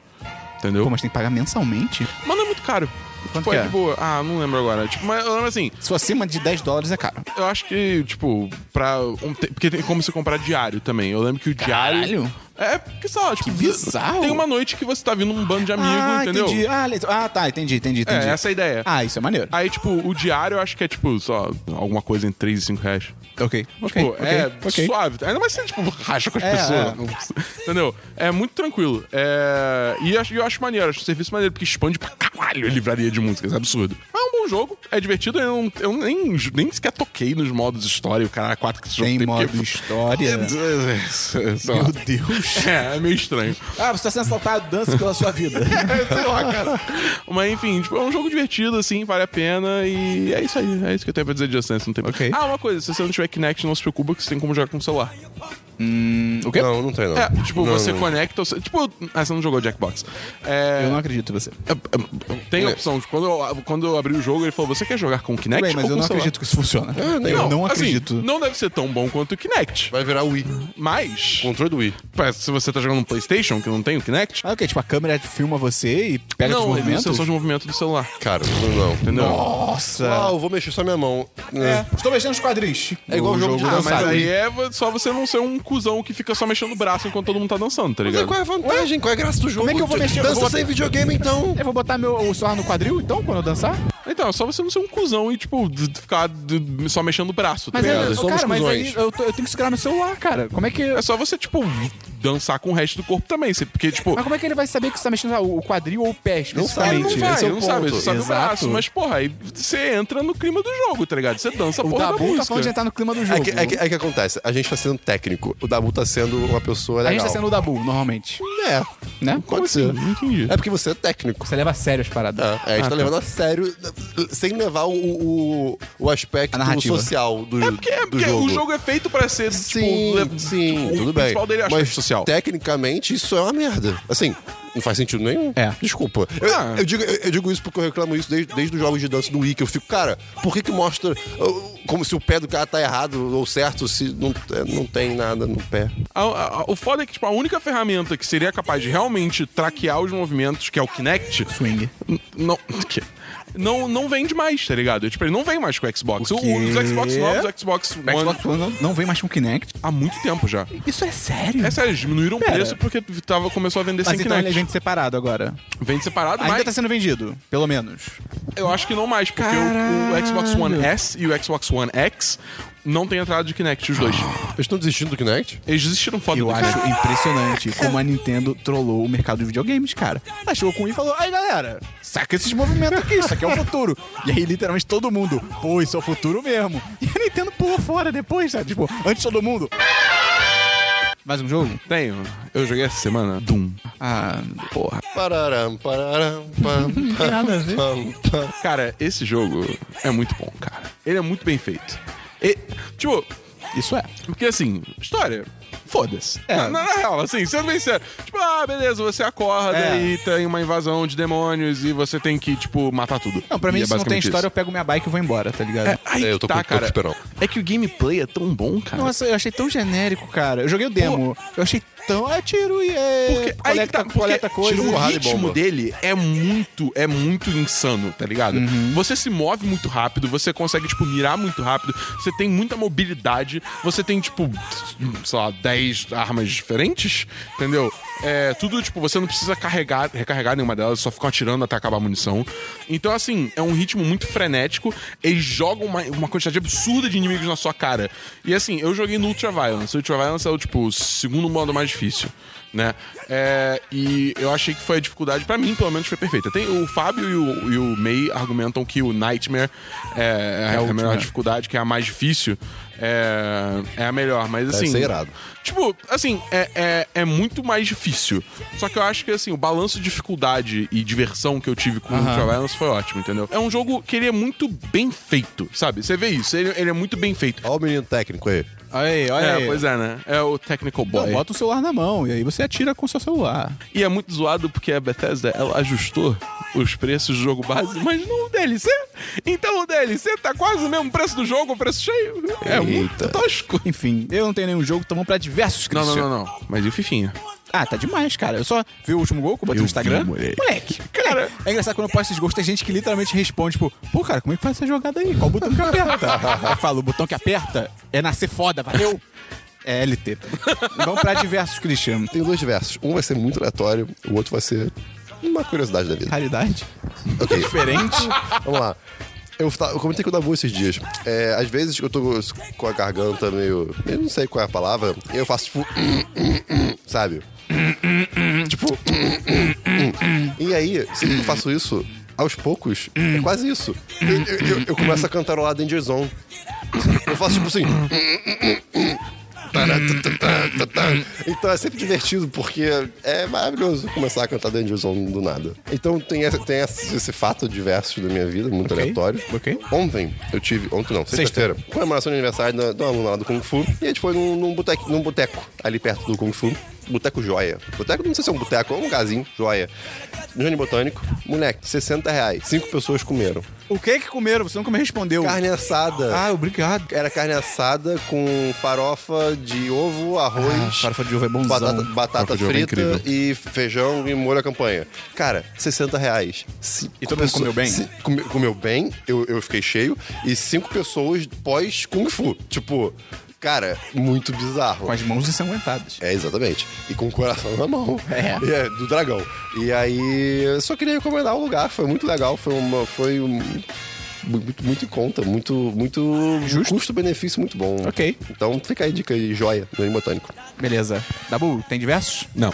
Entendeu?
Pô, mas tem que pagar mensalmente?
Mas não é muito caro.
Quanto
tipo,
que
é
é?
de boa. Ah, não lembro agora. Tipo, mas eu lembro assim.
Se for acima de 10 dólares é caro.
Eu acho que, tipo, pra. um te- porque tem como você comprar diário também. Eu lembro que o diário. É, porque sei lá, tipo,
bizarro.
tem uma noite que você tá vindo um bando de amigo,
ah,
entendeu?
entendi. Ah, le- ah, tá, entendi, entendi, entendi.
É, essa é a ideia.
Ah, isso é maneiro.
Aí, tipo, o diário eu acho que é, tipo, só alguma coisa entre 3 e 5 reais.
Ok.
Tipo,
ok,
é
ok.
suave. Ainda mais se tipo, racha com as
É,
pessoas. [LAUGHS] Entendeu? É muito tranquilo. É... E eu acho, eu acho maneiro, acho um serviço maneiro, porque expande pra caralho a livraria de músicas. É absurdo. Mas é um bom bom jogo, é divertido. Eu, não- eu nem, nem sequer toquei nos modos história, o cara 4 que É, esse jogo
Tem
porque- [LAUGHS]
modo história?
Meu Deus. É, é meio estranho.
Ah, você tá sendo assaltado, dança pela sua
[LAUGHS]
vida.
Sei lá, cara. Mas enfim, tipo, é um jogo divertido, assim, vale a pena e é isso aí. É isso que eu tenho pra dizer de Just Dance. Não tem... Ah, uma coisa, se você não tiver Kinect, não se preocupa que você tem como jogar com o celular.
o quê?
Não, não tem não.
É, tipo,
Não,
você
não.
conecta. o seu- Tipo, ah, você não jogou Jackbox. Eu não
acredito em você.
é,
É.
Tem a opção. tipo, Quando eu, quando eu abri o jogo, ele falou: Você quer jogar com o Kinect?
Bem, mas
ou
eu
com
não
o celular?"
acredito que isso funciona.
tipo É, nem
eu não,
assim,
acredito.
não deve ser tão bom quanto o Kinect.
Vai virar o Wii.
Mas. Controle do Wii. Se você tá jogando no PlayStation, que não tem o Kinect.
Ah, ok, tipo, a câmera filma você e pega os
não, ele tem
movimentos.
sensor de movimento do celular.
Cara, não.
Entendeu?
Nossa.
Ah, eu vou mexer só minha mão.
É, Estou mexendo os quadris.
É igual o jogo de
Ah, mas
dançar.
aí é só você não ser um cuzão que fica só mexendo o braço enquanto todo mundo tá dançando, tá
Mas
ligado?
aí qual é a vantagem? Qual é a graça do jogo?
Como é que eu vou mexer?
Dança
eu vou...
sem videogame, então.
Eu vou botar meu o celular no quadril, então, quando eu dançar?
Então, é só você não ser um cuzão e, tipo, d- d- ficar d- só mexendo o braço, tá
é
Mas,
ligado?
eu, cara, mas aí eu, tô- eu tenho que segurar meu celular, cara. Como é que.
É só você, tipo, dançar com o resto do corpo também. você- Porque, tipo.
Mas como é que ele vai saber que você tá mexendo ah, o quadril ou o pé,
Ele
especificamente?
não vai,
Esse é o
ele não sabe,
ponto.
ele sabe o
Exato.
braço, mas porra, aí você entra no clima do jogo, tá ligado? Você dança a
O
porra da
Dabu tá
música.
falando de entrar
no clima do
É que, é, que, é que acontece, a gente tá sendo técnico, o Dabu tá sendo uma pessoa
A
legal.
gente tá sendo o Dabu, normalmente.
É.
Né?
Pode ser.
assim?
É porque você é técnico.
Você leva a sério as paradas.
É, a gente
Ah,
tá,
tá.
levando a sério, sem levar o, o, o aspecto
A narrativa.
social do,
É porque, é
do
porque
jogo.
o jogo é feito pra ser,
Sim,
tipo, le-
sim,
o
tudo bem.
principal dele é a
Mas
aspecto social.
tecnicamente isso é uma merda. Assim, não faz sentido nenhum. É. Desculpa. Eu,
Ah.
eu digo, eu- eu digo isso porque eu reclamo isso desde, desde os jogos de dança do Wii, que eu fico, cara, por que que mostra uh, como se o pé do cara tá errado ou certo se não, é, não tem nada no pé?
A- a- a- o foda é que, tipo, a única ferramenta que seria capaz de realmente traquear os movimentos, que é o Kinect.
Swing.
Não. [LAUGHS] que- Não, não vende mais, tá ligado? Tipo, ele não vem mais com o Xbox. O
quê?
os Xbox novos, o Xbox
O
One.
Xbox One não, não vem mais com Kinect.
Há muito tempo já.
Isso é sério?
É sério, eles diminuíram o
Pera.
preço porque tava, começou a vender
Mas
é sem
então ele
Kinect.
vende separado agora.
Vende separado,
Ainda
mas-
tá sendo vendido, pelo menos.
Eu acho que não mais, porque o, o Xbox One S e o Xbox One X não tem entrada de Kinect, os dois. Eles
estão desistindo do Kinect?
Eles desistiram foda
Eu
do
acho
Kinect.
impressionante como a Nintendo trollou o mercado de videogames, cara. Ela chegou com o Wii e falou, aí galera, saca esses movimentos aqui, isso aqui é o futuro. E aí, literalmente, todo mundo, pô, isso é o futuro mesmo. E a Nintendo pulou fora depois, sabe? Tipo, antes todo mundo... Mais um jogo?
Tenho. Eu joguei essa semana. Doom.
Ah, porra.
Pararam, pararam, pam,
Não
pam,
tem nada a ver.
pam, pam.
Cara, esse jogo é muito bom, cara. Ele é muito bem feito. E, tipo.
Isso é.
Porque assim, história. Foda-se. Na, na- na real, assim, sendo bem sério. Tipo, ah, beleza, você acorda
É.
e tem uma invasão de demônios e você tem que, tipo, matar tudo.
Não, pra mim,
E é
se não tem
basicamente
história, eu
isso.
pego minha bike e vou embora, tá ligado?
É, aí eu tô tá, cara. É que o gameplay é tão bom, cara.
Nossa, eu achei tão genérico, cara. Eu joguei o demo. Eu achei tão. É tiro e é.
Porque, aí que
coleta,
tá, porque
coleta coisa.
tira o
um porrada e
ritmo
bomba.
dele é muito, é muito insano, tá ligado? Você se move muito rápido, você consegue, tipo, mirar muito rápido, você tem muita mobilidade, você tem, tipo, sei lá, 10 armas diferentes, entendeu? É, tudo, tipo, você não precisa carregar, recarregar nenhuma delas, só ficam atirando até acabar a munição. Então, assim, é um ritmo muito frenético, eles jogam uma, uma quantidade absurda de inimigos na sua cara. E, assim, eu joguei no Ultraviolence, o Ultraviolence é o, tipo, o segundo modo mais difícil né? É, e eu achei que foi a dificuldade, pra mim, pelo menos, foi perfeita. Tem, o Fábio e o, e o May argumentam que o Nightmare é, é a
Nightmare.
melhor dificuldade, que é a mais difícil. É, é a melhor, mas
Deve
assim.
ser irado.
Tipo, assim, é, é, é muito mais difícil. Só que eu acho que, assim, o balanço de dificuldade e diversão que eu tive com o
Aham.
Ultraviolence foi ótimo, entendeu? É um jogo que ele é muito bem feito, sabe? Você vê isso, ele, ele é muito bem feito.
Olha o menino técnico aí.
Olha aí, olha
É,
aí.
pois é, né? É o Technical Boy.
Não, bota o celular na mão e aí você atira com o seu celular.
E é muito zoado porque a Bethesda ela ajustou os preços do jogo base, mas não o DLC. Então o DLC tá quase o mesmo preço do jogo, o preço cheio. É muito tosco.
Enfim, eu não tenho nenhum jogo, tamo pra diversos,
Não, não,
Christian.
não, não. Mas e o Fifinha?
Ah, tá demais, cara. Eu só vi o último gol que eu botei
Eu
no Instagram.
vi, moleque.
moleque,
[LAUGHS]
cara. É engraçado quando eu posto esses gols, tem gente que literalmente responde, tipo, pô, cara, como é que faz essa jogada aí? Qual o botão que
[LAUGHS]
aperta? eu falo, o botão que aperta é nascer foda, valeu? É LT. Vamos pra diversos, Cristiano.
Tem dois versos. Um vai ser muito aleatório, o outro vai ser uma curiosidade da vida.
Raridade?
Ok.
[LAUGHS]
Diferente?
Vamos lá. Eu, ta- eu comentei com o Dabu esses dias. É, às vezes eu tô com a garganta meio. Eu não sei qual é a palavra. Eu faço tipo. Sabe? tipo. e aí, sempre que eu faço isso, aos poucos, é quase isso. Eu, eu- eu- eu começo a cantarolar Danger Zone. Eu faço tipo assim. Então é sempre divertido, porque é maravilhoso começar a cantar Danger Zone do nada. Então tem, essa- tem esse, esse fato diverso da minha vida, muito aleatório. Ontem eu tive. Ontem não, sexta-feira. Comemoração de aniversário da- de uma aluna lá do Kung Fu. E a gente foi num, num, boteco, num boteco ali perto do Kung Fu. Boteco Joia. Boteco, não sei se é um boteco, é um lugarzinho, joia. No Jardim Botânico, moleque, 60 reais. Cinco pessoas comeram.
O que que comeram? Você nunca me respondeu.
Carne assada.
Ah, obrigado.
Era carne assada com farofa de ovo, arroz.
Ah, farofa de ovo é bonzão.
Batata, batata
Farofa de ovo é
frita
incrível.
e feijão e molho à campanha. Cara, 60 reais. Cinco
E todo mundo comeu bem?
ci- come- comeu bem, eu, eu fiquei cheio. E cinco pessoas pós Kung Fu. Tipo. Cara, muito bizarro. Com
as mãos ensanguentadas.
É, exatamente. E com o coração na mão.
É.
[LAUGHS] E é, do dragão. E aí, eu só queria recomendar o lugar. Foi muito legal. Foi uma. Foi um. Muito, muito em conta, muito, muito custo-benefício muito bom.
Ok.
Então fica aí a dica aí, joia, no Jardim Botânico.
Beleza. Dabu, tem diversos?
Não.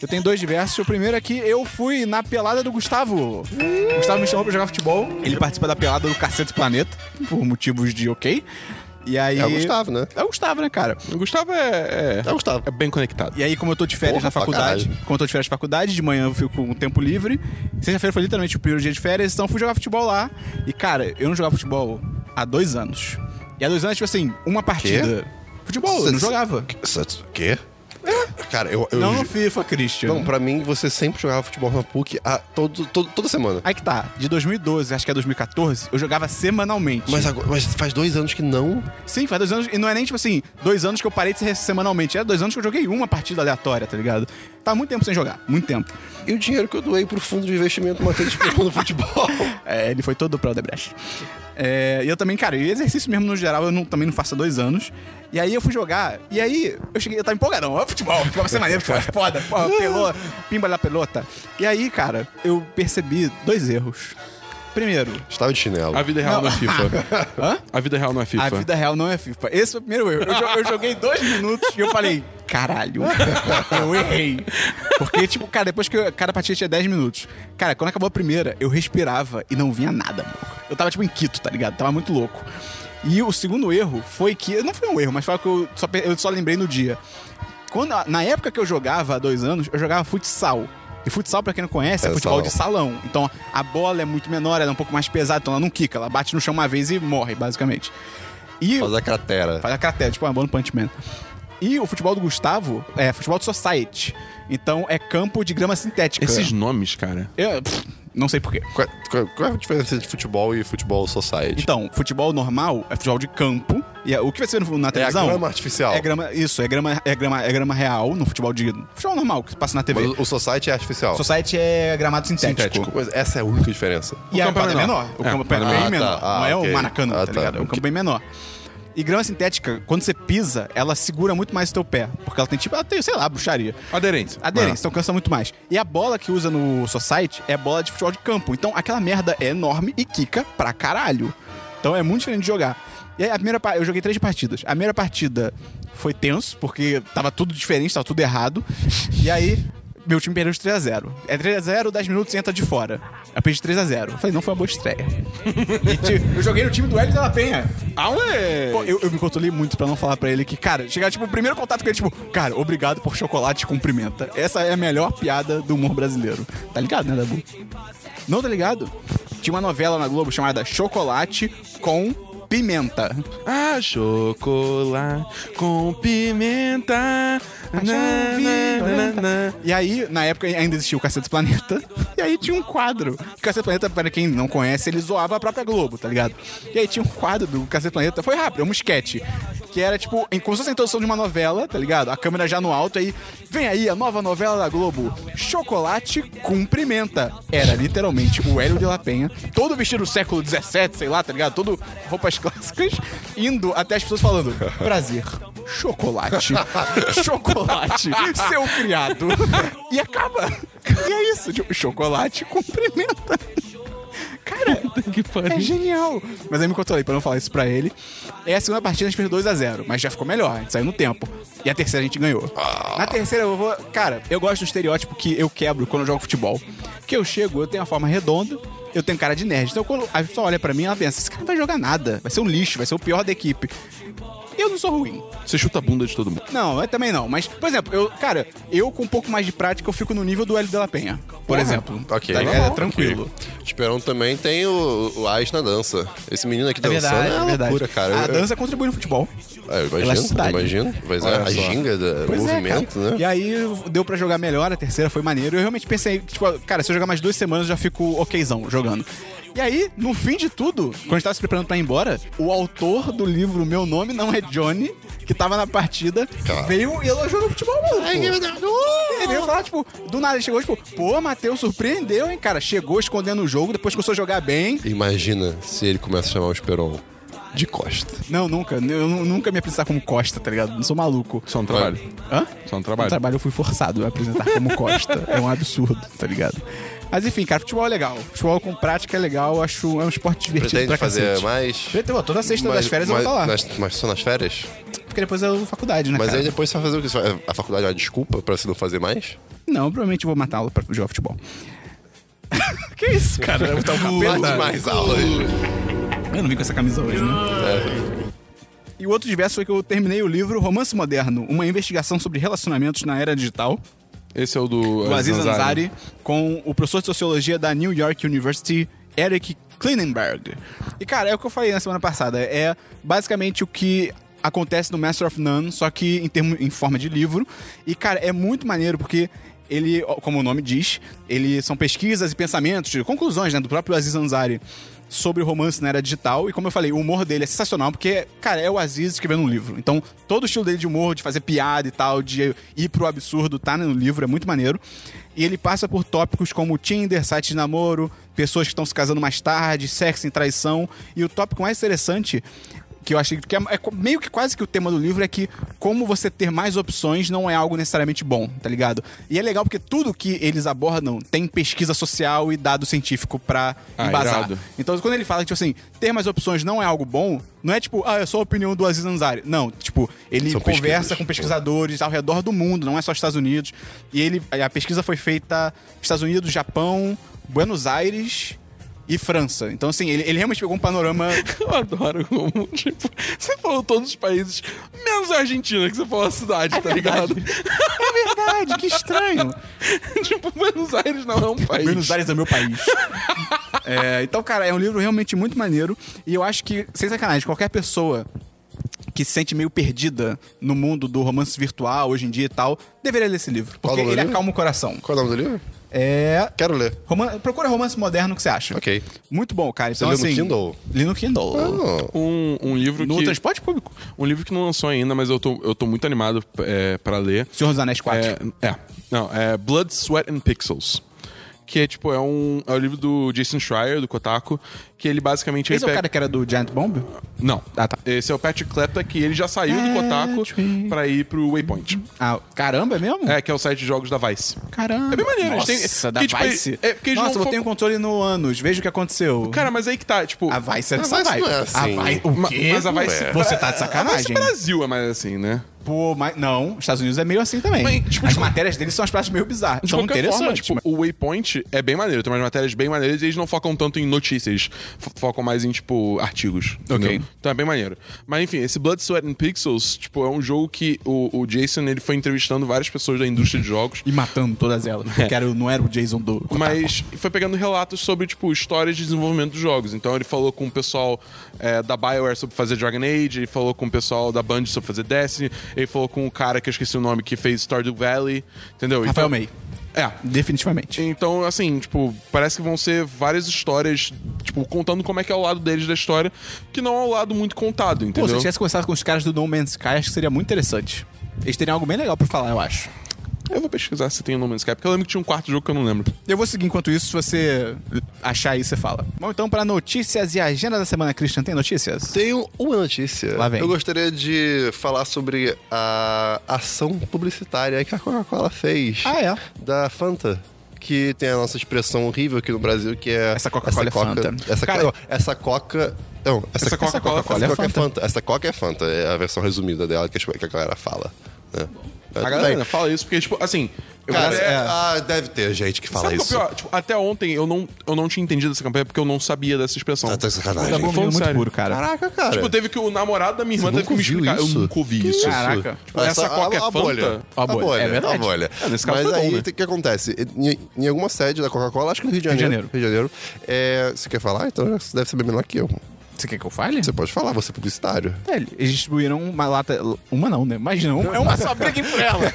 Eu tenho dois diversos. O primeiro é que eu fui na pelada do Gustavo. O Gustavo me chamou pra jogar futebol. Ele participa da pelada do Cacete Planeta, por motivos de ok. E aí...
É o Gustavo, né?
É o Gustavo, né, cara?
O Gustavo é.
É, o Gustavo.
É bem conectado.
E aí, como eu tô de férias
Porra,
na faculdade,
pra caralho.
como eu tô de férias na faculdade, de manhã eu fico com um tempo livre. Sexta-feira foi literalmente o primeiro dia de férias, então eu fui jogar futebol lá. E, cara, eu não jogava futebol há dois anos. E há dois anos, tipo assim, uma partida. Futebol, eu não jogava.
O quê? É, Cara, eu. eu
Não no FIFA, Christian.
Não, pra mim, você sempre jogava futebol na PUC a, todo, todo- toda semana.
Aí que tá, de 2012, acho que é 2014, eu jogava semanalmente.
Mas, agora- mas faz dois anos que não.
Sim, faz dois anos. E não é nem tipo assim, dois anos que eu parei de ser semanalmente. Era dois anos que eu joguei uma partida aleatória, tá ligado? Tava muito tempo sem jogar, muito tempo.
E o dinheiro que eu doei pro fundo de investimento Matheus Pinto
[LAUGHS]
no futebol.
É, ele foi todo pra Odebrecht. É, e eu também, cara, e exercício mesmo no geral, eu não- também não faço há dois anos. E aí eu fui jogar, e aí eu cheguei, eu tava empolgadão, ó, futebol, futebol vai ser maneiro, futebol é foda, porra, pelô, pimba da pelota. E aí, cara, eu percebi dois erros. Primeiro,
Estava de chinelo.
A vida real não,
Não.
é [LAUGHS] FIFA. A vida real não é FIFA.
a vida real não é FIFA. Esse foi o primeiro erro. Eu, jo- eu joguei dois minutos e eu falei, caralho, eu errei. Porque, tipo, cara, depois que eu- cada partida tinha 10 minutos. Cara, quando acabou a primeira, eu respirava e não vinha nada, maluco. Eu tava, tipo, em Quito, tá ligado? Tava muito louco. E o segundo erro foi que. Não foi um erro, mas foi algo que eu só, pe- eu só lembrei no dia. Quando, na época que eu jogava, há dois anos, eu jogava futsal. E futsal, pra quem não conhece, é,
É,
futebol
salão.
de salão. Então a bola é muito menor, ela é um pouco mais pesada, então ela não quica, ela bate no chão uma vez e morre, basicamente. E
Faz a cratera.
Faz a cratera, tipo uma bola no Punch Man. E o futebol do Gustavo é futebol de society. Então é campo de grama sintética.
Esses nomes, cara.
Eu, pff, não sei porquê.
Qual, qual- qual é a diferença entre futebol e futebol society?
Então, futebol normal é futebol de campo. E é- o que vai ser no- na televisão?
grama artificial.
É grama, isso, é grama, é grama, é grama real no futebol de. Futebol normal que passa na TV.
Mas o society é artificial.
Society é gramado sintético.
Mas essa é a única diferença.
E a quadra é menor. O campo é bem
Ah, tá.
menor.
Ah,
não é
ok.
o Maracanã,
Ah,
tá
tá.
ligado? É um campo bem menor. E grama sintética, quando você pisa, ela segura muito mais o teu pé. Porque ela tem tipo, ela tem, sei lá, bruxaria.
Aderência.
Aderência,
Ah.
então cansa muito mais. E a bola que usa no Society é bola de futebol de campo. Então aquela merda é enorme e quica pra caralho. Então é muito diferente de jogar. E aí, a primeira pa- eu joguei três partidas. A primeira partida foi tenso, porque tava tudo diferente, tava tudo errado. E aí, meu time perdeu de 3x0. É 3x0, 10 minutos e entra de fora. Eu perdi 3x0. Falei, não foi uma boa estreia. E, tipo, eu joguei no time do Hélio de La Penha.
é?
Pô, eu, eu me controlei muito pra não falar pra ele que, cara, chegar, tipo, o primeiro contato com ele, tipo, cara, obrigado por chocolate, cumprimenta. Essa é a melhor piada do humor brasileiro. Tá ligado, né, Dabu? Não tá ligado? Tinha uma novela na Globo chamada Chocolate com Pimenta.
Ah, chocolate com pimenta. Na, na, na, na.
E aí, na época ainda existia o Cacete Planeta. E aí tinha um quadro. O Cacete Planeta, para quem não conhece, ele zoava a própria Globo, tá ligado? E aí tinha um quadro do Cacete Planeta. Foi rápido, é um esquete. Que era tipo, em- como se fosse a introdução de uma novela, tá ligado? A câmera já no alto aí. Vem aí a nova novela da Globo. Chocolate cumprimenta. Era literalmente o Hélio de La Penha, todo vestido do século XVII, sei lá, tá ligado? Todo roupas [LAUGHS] clássicas, indo até as pessoas falando: prazer, chocolate, chocolate, seu criado. E acaba. E é isso, tipo, chocolate cumprimenta. Cara, é genial. Mas aí me controlei pra não falar isso pra ele. E a segunda partida a gente perdeu 2x0, mas já ficou melhor, a gente saiu no tempo. E a terceira a gente ganhou.
Ah.
Na terceira eu vou. Cara, eu gosto do estereótipo que eu quebro quando eu jogo futebol. Que eu chego, eu tenho a forma redonda, eu tenho cara de nerd. Então quando a pessoa olha pra mim, ela pensa, esse cara não vai jogar nada. Vai ser um lixo, vai ser o pior da equipe. Eu não sou ruim.
Você chuta a bunda de todo mundo.
Não, eu também não. Mas, por exemplo, eu, cara, eu com um pouco mais de prática, eu fico no nível do Hélio de la Penha, por exemplo.
Ok.
Tá ligado? É tranquilo.
Ok. Esperão também tem o, o Ais na dança. Esse menino aqui
É
dançando
verdade,
é, uma
é verdade.
loucura, cara.
A
Eu-
dança contribui no futebol.
É, eu imagino,
Elasticidade.
imagino. Mas é
Olha
a
só.
ginga do
Pois é,
movimento,
cara.
né?
E aí deu pra jogar melhor, a terceira foi maneiro. Eu realmente pensei, tipo, cara, se eu jogar mais duas semanas, eu já fico okzão jogando. E aí, no fim de tudo, quando a gente tava se preparando pra ir embora, o autor do livro Meu Nome Não É Johnny, que tava na partida, veio e elogiou no futebol, maluco.
Ai, meu Deus. uh!
Ele veio falar, tipo, do nada, ele chegou, tipo, pô, Matheus, surpreendeu, hein, cara. Chegou escondendo o jogo, depois começou a jogar bem.
Imagina se ele começa a chamar o Esperon de Costa.
Não, nunca. Eu nu- nunca me apresentar como Costa, tá ligado? Não sou maluco. Só um
trabalho.
Hã?
Só um trabalho.
Um trabalho eu fui forçado a apresentar como Costa. é um absurdo, tá ligado? Mas enfim, cara, futebol é legal. Futebol com prática é legal. eu Acho é um esporte divertido
Pretende
pra
fazer
cacete.
mais?
Pretendo, toda sexta das férias eu vou estar lá.
Mas, mas só
[LAUGHS]
nas férias?
Porque depois eu vou faculdade, né,
mas
cara?
aí depois você vai fazer o que? Você vai- A faculdade é uma desculpa pra você não fazer mais?
Não, provavelmente eu vou matá-lo pra jogar futebol. [LAUGHS] que isso, cara? Eu
Tá um capeta demais a aula hoje.
Eu não vim com essa camisa hoje, né?
É.
E o outro diverso foi que eu terminei o livro Romance Moderno, uma investigação sobre relacionamentos na era digital.
Esse é o do,
do Aziz
Aziz
Ansari,
Ansari.
com o professor de sociologia da New York University, Eric Klinenberg. E, cara, é o que eu falei na semana passada. É basicamente o que acontece no Master of None, só que em, termo, em forma de livro. E, cara, é muito maneiro porque ele, ó, como o nome diz, ele são pesquisas e pensamentos, conclusões, né, do próprio Aziz Ansari sobre o romance na era digital. E como eu falei, o humor dele é sensacional, porque, cara, é o Aziz escrevendo um livro. Então, todo o estilo dele de humor, de fazer piada e tal, de ir pro absurdo, tá no livro, é muito maneiro. E ele passa por tópicos como Tinder, site de namoro, pessoas que estão se casando mais tarde, sexo em traição. E o tópico mais interessante que eu achei que é, é co- meio que quase que o tema do livro é que como você ter mais opções não é algo necessariamente bom, tá ligado? E é legal porque tudo que eles abordam tem pesquisa social e dado científico pra
Ah,
embasar.
irado.
Então quando ele fala tipo assim, ter mais opções não é algo bom, não é tipo, ah, é só a opinião do Aziz Ansari. Não, tipo, ele
São
conversa
pesquisas.
com pesquisadores ao redor do mundo, não é só Estados Unidos. E ele a pesquisa foi feita Estados Unidos, Japão, Buenos Aires e França. Então, assim, ele, ele realmente pegou um panorama.
Eu adoro como, [LAUGHS] tipo, você falou todos os países, menos a Argentina, que você falou a cidade, tá ligado? [LAUGHS] É
verdade, que estranho.
tipo, Buenos Aires não é um país.
Buenos Aires é meu país. [LAUGHS] É, então, cara, é um livro realmente muito maneiro. E eu acho que, sem sacanagem, qualquer pessoa que se sente meio perdida no mundo do romance virtual hoje em dia e tal, deveria ler esse livro.
Qual o
Porque
nome do
ele
livro?
acalma o coração.
Qual é o nome do livro?
É.
Quero ler.
Roman... Procura romance moderno que você acha.
Ok.
Muito bom, cara.
Você
Então,
leu no
assim,
Kindle?
Li no Kindle.
Um, um livro
No
que...
transporte público.
Um livro que não lançou ainda, mas eu tô, eu tô muito animado é, pra ler.
Senhor dos Anéis
4. É, é. Não, é Blood, Sweat and Pixels. Que é tipo, é um... É o livro do Jason Schreier, do Kotaku, que ele basicamente...
Esse é o
ele
cara que era do Giant Bomb?
Não. Ah, tá. Esse é o Patrick Klepta, que ele já saiu do Kotaku pra ir pro Waypoint.
Ah, caramba, é mesmo?
É, que é o site de jogos da Vice.
Caramba.
É bem maneiro, eles
Nossa,
têm-
da
porque, tipo,
Vice.
é- é porque eles
Nossa,
não
eu
fo-
tenho controle no anos. Veja o que aconteceu.
Cara, mas aí que tá, tipo...
A
Ah,
Vice é
A
dessa
Vice
vibe.
não é assim.
A Vice, o
Ma-
quê?
mas a
é.
Vice-
Ué. Você tá de
A Vice
sacanagem.
Brasil é mais assim, né?
Pô, mas não. Os Estados Unidos é meio assim também. As matérias deles são as partes meio bizarras.
tipo, De
são
qualquer
interessantes.
forma, tipo, o Waypoint é bem maneiro. Tem umas matérias bem maneiras e eles não focam tanto em notícias. fo- Focam mais em, tipo, artigos. entendeu? Então é bem maneiro. Mas, enfim, esse Blood, Sweat and Pixels, tipo, é um jogo que o, o Jason, ele foi entrevistando várias pessoas da indústria de jogos.
E matando todas elas. Porque era, o- não era o Jason do... Kotaku.
É. Mas então- foi pegando relatos sobre, tipo, histórias de desenvolvimento dos jogos. Então ele falou com o pessoal é, da Bioware sobre fazer Dragon Age, ele falou com o pessoal da Band sobre fazer Destiny, ele falou com o cara que eu esqueci o nome, que fez Stardew Valley, entendeu?
Rafael
Então-
May.
É.
Definitivamente.
Então, assim, tipo, parece que vão ser várias histórias, tipo, contando como é que é o lado deles da história, que não é um lado muito contado,
Pô, se
entendeu?
eu tivesse conversado com os caras do No Man's Sky, acho que seria muito interessante. Eles teriam algo bem legal pra falar, eu acho.
Eu vou pesquisar se tem o nome desse cara, porque eu lembro que tinha um quarto jogo que eu não lembro.
Eu vou seguir enquanto isso, se você achar aí, você fala. Vamos então pra notícias e agenda da semana, Christian. Tem notícias?
Tenho uma notícia.
Lá vem.
Eu gostaria de falar sobre a ação publicitária que a Coca-Cola fez.
Ah, é?
Da Fanta. Que tem a nossa expressão horrível aqui no Brasil, que é. Essa
Coca-Cola é Fanta.
Essa,
Cara-
co- essa Coca. Não, essa,
Essa Coca-Cola
essa
é
Coca é
Fanta.
Fanta. Essa Coca é Fanta. É a versão resumida dela que a que a galera fala. né?
A galera fala isso porque, tipo, assim. eu-
Cara,
é-
ah, deve ter gente que fala
Sabe qual
isso.
é o pior? Tipo, até ontem eu não, eu não tinha entendido essa campanha porque eu não sabia dessa expressão. Tá,
sacanagem.
Tá
Tá bom,
bom,
menino, muito
sério.
puro, cara. Caraca, cara.
Tipo, teve que o namorado da minha irmã
Você
teve que me
nunca ouviu
explicar.
isso?
Eu nunca ouvi
Que
isso.
isso?
Caraca. Tipo,
Essa-
essa coca
a,
é
a
Fanta.
bolha.
A bolha, é
A
verdade.
bolha.
É, nesse caso
Mas
foi bom,
aí,
né?
o que acontece? Em, em alguma sede da Coca-Cola, acho que no Rio de
Rio de
Janeiro. Rio de Janeiro. é, você quer falar? Então você deve saber melhor que eu.
Você quer que eu fale?
Você pode falar, você é publicitário.
É, eles distribuíram uma lata. Uma não, né? Mas não, é uma só briguem por
[LAUGHS]
ela.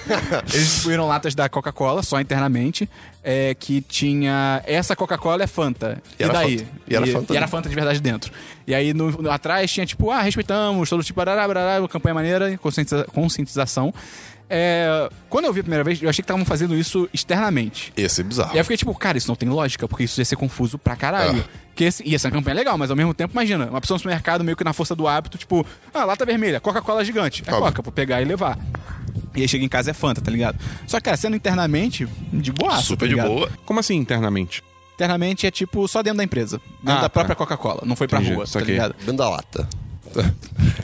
Eles distribuíram latas da Coca-Cola, só internamente, é, que tinha. Essa Coca-Cola é Fanta.
E
E,
era
daí?
Fanta. E era Fanta,
e era
né?
Fanta de verdade dentro. E aí no, no- atrás tinha tipo, ah, respeitamos, todo tipo, arará, arará, campanha maneira, conscientiza- conscientização. É, quando eu vi a primeira vez, eu achei que estavam fazendo isso externamente.
Esse é bizarro.
E aí eu fiquei tipo, cara, isso não tem lógica, porque isso ia ser confuso pra
É.
caralho. Que esse, e essa campanha é legal, mas ao mesmo tempo, imagina, uma pessoa no supermercado meio que na força do hábito, tipo, ah, lata vermelha, Coca-Cola gigante. É Coca, vou pegar e levar. E aí chega em casa é Fanta, tá ligado? Só que, cara, sendo internamente, de boa.
Super de boa. Como assim internamente?
Internamente é tipo só dentro da empresa. Dentro
Ah,
da
tá.
própria Coca-Cola. Não foi pra
Entendi,
rua, tá
saquei.
ligado?
Dentro da lata. [LAUGHS]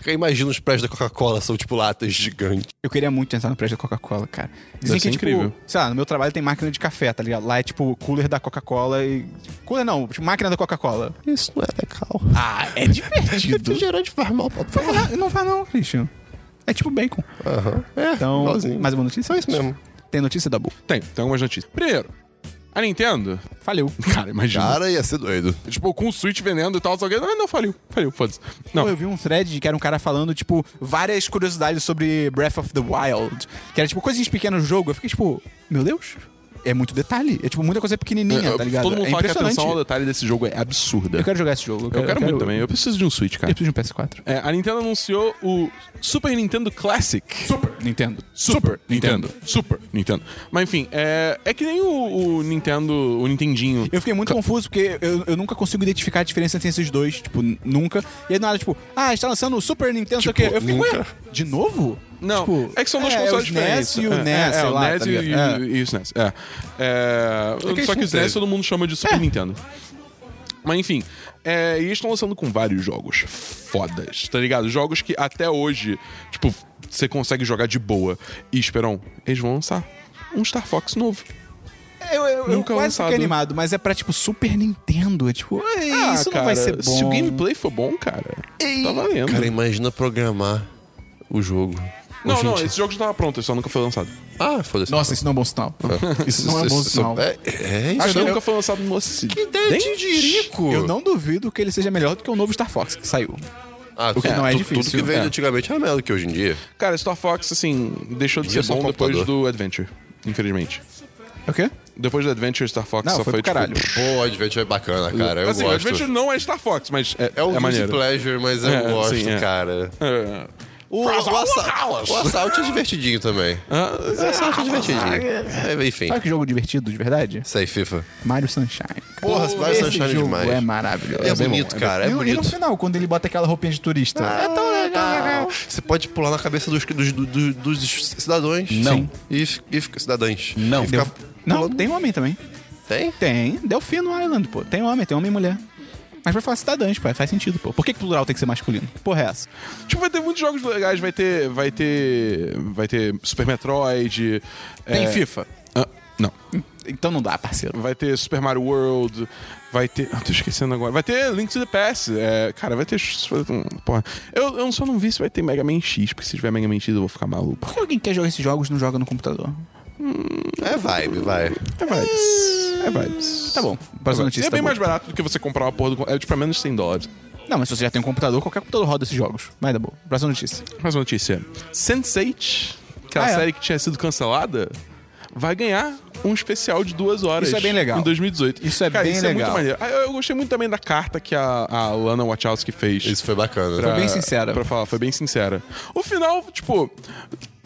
Eu imagino os prédios da Coca-Cola são tipo latas gigantes.
Eu queria muito entrar no prédio da Coca-Cola, cara.
Deve
Dizem que,
ser
tipo,
incrível.
sei lá, no meu trabalho tem máquina de café, tá ligado? Lá é tipo cooler da Coca-Cola e. Cooler não, tipo, máquina da Coca-Cola.
Isso não é legal.
Ah, é [LAUGHS] divertido.
Refrigerante faz mal pra porra.
Não faz não, Christian. É tipo bacon.
Aham. É,
então,
igualzinho.
mais uma notícia?
É isso mesmo.
Tem notícia da boa.
Tem, tem algumas notícias. Primeiro, a Nintendo
faliu.
[LAUGHS] Cara, imagina.
Cara, ia ser doido.
Tipo, com o Switch vendendo e tal, só que. Ah, não, faliu. Faliu, foda-se.
Pô, eu vi um thread que era um cara falando, tipo, várias curiosidades sobre Breath of the Wild. Que era, tipo, coisinhas pequenas no jogo. Eu fiquei, tipo, meu Deus, é muito detalhe. É, tipo, muita coisa pequenininha,
É,
tá ligado?
Todo mundo
é
fala que a
impressionante.
atenção ao detalhe desse jogo é absurda.
Eu quero jogar esse jogo.
Eu quero, muito também. Eu preciso de um Switch, cara.
Eu preciso de um PS4.
É, a Nintendo anunciou o Super Nintendo Classic. Super
Nintendo.
Super Nintendo. Super Nintendo. Mas enfim, é, é que nem o, o Nintendo, o Nintendinho.
Eu fiquei muito confuso porque eu, eu nunca consigo identificar a diferença entre esses dois, tipo, n- nunca. E aí do nada, tipo, ah, está lançando o Super Nintendo, não sei o quê. Eu fiquei, ué, de novo?
Não, é que são dois
é,
consoles
os
diferentes.
NES e o
É,
NES,
é, é,
sei
o
lá,
NES
tá
e,
ligado?
e- e os NES. É. É,
É que É. eles
só que
não
os NES
teve.
todo mundo chama de Super Nintendo. Mas enfim, é, e eles estão lançando com vários jogos fodas, tá ligado? Jogos que até hoje, tipo, você consegue jogar de boa. E Esperão, eles vão lançar um Star Fox novo.
É, Eu, eu, eu
Nunca
quase
lançado.
fiquei animado, mas é pra, tipo, Super Nintendo. É tipo, "Ei,
Ah,
isso
cara,
não vai ser bom.
Se o gameplay for bom, cara, tá valendo.
Cara, imagina programar o jogo.
não,
Hoje em
não,
dia.
esse jogo já tava pronto, ele só nunca foi lançado.
Ah, foda-se.
Nossa, isso não é um bom sinal. Isso não é um bom sinal.
É, é isso.
Ah,
Acho que
nunca
eu-
foi lançado no Ocidente. Que
ideia de dirico.
Eu não duvido que ele seja melhor do que o novo Star Fox que saiu.
Ah,
o que
é,
não é
tu-
difícil.
Tudo que veio
É.
antigamente era melhor do que hoje em dia.
Cara, Star Fox, assim, deixou de
Devia
ser
ser um
bom depois
computador.
do Adventure, infelizmente.
É o quê?
Depois do Adventure, Star Fox
Não,
só
foi
foi,
pro caralho.
Tipo,
Pô, o Adventure é bacana, cara. Eu
assim, o
gosto.
Adventure não é Star Fox, mas é,
É um
é
guilty
maneiro.
pleasure, mas eu
assim,
É,
gosto,
sim, é.
cara.
É.
O, o, assa- o assalto é divertidinho também.
Ah,
O assalto é divertidinho. É, enfim.
Sabe que jogo divertido, de verdade?
Sei, FIFA.
Mario Sunshine.
Porra,
Pô,
Mario
esse
Sunshine é
jogo
demais.
É maravilhoso.
E é
bem
bonito,
bom,
cara, é
bem- E no- E no
bonito.
final, quando ele bota aquela roupinha de turista. é tão legal.
Você pode pular na cabeça dos, dos, dos, dos cidadãos.
Não.
Sim. E, fi- e fica- cidadãs.
Não.
E fica-
Não, tem homem também.
Tem?
Tem. Delfino Island, pô. Tem homem, tem homem e mulher. Mas pra falar cidadãs, pô, faz sentido, pô. Por que, que plural tem que ser masculino? Que Porra, é essa?
Tipo, vai ter muitos jogos legais, vai ter. Vai ter. Vai ter Super Metroid.
Tem FIFA?
Ah, não.
Então não dá, parceiro.
Vai ter Super Mario World, vai ter. Ah, tô esquecendo agora. Vai ter Link to the Past. é, cara, vai ter. Porra. Eu, eu só não vi se vai ter Mega Man X, porque se tiver Mega Man X eu vou ficar maluco.
Por que alguém quer jogar esses jogos e não joga no computador?
É vibe, vai.
É vibes. É vibes.
Tá bom. Próxima notícia.
E é bem
tá bom.
mais barato do que você comprar uma porra do. É tipo a menos 100 dólares.
Não, mas se você já tem um computador, qualquer computador roda esses jogos. Mas tá bom. Próxima notícia.
Mais uma notícia. Sense8, aquela
Ah, é.
série que tinha sido cancelada, vai ganhar um especial de duas horas.
Isso é bem legal.
Em 2018.
Isso é
Cara,
bem
isso
legal.
é muito maneiro. Ah, Eu eu gostei muito também da carta que a, a Lana Wachowski fez.
Isso foi bacana.
pra-
Foi bem sincera.
Ah, Pra falar, foi bem sincera. O final, tipo,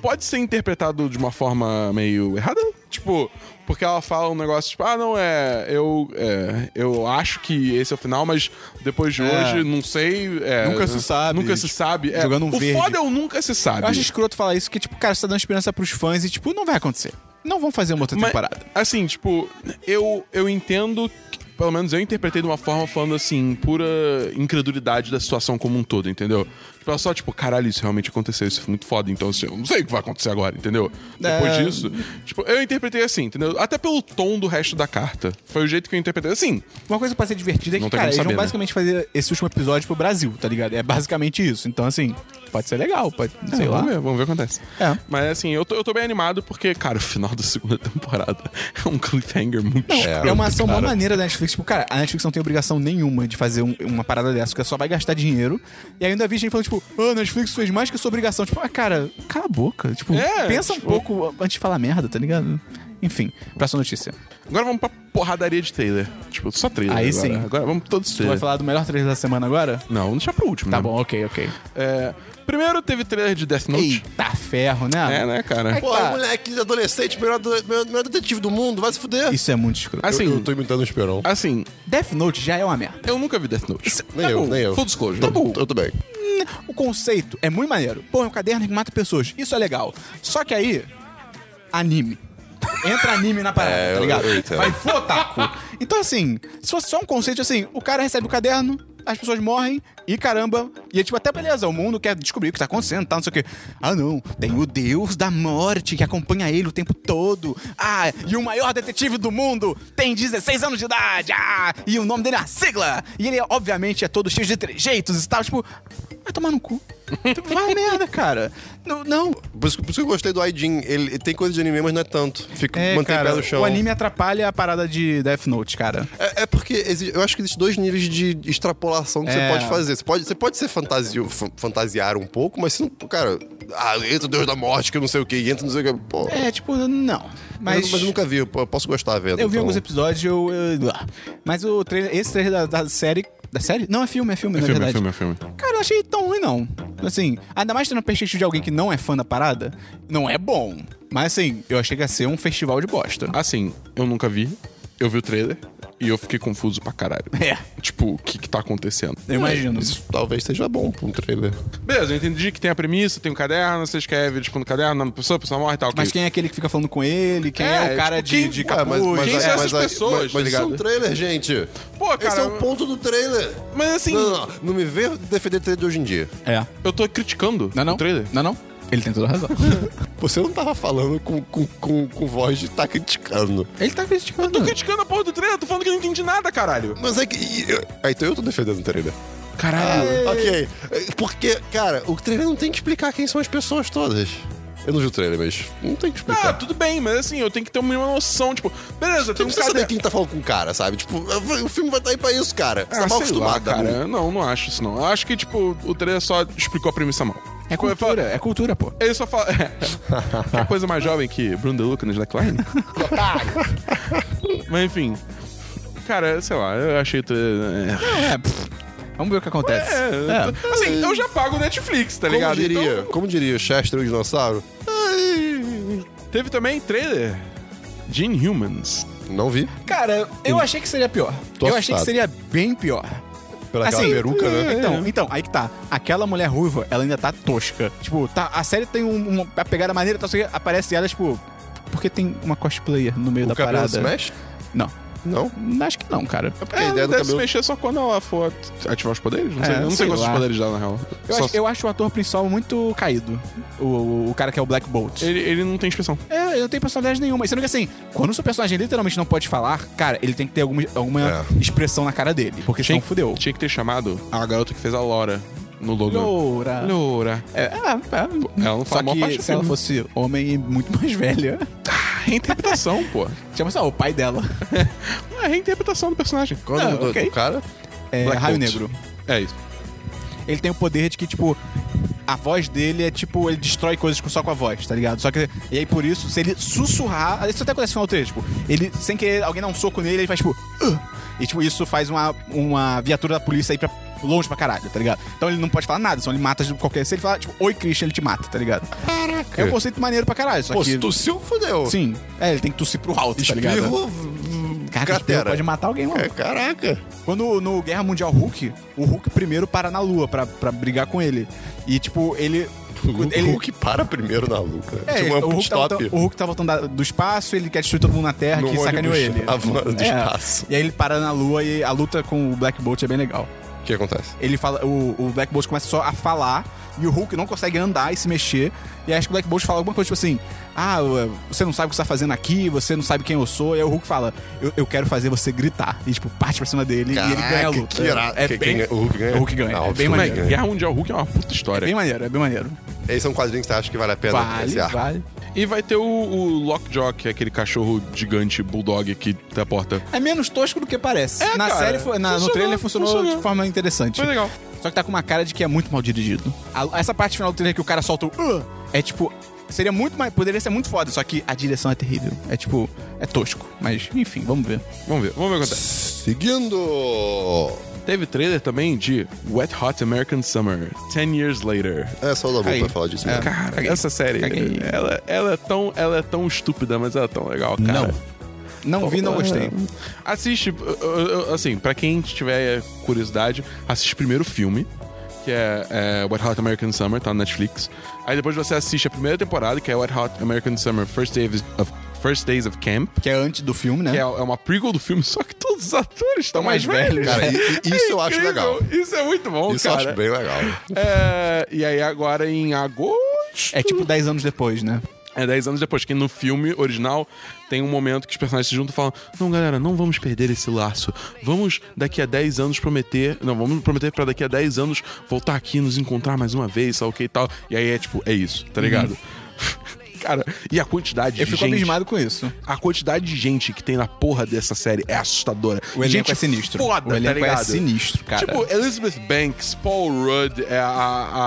pode ser interpretado de uma forma meio errada. Tipo, porque ela fala um negócio tipo, ah, não, é. Eu, é, eu acho que esse é o final, mas depois de
É.
hoje, não sei. é,
Nunca se sabe,
Nunca se
tipo,
sabe. É,
jogando um
o
verde.
foda é o nunca se sabe.
Eu acho escroto falar isso, que, tipo, cara, você tá dando esperança pros fãs e, tipo, não vai acontecer. Não vão fazer uma outra
Mas,
temporada.
Assim, tipo, eu, eu entendo pelo menos eu interpretei de uma forma falando assim, pura incredulidade da situação como um todo, entendeu? Tipo, ela só, tipo, caralho, isso realmente aconteceu, isso foi muito foda, então assim, eu não sei o que vai acontecer agora, entendeu? Depois
É.
disso, tipo, eu interpretei assim, entendeu? Até pelo tom do resto da carta. Foi o jeito que eu interpretei. Assim,
uma coisa pra ser divertida é que, cara, eles
né?
vão basicamente fazer esse último episódio pro Brasil, tá ligado? É basicamente isso. Então, assim, pode ser legal, pode,
É,
sei lá. É.
Vamos ver, vamos ver o que acontece. Mas assim, eu tô, eu tô bem animado porque, cara, o final da segunda [LAUGHS] temporada é um cliffhanger muito
Não,
escroto,
é uma ação mó
cara.
maneira da Netflix. Tipo, cara, a Netflix não tem obrigação nenhuma de fazer um- uma parada dessa, porque só vai gastar dinheiro. E ainda vi gente falando, tipo, ah, a Netflix fez mais que sua obrigação. Tipo, ah, cara, cala a boca. Tipo,
É,
pensa
tipo-
um pouco antes de falar merda, tá ligado? Enfim, próxima notícia.
Agora vamos pra porradaria de trailer. Tipo, só trailer.
Aí
agora.
sim.
Agora vamos todos
Tu vai
trailer.
falar do melhor trailer da semana agora?
Não, deixa pra último. né?
Tá bom, ok, ok.
É, primeiro teve trailer de Death Note.
Tá ferro, né?
É, né, cara?
Pô, moleque adolescente, melhor, do- melhor, melhor detetive do mundo, vai se fuder.
Isso é muito escroto.
Assim, eu,
tô imitando o Esperon.
Assim,
Death Note já é uma merda.
Eu nunca vi Death Note. Tá
Nem eu, nem eu.
Full disclosure.
Tá bom. Eu também.
Hum, O conceito é muito maneiro. Pô, é um caderno que mata pessoas. Isso é legal. Só que aí, anime. Entra anime na parada,
É,
tá
eu-
ligado?
eu entendo.
Vai pro otaku. Então, assim, se fosse só um conceito assim, o cara recebe o caderno, as pessoas morrem, e caramba. E é tipo, até beleza, o mundo quer descobrir o que tá acontecendo, tá, não sei o quê. Ah, não, tem o deus da morte que acompanha ele o tempo todo. Ah, e o maior detetive do mundo tem 16 anos de idade. Ah, e o nome dele é a sigla. E ele, obviamente, é todo cheio de trejeitos e tal. Tipo, vai tomar no cu. Vai merda, cara. Não, não.
Por isso, por isso que eu gostei do Aidin. Ele, ele tem coisa de anime, mas não é tanto. Fica,
É,
mantém
cara,
o pé no chão.
o anime atrapalha a parada de Death Note, cara.
É, é porque exi- eu acho que existem dois níveis de extrapolação que
É.
você pode fazer. Você pode, você pode ser fantasio, fan- fantasiar um pouco, mas se não, cara, ah, entra o Deus da Morte, que eu não sei o que, entra não sei o que. Pô,
É, tipo, não. Mas,
mas... Eu, mas eu nunca vi, eu eu posso gostar vendo.
eu vi
então.
alguns episódios, eu. eu- ah. mas o trailer, esse trailer da, da série. Da série? Não, é filme, é filme,
É
na
filme, é
verdade.
filme, é filme.
Cara, eu não achei tão ruim, não. Assim, ainda mais tendo a perspectiva de alguém que não é fã da parada, não é bom. Mas assim, eu achei que ia ser um festival de bosta.
Assim, eu nunca vi. Eu vi o trailer e eu fiquei confuso pra caralho.
[LAUGHS] [LAUGHS] É.
Tipo, o que que tá acontecendo?
Eu imagino.
Isso talvez seja bom pra um trailer.
Beleza, eu entendi que tem a premissa, tem um caderno, você escreve, tipo, no caderno, nome da pessoa, a pessoa morre e tal.
Mas quem é aquele que fica falando com ele? Quem é, o cara de, de
Ah,
capuz?
quem são essas
Mas,
pessoas,
mas
tá
isso é um
ligado?
trailer, gente.
Pô, cara,
Esse é
um
o ponto do trailer.
Mas assim.
Não, não, não, não me vê defender trailer de hoje em dia.
É.
Eu tô criticando
não, não.
o trailer.
Não, não. Ele tem toda a razão.
Você não tava falando com, com, com, com voz de tá criticando.
[LAUGHS] Ele tá criticando.
Tô criticando a porra do trailer, tô falando que eu não entendi nada, caralho.
Mas é que. Ah, então eu tô defendendo o trailer.
Caralho.
Ah, ok. Porque, cara, o trailer não tem que explicar quem são as pessoas todas. Eu não vi o trailer, mas não tem que explicar.
Ah, tudo bem, mas assim, eu tenho que ter uma noção, tipo, beleza, tem um
precisa
caderno.
saber quem tá falando com o cara, sabe? Tipo, o filme vai estar aí pra isso, cara. Você
Ah,
tá mal
sei lá,
acostumado,
cara. Não, não acho isso, não. Eu acho que, tipo, o trailer só explicou a premissa mal. Tipo,
É cultura, é cultura, pô.
Ele só fala. [LAUGHS] É, coisa mais jovem que Bruno DeLuca no Slackline. Mas enfim. Cara, sei lá, eu achei. o trailer-
É, pff, vamos ver o que acontece.
É, Assim, eu já pago Netflix, tá
Como
ligado?
diria,
Então,
como diria o Chester e o dinossauro?
teve também trailer de Inhumans.
Não vi.
Cara, eu achei que seria pior.
Tô
eu achei
assustado.
que seria bem pior.
Pela
Assim,
aquela peruca, né?
Então, então, aí que tá. Aquela mulher ruiva, ela ainda tá tosca. Tipo, tá, a série tem um- uma a pegada maneira, tá, só que aparece ela, tipo... Porque tem uma cosplayer no meio da
cabelo
parada.
se mexe?
Não.
é Não?
Acho que não, cara. É
porque deve se mexer só quando ela for ativar os poderes. Não
É,
sei, eu não sei
sei
quais são os
lá.
poderes dela, na real.
Eu,
Só-
acho, eu acho o ator principal muito caído. O, o, o cara que é o Black Bolt.
Ele, ele não tem expressão.
É, ele não tem personalidade nenhuma. E sendo que assim, quando o seu personagem literalmente não pode falar, cara, ele tem que ter alguma, alguma
É.
expressão na cara dele. Porque senão fudeu.
Tinha que ter chamado a garota que fez a Lora no logo.
Loura.
Loura.
É, é, é.
Ela
Só
não fala mal
que se ela fosse homem e muito [LAUGHS] mais velha.
Ah, Reinterpretação, pô.
Chama só o pai dela.
É a reinterpretação do personagem.
Qual o nome do- do cara?
É
Black
Raio
Bolt.
Negro.
É isso.
Ele tem o poder de que, tipo, a voz dele é tipo, ele destrói coisas com- só com a voz, tá ligado? Só que. E aí por isso, se ele sussurrar. Isso até acontece no final do trailer, tipo, ele, sem querer, alguém dá um soco nele, ele faz tipo. "Ugh!" E tipo, isso faz uma, uma viatura da polícia aí pra longe pra caralho, tá ligado? Então ele não pode falar nada, senão ele mata de qualquer. Se ele falar, tipo, oi Christian, ele te mata, tá ligado?
Caraca.
É um conceito maneiro pra caralho, só
Pô,
que.
se tossiu, fodeu.
Sim. É, ele tem que tossir pro alto, tá ligado?
Espirro,
Caraca,
cratera.
espirro pode matar alguém, mano.
caraca.
É, Quando no Guerra Mundial Hulk, o Hulk primeiro para na Lua pra, pra brigar com ele. E, tipo, ele
O Hulk, para primeiro na Luca.
É,
tipo, é
o,
um
Hulk
pit
tá voltando,
stop.
o Hulk tá voltando da- do espaço, ele quer destruir todo mundo na Terra,
No
que sacaneou
ônibus,
ele. É. [LAUGHS]
a van do espaço.
E aí ele para na Lua e a luta com o Black Bolt é bem legal.
O que acontece?
Ele fala, o, o Black Bolt começa só a falar e o Hulk não consegue andar e se mexer. E aí acho que o Black Bolt fala alguma coisa tipo assim: Ah, ué, você não sabe o que você tá fazendo aqui, você não sabe quem eu sou. E aí o Hulk fala: Eu, eu quero fazer você gritar. E tipo, parte pra cima dele e ele
Caraca,
ganha a luta.
que irado.
É
Quem-
bem-
quem- o Hulk ganha?
O Hulk ganha.
Ah,
é bem
o Hulk
maneiro.
ganha. Guerra
Mundial Hulk é uma puta história.
É bem maneiro, é bem maneiro.
Esse é um quadrinho que você acha que vale a pena
Vale,
esse arco.
vale. E vai ter o, o Lockjaw, que é aquele cachorro gigante bulldog que tá teleporta.
É menos tosco do que parece.
É,
na
cara,
série, foi- na- no
funcionou,
trailer funcionou,
funcionou.
de forma interessante.
Foi legal.
Só que tá com uma cara de que é muito mal dirigido. A- essa parte final do trailer que o cara solta o. "Ugh", é tipo. Seria muito mais. Poderia ser muito foda, só que a direção é terrível. É tipo. É tosco. Mas, enfim, vamos ver.
Vamos ver, vamos ver o que acontece.
Seguindo!
Teve trailer também de Wet Hot American Summer, 10 Years Later.
É, só o Dabu
Aí.
pra falar disso né?
É,
mesmo.
Cara, essa série,
Caguei.
ela, ela é tão, ela é tão estúpida, mas ela é tão legal, cara. é.
Não vi, não gostei.
Assiste, eu- eu- eu- assim, pra quem tiver curiosidade, assiste primeiro o filme, que é, é Wet Hot American Summer, tá no Netflix. Aí depois você assiste a primeira temporada, que é Wet Hot American Summer First, Day of, First Days of Camp.
Que é antes do filme, né?
Que é, é uma prequel do filme, [LAUGHS] só que todos os atores estão mais, velhos.
Cara, i- i- isso eu acho
incrível,
legal.
Isso é muito bom,
Isso eu
cara.
acho bem legal.
É, e aí agora em agosto.
É tipo 10 anos depois, né?
É 10 anos depois, que no filme original tem um momento que os personagens se juntam e falam: Não, galera, não vamos perder esse laço. Vamos daqui a 10 anos prometer. Não, vamos prometer pra daqui a 10 anos voltar aqui e nos encontrar mais uma vez, ok e tal. E aí é tipo, é isso, tá ligado? [LAUGHS] Cara, e a quantidade
Uhum. Eu
de
fico
gente.
abismado com isso.
A quantidade de gente que tem na porra dessa série é assustadora.
O elenco
gente
é sinistro.
Foda,
O elenco
tá ligado?
é sinistro, cara.
Tipo, Elizabeth Banks, Paul Rudd, é a,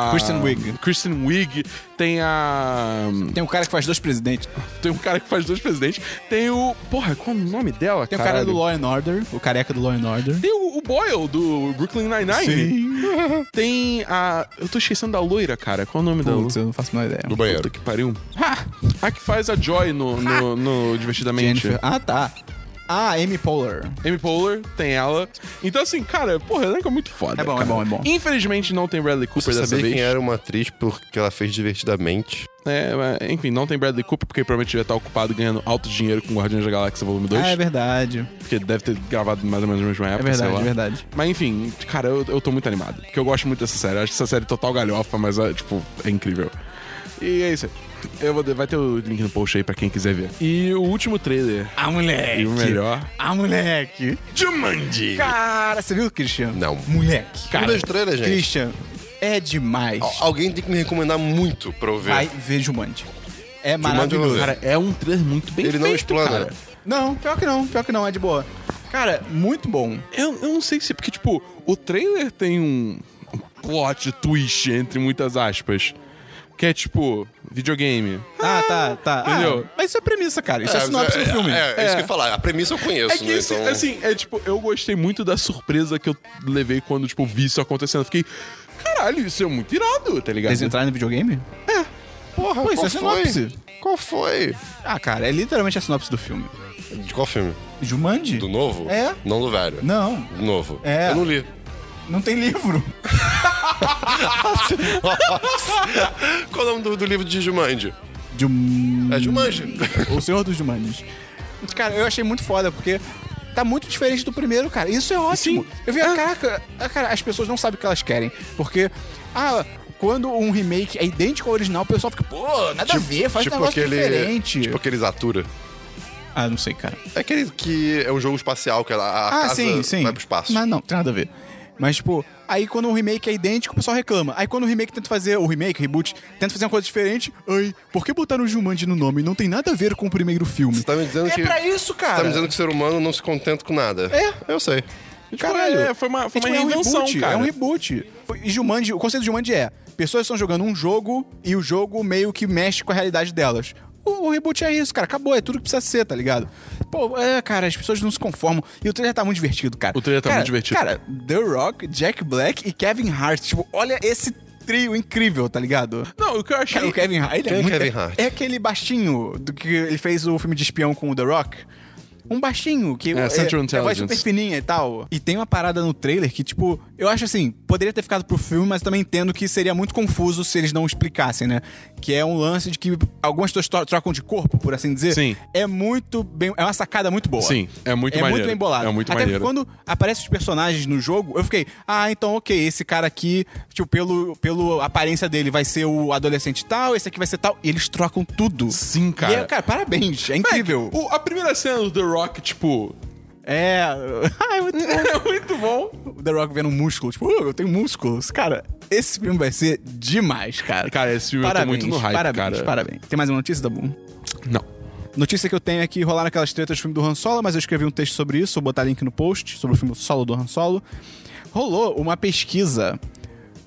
a-
Kristen Wiig.
Kristen Wiig, tem a.
Tem um cara que faz dois presidentes.
Tem um cara que faz dois presidentes. Tem o. Porra, qual é o nome dela?
Tem o cara do Law and Order, o careca do Law and Order.
Tem o, o Boyle do Brooklyn Nine-Nine. [LAUGHS] Tem a. Eu tô esquecendo da loira, cara. Qual é o nome dela?
Putz, eu não faço a menor ideia.
Do banheiro.
Puta que pariu. A que faz a Joy no, no, no Divertidamente.
Jennifer. Ah, tá. Ah, Amy Poehler.
Amy Poehler, tem ela. Então, assim, cara, porra, elenco é muito foda.
É bom,
cara.
é bom, é bom.
Infelizmente não tem Bradley Cooper
Você
dessa
sabia
vez.
é.
quem era uma atriz porque ela fez divertidamente?
É, mas, enfim, não tem Bradley Cooper, porque provavelmente devia estar ocupado ganhando alto dinheiro com Guardiões da Galáxia Volume 2.
Ah, é verdade.
Porque deve ter gravado mais ou menos na mesma época,
verdade,
sei lá.
é verdade.
Mas enfim, cara, eu, eu tô muito animado. Porque eu gosto muito dessa série. Eu Acho essa série total galhofa, mas, é, tipo, é incrível. E é isso aí. Eu vou, vai ter o link no post aí pra quem quiser ver. É, E o último trailer.
Ah, moleque.
E o melhor.
Ah, moleque.
Jumanji.
Cara, você viu, Christian?
Não.
Moleque.
Cara, Muda de trailer, gente.
Christian, é demais.
Al- alguém tem que me recomendar muito pra eu ver.
Vai ver Jumanji. É
Jumanji eu
maravilhoso.
vou ver.
Cara, é um trailer muito bem
Ele
feito,
não explana.
cara.
Não, pior que não. Pior que não, é de boa. Cara, muito bom.
Eu, eu não sei se... Porque, tipo, o trailer tem um um plot twist, entre muitas aspas. Que é, tipo, videogame.
Ah, tá, tá. Ah,
Entendeu?
mas isso é premissa, cara. Isso é, sinopse do filme.
É, é, isso que eu ia falar. A premissa eu conheço,
É que
né?
esse,
então...
assim, é tipo, eu gostei muito da surpresa que eu levei quando, tipo, vi isso acontecendo. Eu Fiquei, caralho, isso é muito irado, tá ligado?
Eles entraram no videogame?
É. Porra,
Pô, isso
qual
é
foi?
sinopse.
Qual foi?
Ah, cara, é literalmente a sinopse do filme.
De qual filme?
Jumanji?
Do novo?
É.
Não do velho.
Não,
Do novo.
É.
Eu não li.
não tem livro.
qual é o nome do, do livro de Jumanji?
Jum...
É Jumanji.
O Senhor dos Jumanjis. Cara, eu achei muito foda, porque tá muito diferente do primeiro, cara. Isso é ótimo. Eu vi, ah, caraca, ah, cara, as pessoas não sabem o que elas querem. Porque, ah, quando um remake é idêntico ao original, o pessoal fica, pô, nada a ver, faz um negócio diferente.
Tipo aqueles Atura.
Ah, não sei, cara.
É aquele que é um jogo espacial, que ela, a
ah,
casa
sim, sim.
vai pro espaço.
Mas não, tem nada a ver. Mas, tipo, aí quando um remake é idêntico, o pessoal reclama. Aí quando o remake tenta fazer, o remake, reboot, tenta fazer uma coisa diferente, ai, por que botaram o Jumanji no nome? Não tem nada a ver com o primeiro filme. Você
tá me dizendo
é
que-
pra isso, cara.
Tá me dizendo que o ser humano não se contenta com nada. É? Eu sei.
Caralho.
É, foi uma, foi
É, tipo,
uma
é um
reinvenção,
reboot,
cara.
É um reboot. E Jumanji, o conceito de Jumanji é: pessoas estão jogando um jogo e o jogo meio que mexe com a realidade delas. O, o reboot é isso, cara. Acabou, é tudo que precisa ser, tá ligado? Pô, é, cara, as pessoas não se conformam. E o trailer tá muito divertido, cara. O
trailer tá muito divertido.
Cara, The Rock, Jack Black e Kevin Hart. Tipo, olha esse trio incrível, tá ligado?
Não, o que eu achei...
Cara, o Kevin Hart, ele
Quem
é
é
muito...
Kevin Hart?
É aquele baixinho do que ele fez o filme de espião com o The Rock. Um baixinho, que
É,
a
Central
voz
Intelligence.
super fininha e tal. E tem uma parada no trailer que, tipo, eu acho assim, poderia ter ficado pro filme, mas também entendo que seria muito confuso se eles não explicassem, né? Que é um lance de que algumas pessoas to- trocam de corpo, por assim dizer.
Sim.
É muito bem. É uma sacada muito boa.
Sim, é muito
É muito
maneiro.
bem bolado.
É muito
Até
maneiro.
quando aparecem os personagens no jogo, eu fiquei, ah, então ok, esse cara aqui, tipo, pelo, pelo aparência dele vai ser o adolescente tal, esse aqui vai ser tal. E eles trocam tudo. Sim,
cara.
cara, parabéns. É incrível.
O- a primeira cena do The Rock, tipo. [LAUGHS]
É. [LAUGHS] é muito bom. O The Rock vendo um músculo, tipo, "Uh, eu tenho músculos. Cara, esse filme vai ser demais, cara.
Cara, esse filme eu tô muito no hype,
parabéns,
cara.
Parabéns. Tem mais uma notícia, Dabu?
Não.
Notícia que eu tenho é que rolaram aquelas tretas do filme do Han Solo, mas eu escrevi um texto sobre isso, vou botar link no post, sobre o filme solo do Han Solo. Rolou uma pesquisa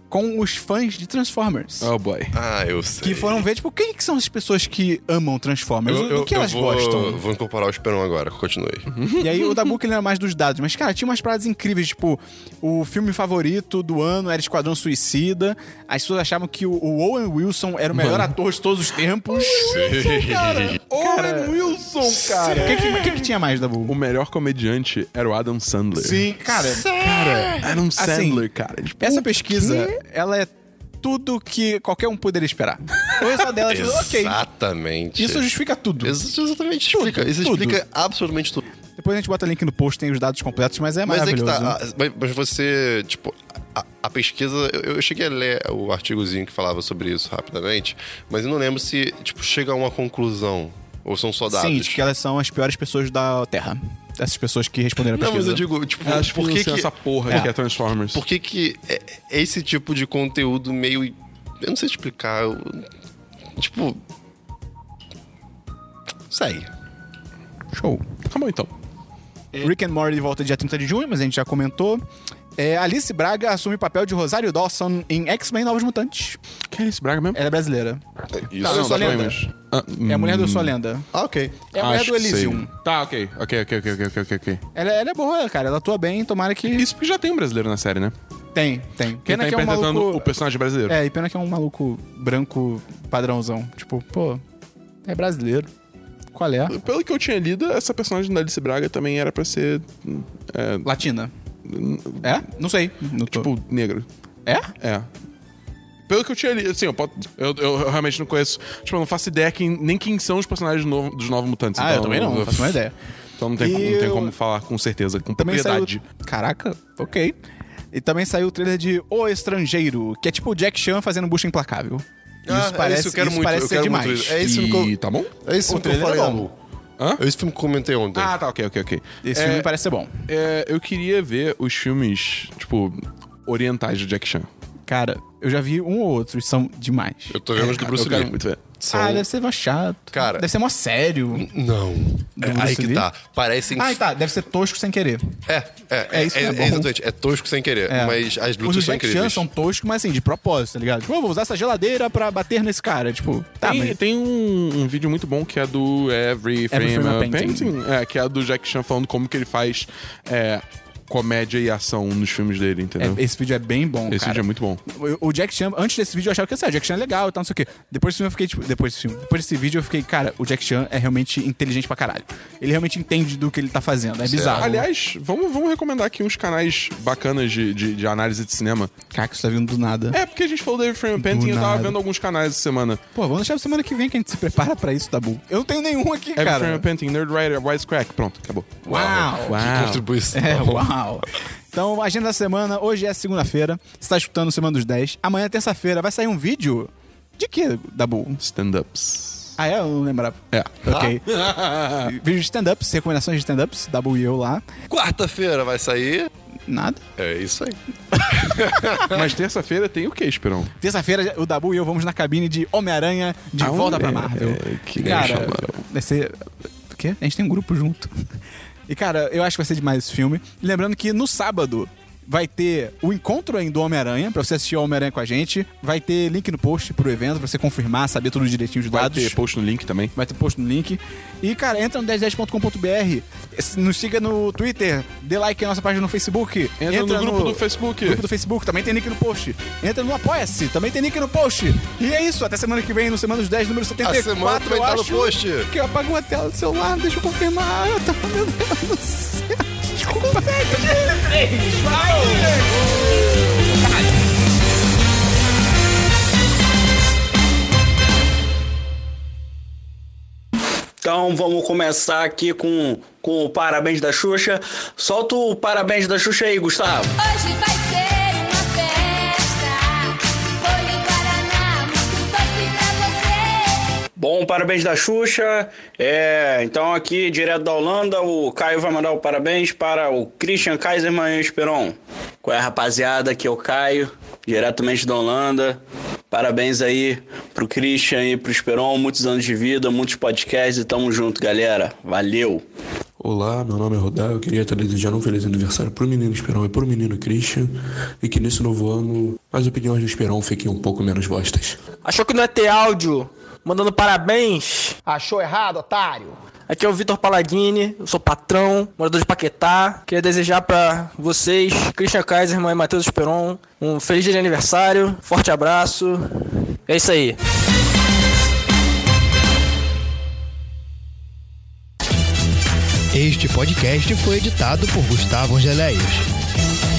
com os fãs de Transformers.
Oh boy.
Ah, eu sei.
Que foram ver, tipo, quem que são as pessoas que amam Transformers?
Eu,
do que
eu
elas
vou,
gostam? Uhum.
Vou incorporar o Esperão agora, continue.
E aí o Dabu que ele era mais dos dados. Mas, cara, tinha umas paradas incríveis, tipo, o filme favorito do ano era Esquadrão Suicida. As pessoas achavam que o o Owen Wilson era o melhor
Mano.
ator de todos os tempos.
cara. Owen Wilson, cara.
O que, que- o que que tinha mais, Dabu?
O melhor comediante era o Adam Sandler.
Sim, cara.
Cara, Adam Sandler,
assim,
cara. Tipo,
Essa pesquisa, ela é tudo que qualquer um poderia esperar. O resultado dela é
[LAUGHS]
tudo, ok.
Exatamente.
Isso justifica tudo.
Isso exatamente justifica. Isso
tudo.
explica absolutamente tudo.
Depois a gente bota link no post, tem os dados completos, mas é
mas é que
maravilhoso.
tá. a- mas- Mas você, tipo, a, a pesquisa. Eu, eu cheguei a ler o artigozinho que falava sobre isso rapidamente, mas eu não lembro se, tipo, chega a uma conclusão. Ou são só dados.
Sim, de que elas são as piores pessoas da Terra. Essas pessoas que responderam a
Não,
pesquisa.
mas eu digo, tipo,
Acho que
por
não
que,
sei
que
essa porra que é Transformers?
Por que que é- é esse tipo de conteúdo meio... Eu não sei explicar. eu- Tipo... Segue.
Show.
Acabou então.
Rick and Morty volta dia 30 de junho, mas a gente já comentou. É, Alice Braga assume o papel de Rosário Dawson em X-Men Novos Mutantes.
Que é Alice Braga mesmo?
Ela é brasileira.
Isso
Tá, eu sou a
tá bem,
lenda.
mas- Ah,
É a mulher do
hum.
Sou a Lenda.
Ah, ok.
É a mulher
Acho
do
que sei.
Elysium.
Tá, ok, ok, ok, ok, ok, ok, ok, ok.
Ela, ela é boa, cara. Ela atua bem, tomara que.
Isso porque já tem um brasileiro na série, né?
Tem, tem.
Quem
Pena
tá
que é um
interpretando
maluco.
o personagem brasileiro.
É, e pena que é um maluco branco padrãozão. Tipo, pô, é brasileiro. Qual é?
Pelo que eu tinha lido, essa personagem da Alice Braga também era pra ser. é,
Latina.
Hum,
É? Não sei.
Tipo, negro.
É?
É. Pelo que eu tinha lido, assim, eu, posso- eu- eu realmente não conheço. Tipo, eu não faço ideia quem- nem quem são os personagens do novo- dos Novos Mutantes.
Ah, eu também não, não faço a menor ideia.
Então não tem,
E
como- não tem
eu-
como falar com certeza, com
Também saiu...
propriedade.
Caraca, ok. E também saiu o trailer de O Estrangeiro, que é tipo o Jack Chan fazendo bucha implacável.
Ah, é isso, eu quero muito, eu quero muito isso. É esse que eu-
tá bom?
É esse
O
filme que eu
trailer
falei,
é
é
bom.
É esse filme que eu comentei ontem.
Ah, tá, ok, ok, ok.
Esse
É,
filme parece ser bom.
é, eu queria ver os filmes, tipo, orientais do Jack Chan.
Cara, eu já vi um ou outro e são demais.
Eu tô vendo os do
cara,
Bruce
é, eu quero
Lee.
muito ver.
Ah, deve ser mó chato.
Cara...
Deve ser mó sério.
Não. É
Bruce
aí que
Lee?
tá. Parecem...
Ah, tá. Deve ser tosco sem querer.
É, é, é,
É, isso
é,
não é bom.
é exatamente. É tosco sem querer,
É.
mas as
Os do
lutas são
Jack Chan
incríveis.
são toscos, mas assim, de propósito, tá ligado? Tipo, eu vou usar essa geladeira pra bater nesse cara. Tipo, tá,
tem,
mas...
tem um, um vídeo muito bom que é do Every Frame,
Frame a
a
Painting.
Painting, é, que é do Jack Chan falando como que ele faz é, comédia e ação nos filmes dele, entendeu?
É, esse vídeo é bem bom, cara.
Esse
Tá
vídeo é muito bom.
O o Jack Chan, antes desse vídeo eu achava que assim, ah, o Jack Chan é legal e tal, não sei o quê. Depois desse filme eu fiquei, tipo, depois desse filme, depois desse vídeo eu fiquei, cara, o Jack Chan é realmente inteligente pra caralho. Ele realmente entende do que ele tá fazendo. É bizarro.
Aliás, vamos, vamos recomendar aqui uns canais bacanas de, de, de análise de cinema.
Caraca, isso tá vindo do nada.
É, porque a gente falou do Every Frame a Painting e eu tava
nada.
vendo alguns canais essa semana.
Pô, vamos deixar pra semana que vem que a gente se prepara pra isso, tá bom? Eu não tenho nenhum aqui,
Every
cara.
Frame a Painting, Nerd Rider, Wisecrack. Pronto, acabou.
Uau!
Uau.
É, uau! Então, agenda da semana, hoje é segunda-feira, você tá escutando Semana dos 10. Amanhã, terça-feira, vai sair um vídeo de que, Dabu?
Stand-ups.
Ah, é? Eu não lembrava.
É.
Ok. [LAUGHS] vídeo de stand-ups, recomendações de stand-ups, Dabu e eu lá.
Quarta-feira vai sair.
Nada.
É isso aí.
[LAUGHS] Mas terça-feira tem o que, Esperão?
Terça-feira, o Dabu e eu vamos na cabine de Homem-Aranha de
Aonde?
volta pra Marvel.
É, que
E, cara,
chamaram.
vai ser. O quê? A gente tem um grupo junto. E, cara, eu acho que vai ser demais esse filme. Lembrando que no sábado vai ter o encontro ainda do Homem-Aranha, pra você assistir o Homem-Aranha com a gente. Vai ter link no post pro evento, pra você confirmar, saber tudo direitinho os
Vai
dados.
ter post no link também.
Vai ter post no link. E, cara, entra no 1010.com.br. Nos siga no Twitter, dê like na nossa página no Facebook.
Entra no grupo do Facebook.
grupo do Facebook, também tem link no post. Entra no Apoia-se, também tem link no post. E é isso, até semana que vem, no Semana dos 10, número 74.
A semana também
eu
tá no
acho
post.
Que eu apago a tela do celular, deixa eu confirmar. [LAUGHS] Eu tô- Meu Deus do céu. Desculpa.
Então vamos começar aqui com, com o parabéns da Xuxa. Solta o parabéns da Xuxa aí, Gustavo.
Hoje vai ser uma festa. Vou em Guaraná, muito doce pra você.
Bom, parabéns da Xuxa. É, então aqui direto da Holanda, o Caio vai mandar o parabéns para o Christian Kaiserman e o Esperon. Qual é, rapaziada? Aqui é o Caio, diretamente da Holanda. Parabéns aí pro Christian e pro Esperon, muitos anos de vida, muitos podcasts e tamo junto, galera. Valeu!
Olá, meu nome é Rodar. Eu queria estar desejando um feliz aniversário pro menino Esperão e pro menino Christian. E que nesse novo ano as opiniões do Esperão fiquem um pouco menos bostas.
Achou que não ia ter áudio? Mandando parabéns. Achou errado, otário. Aqui é o Vitor Paladini, eu sou patrão, morador de Paquetá. Queria desejar pra vocês, Christian Kaiser, mãe Matheus Esperon, um feliz dia de aniversário, forte abraço. É isso aí.
Este podcast foi editado por Gustavo Angeléias.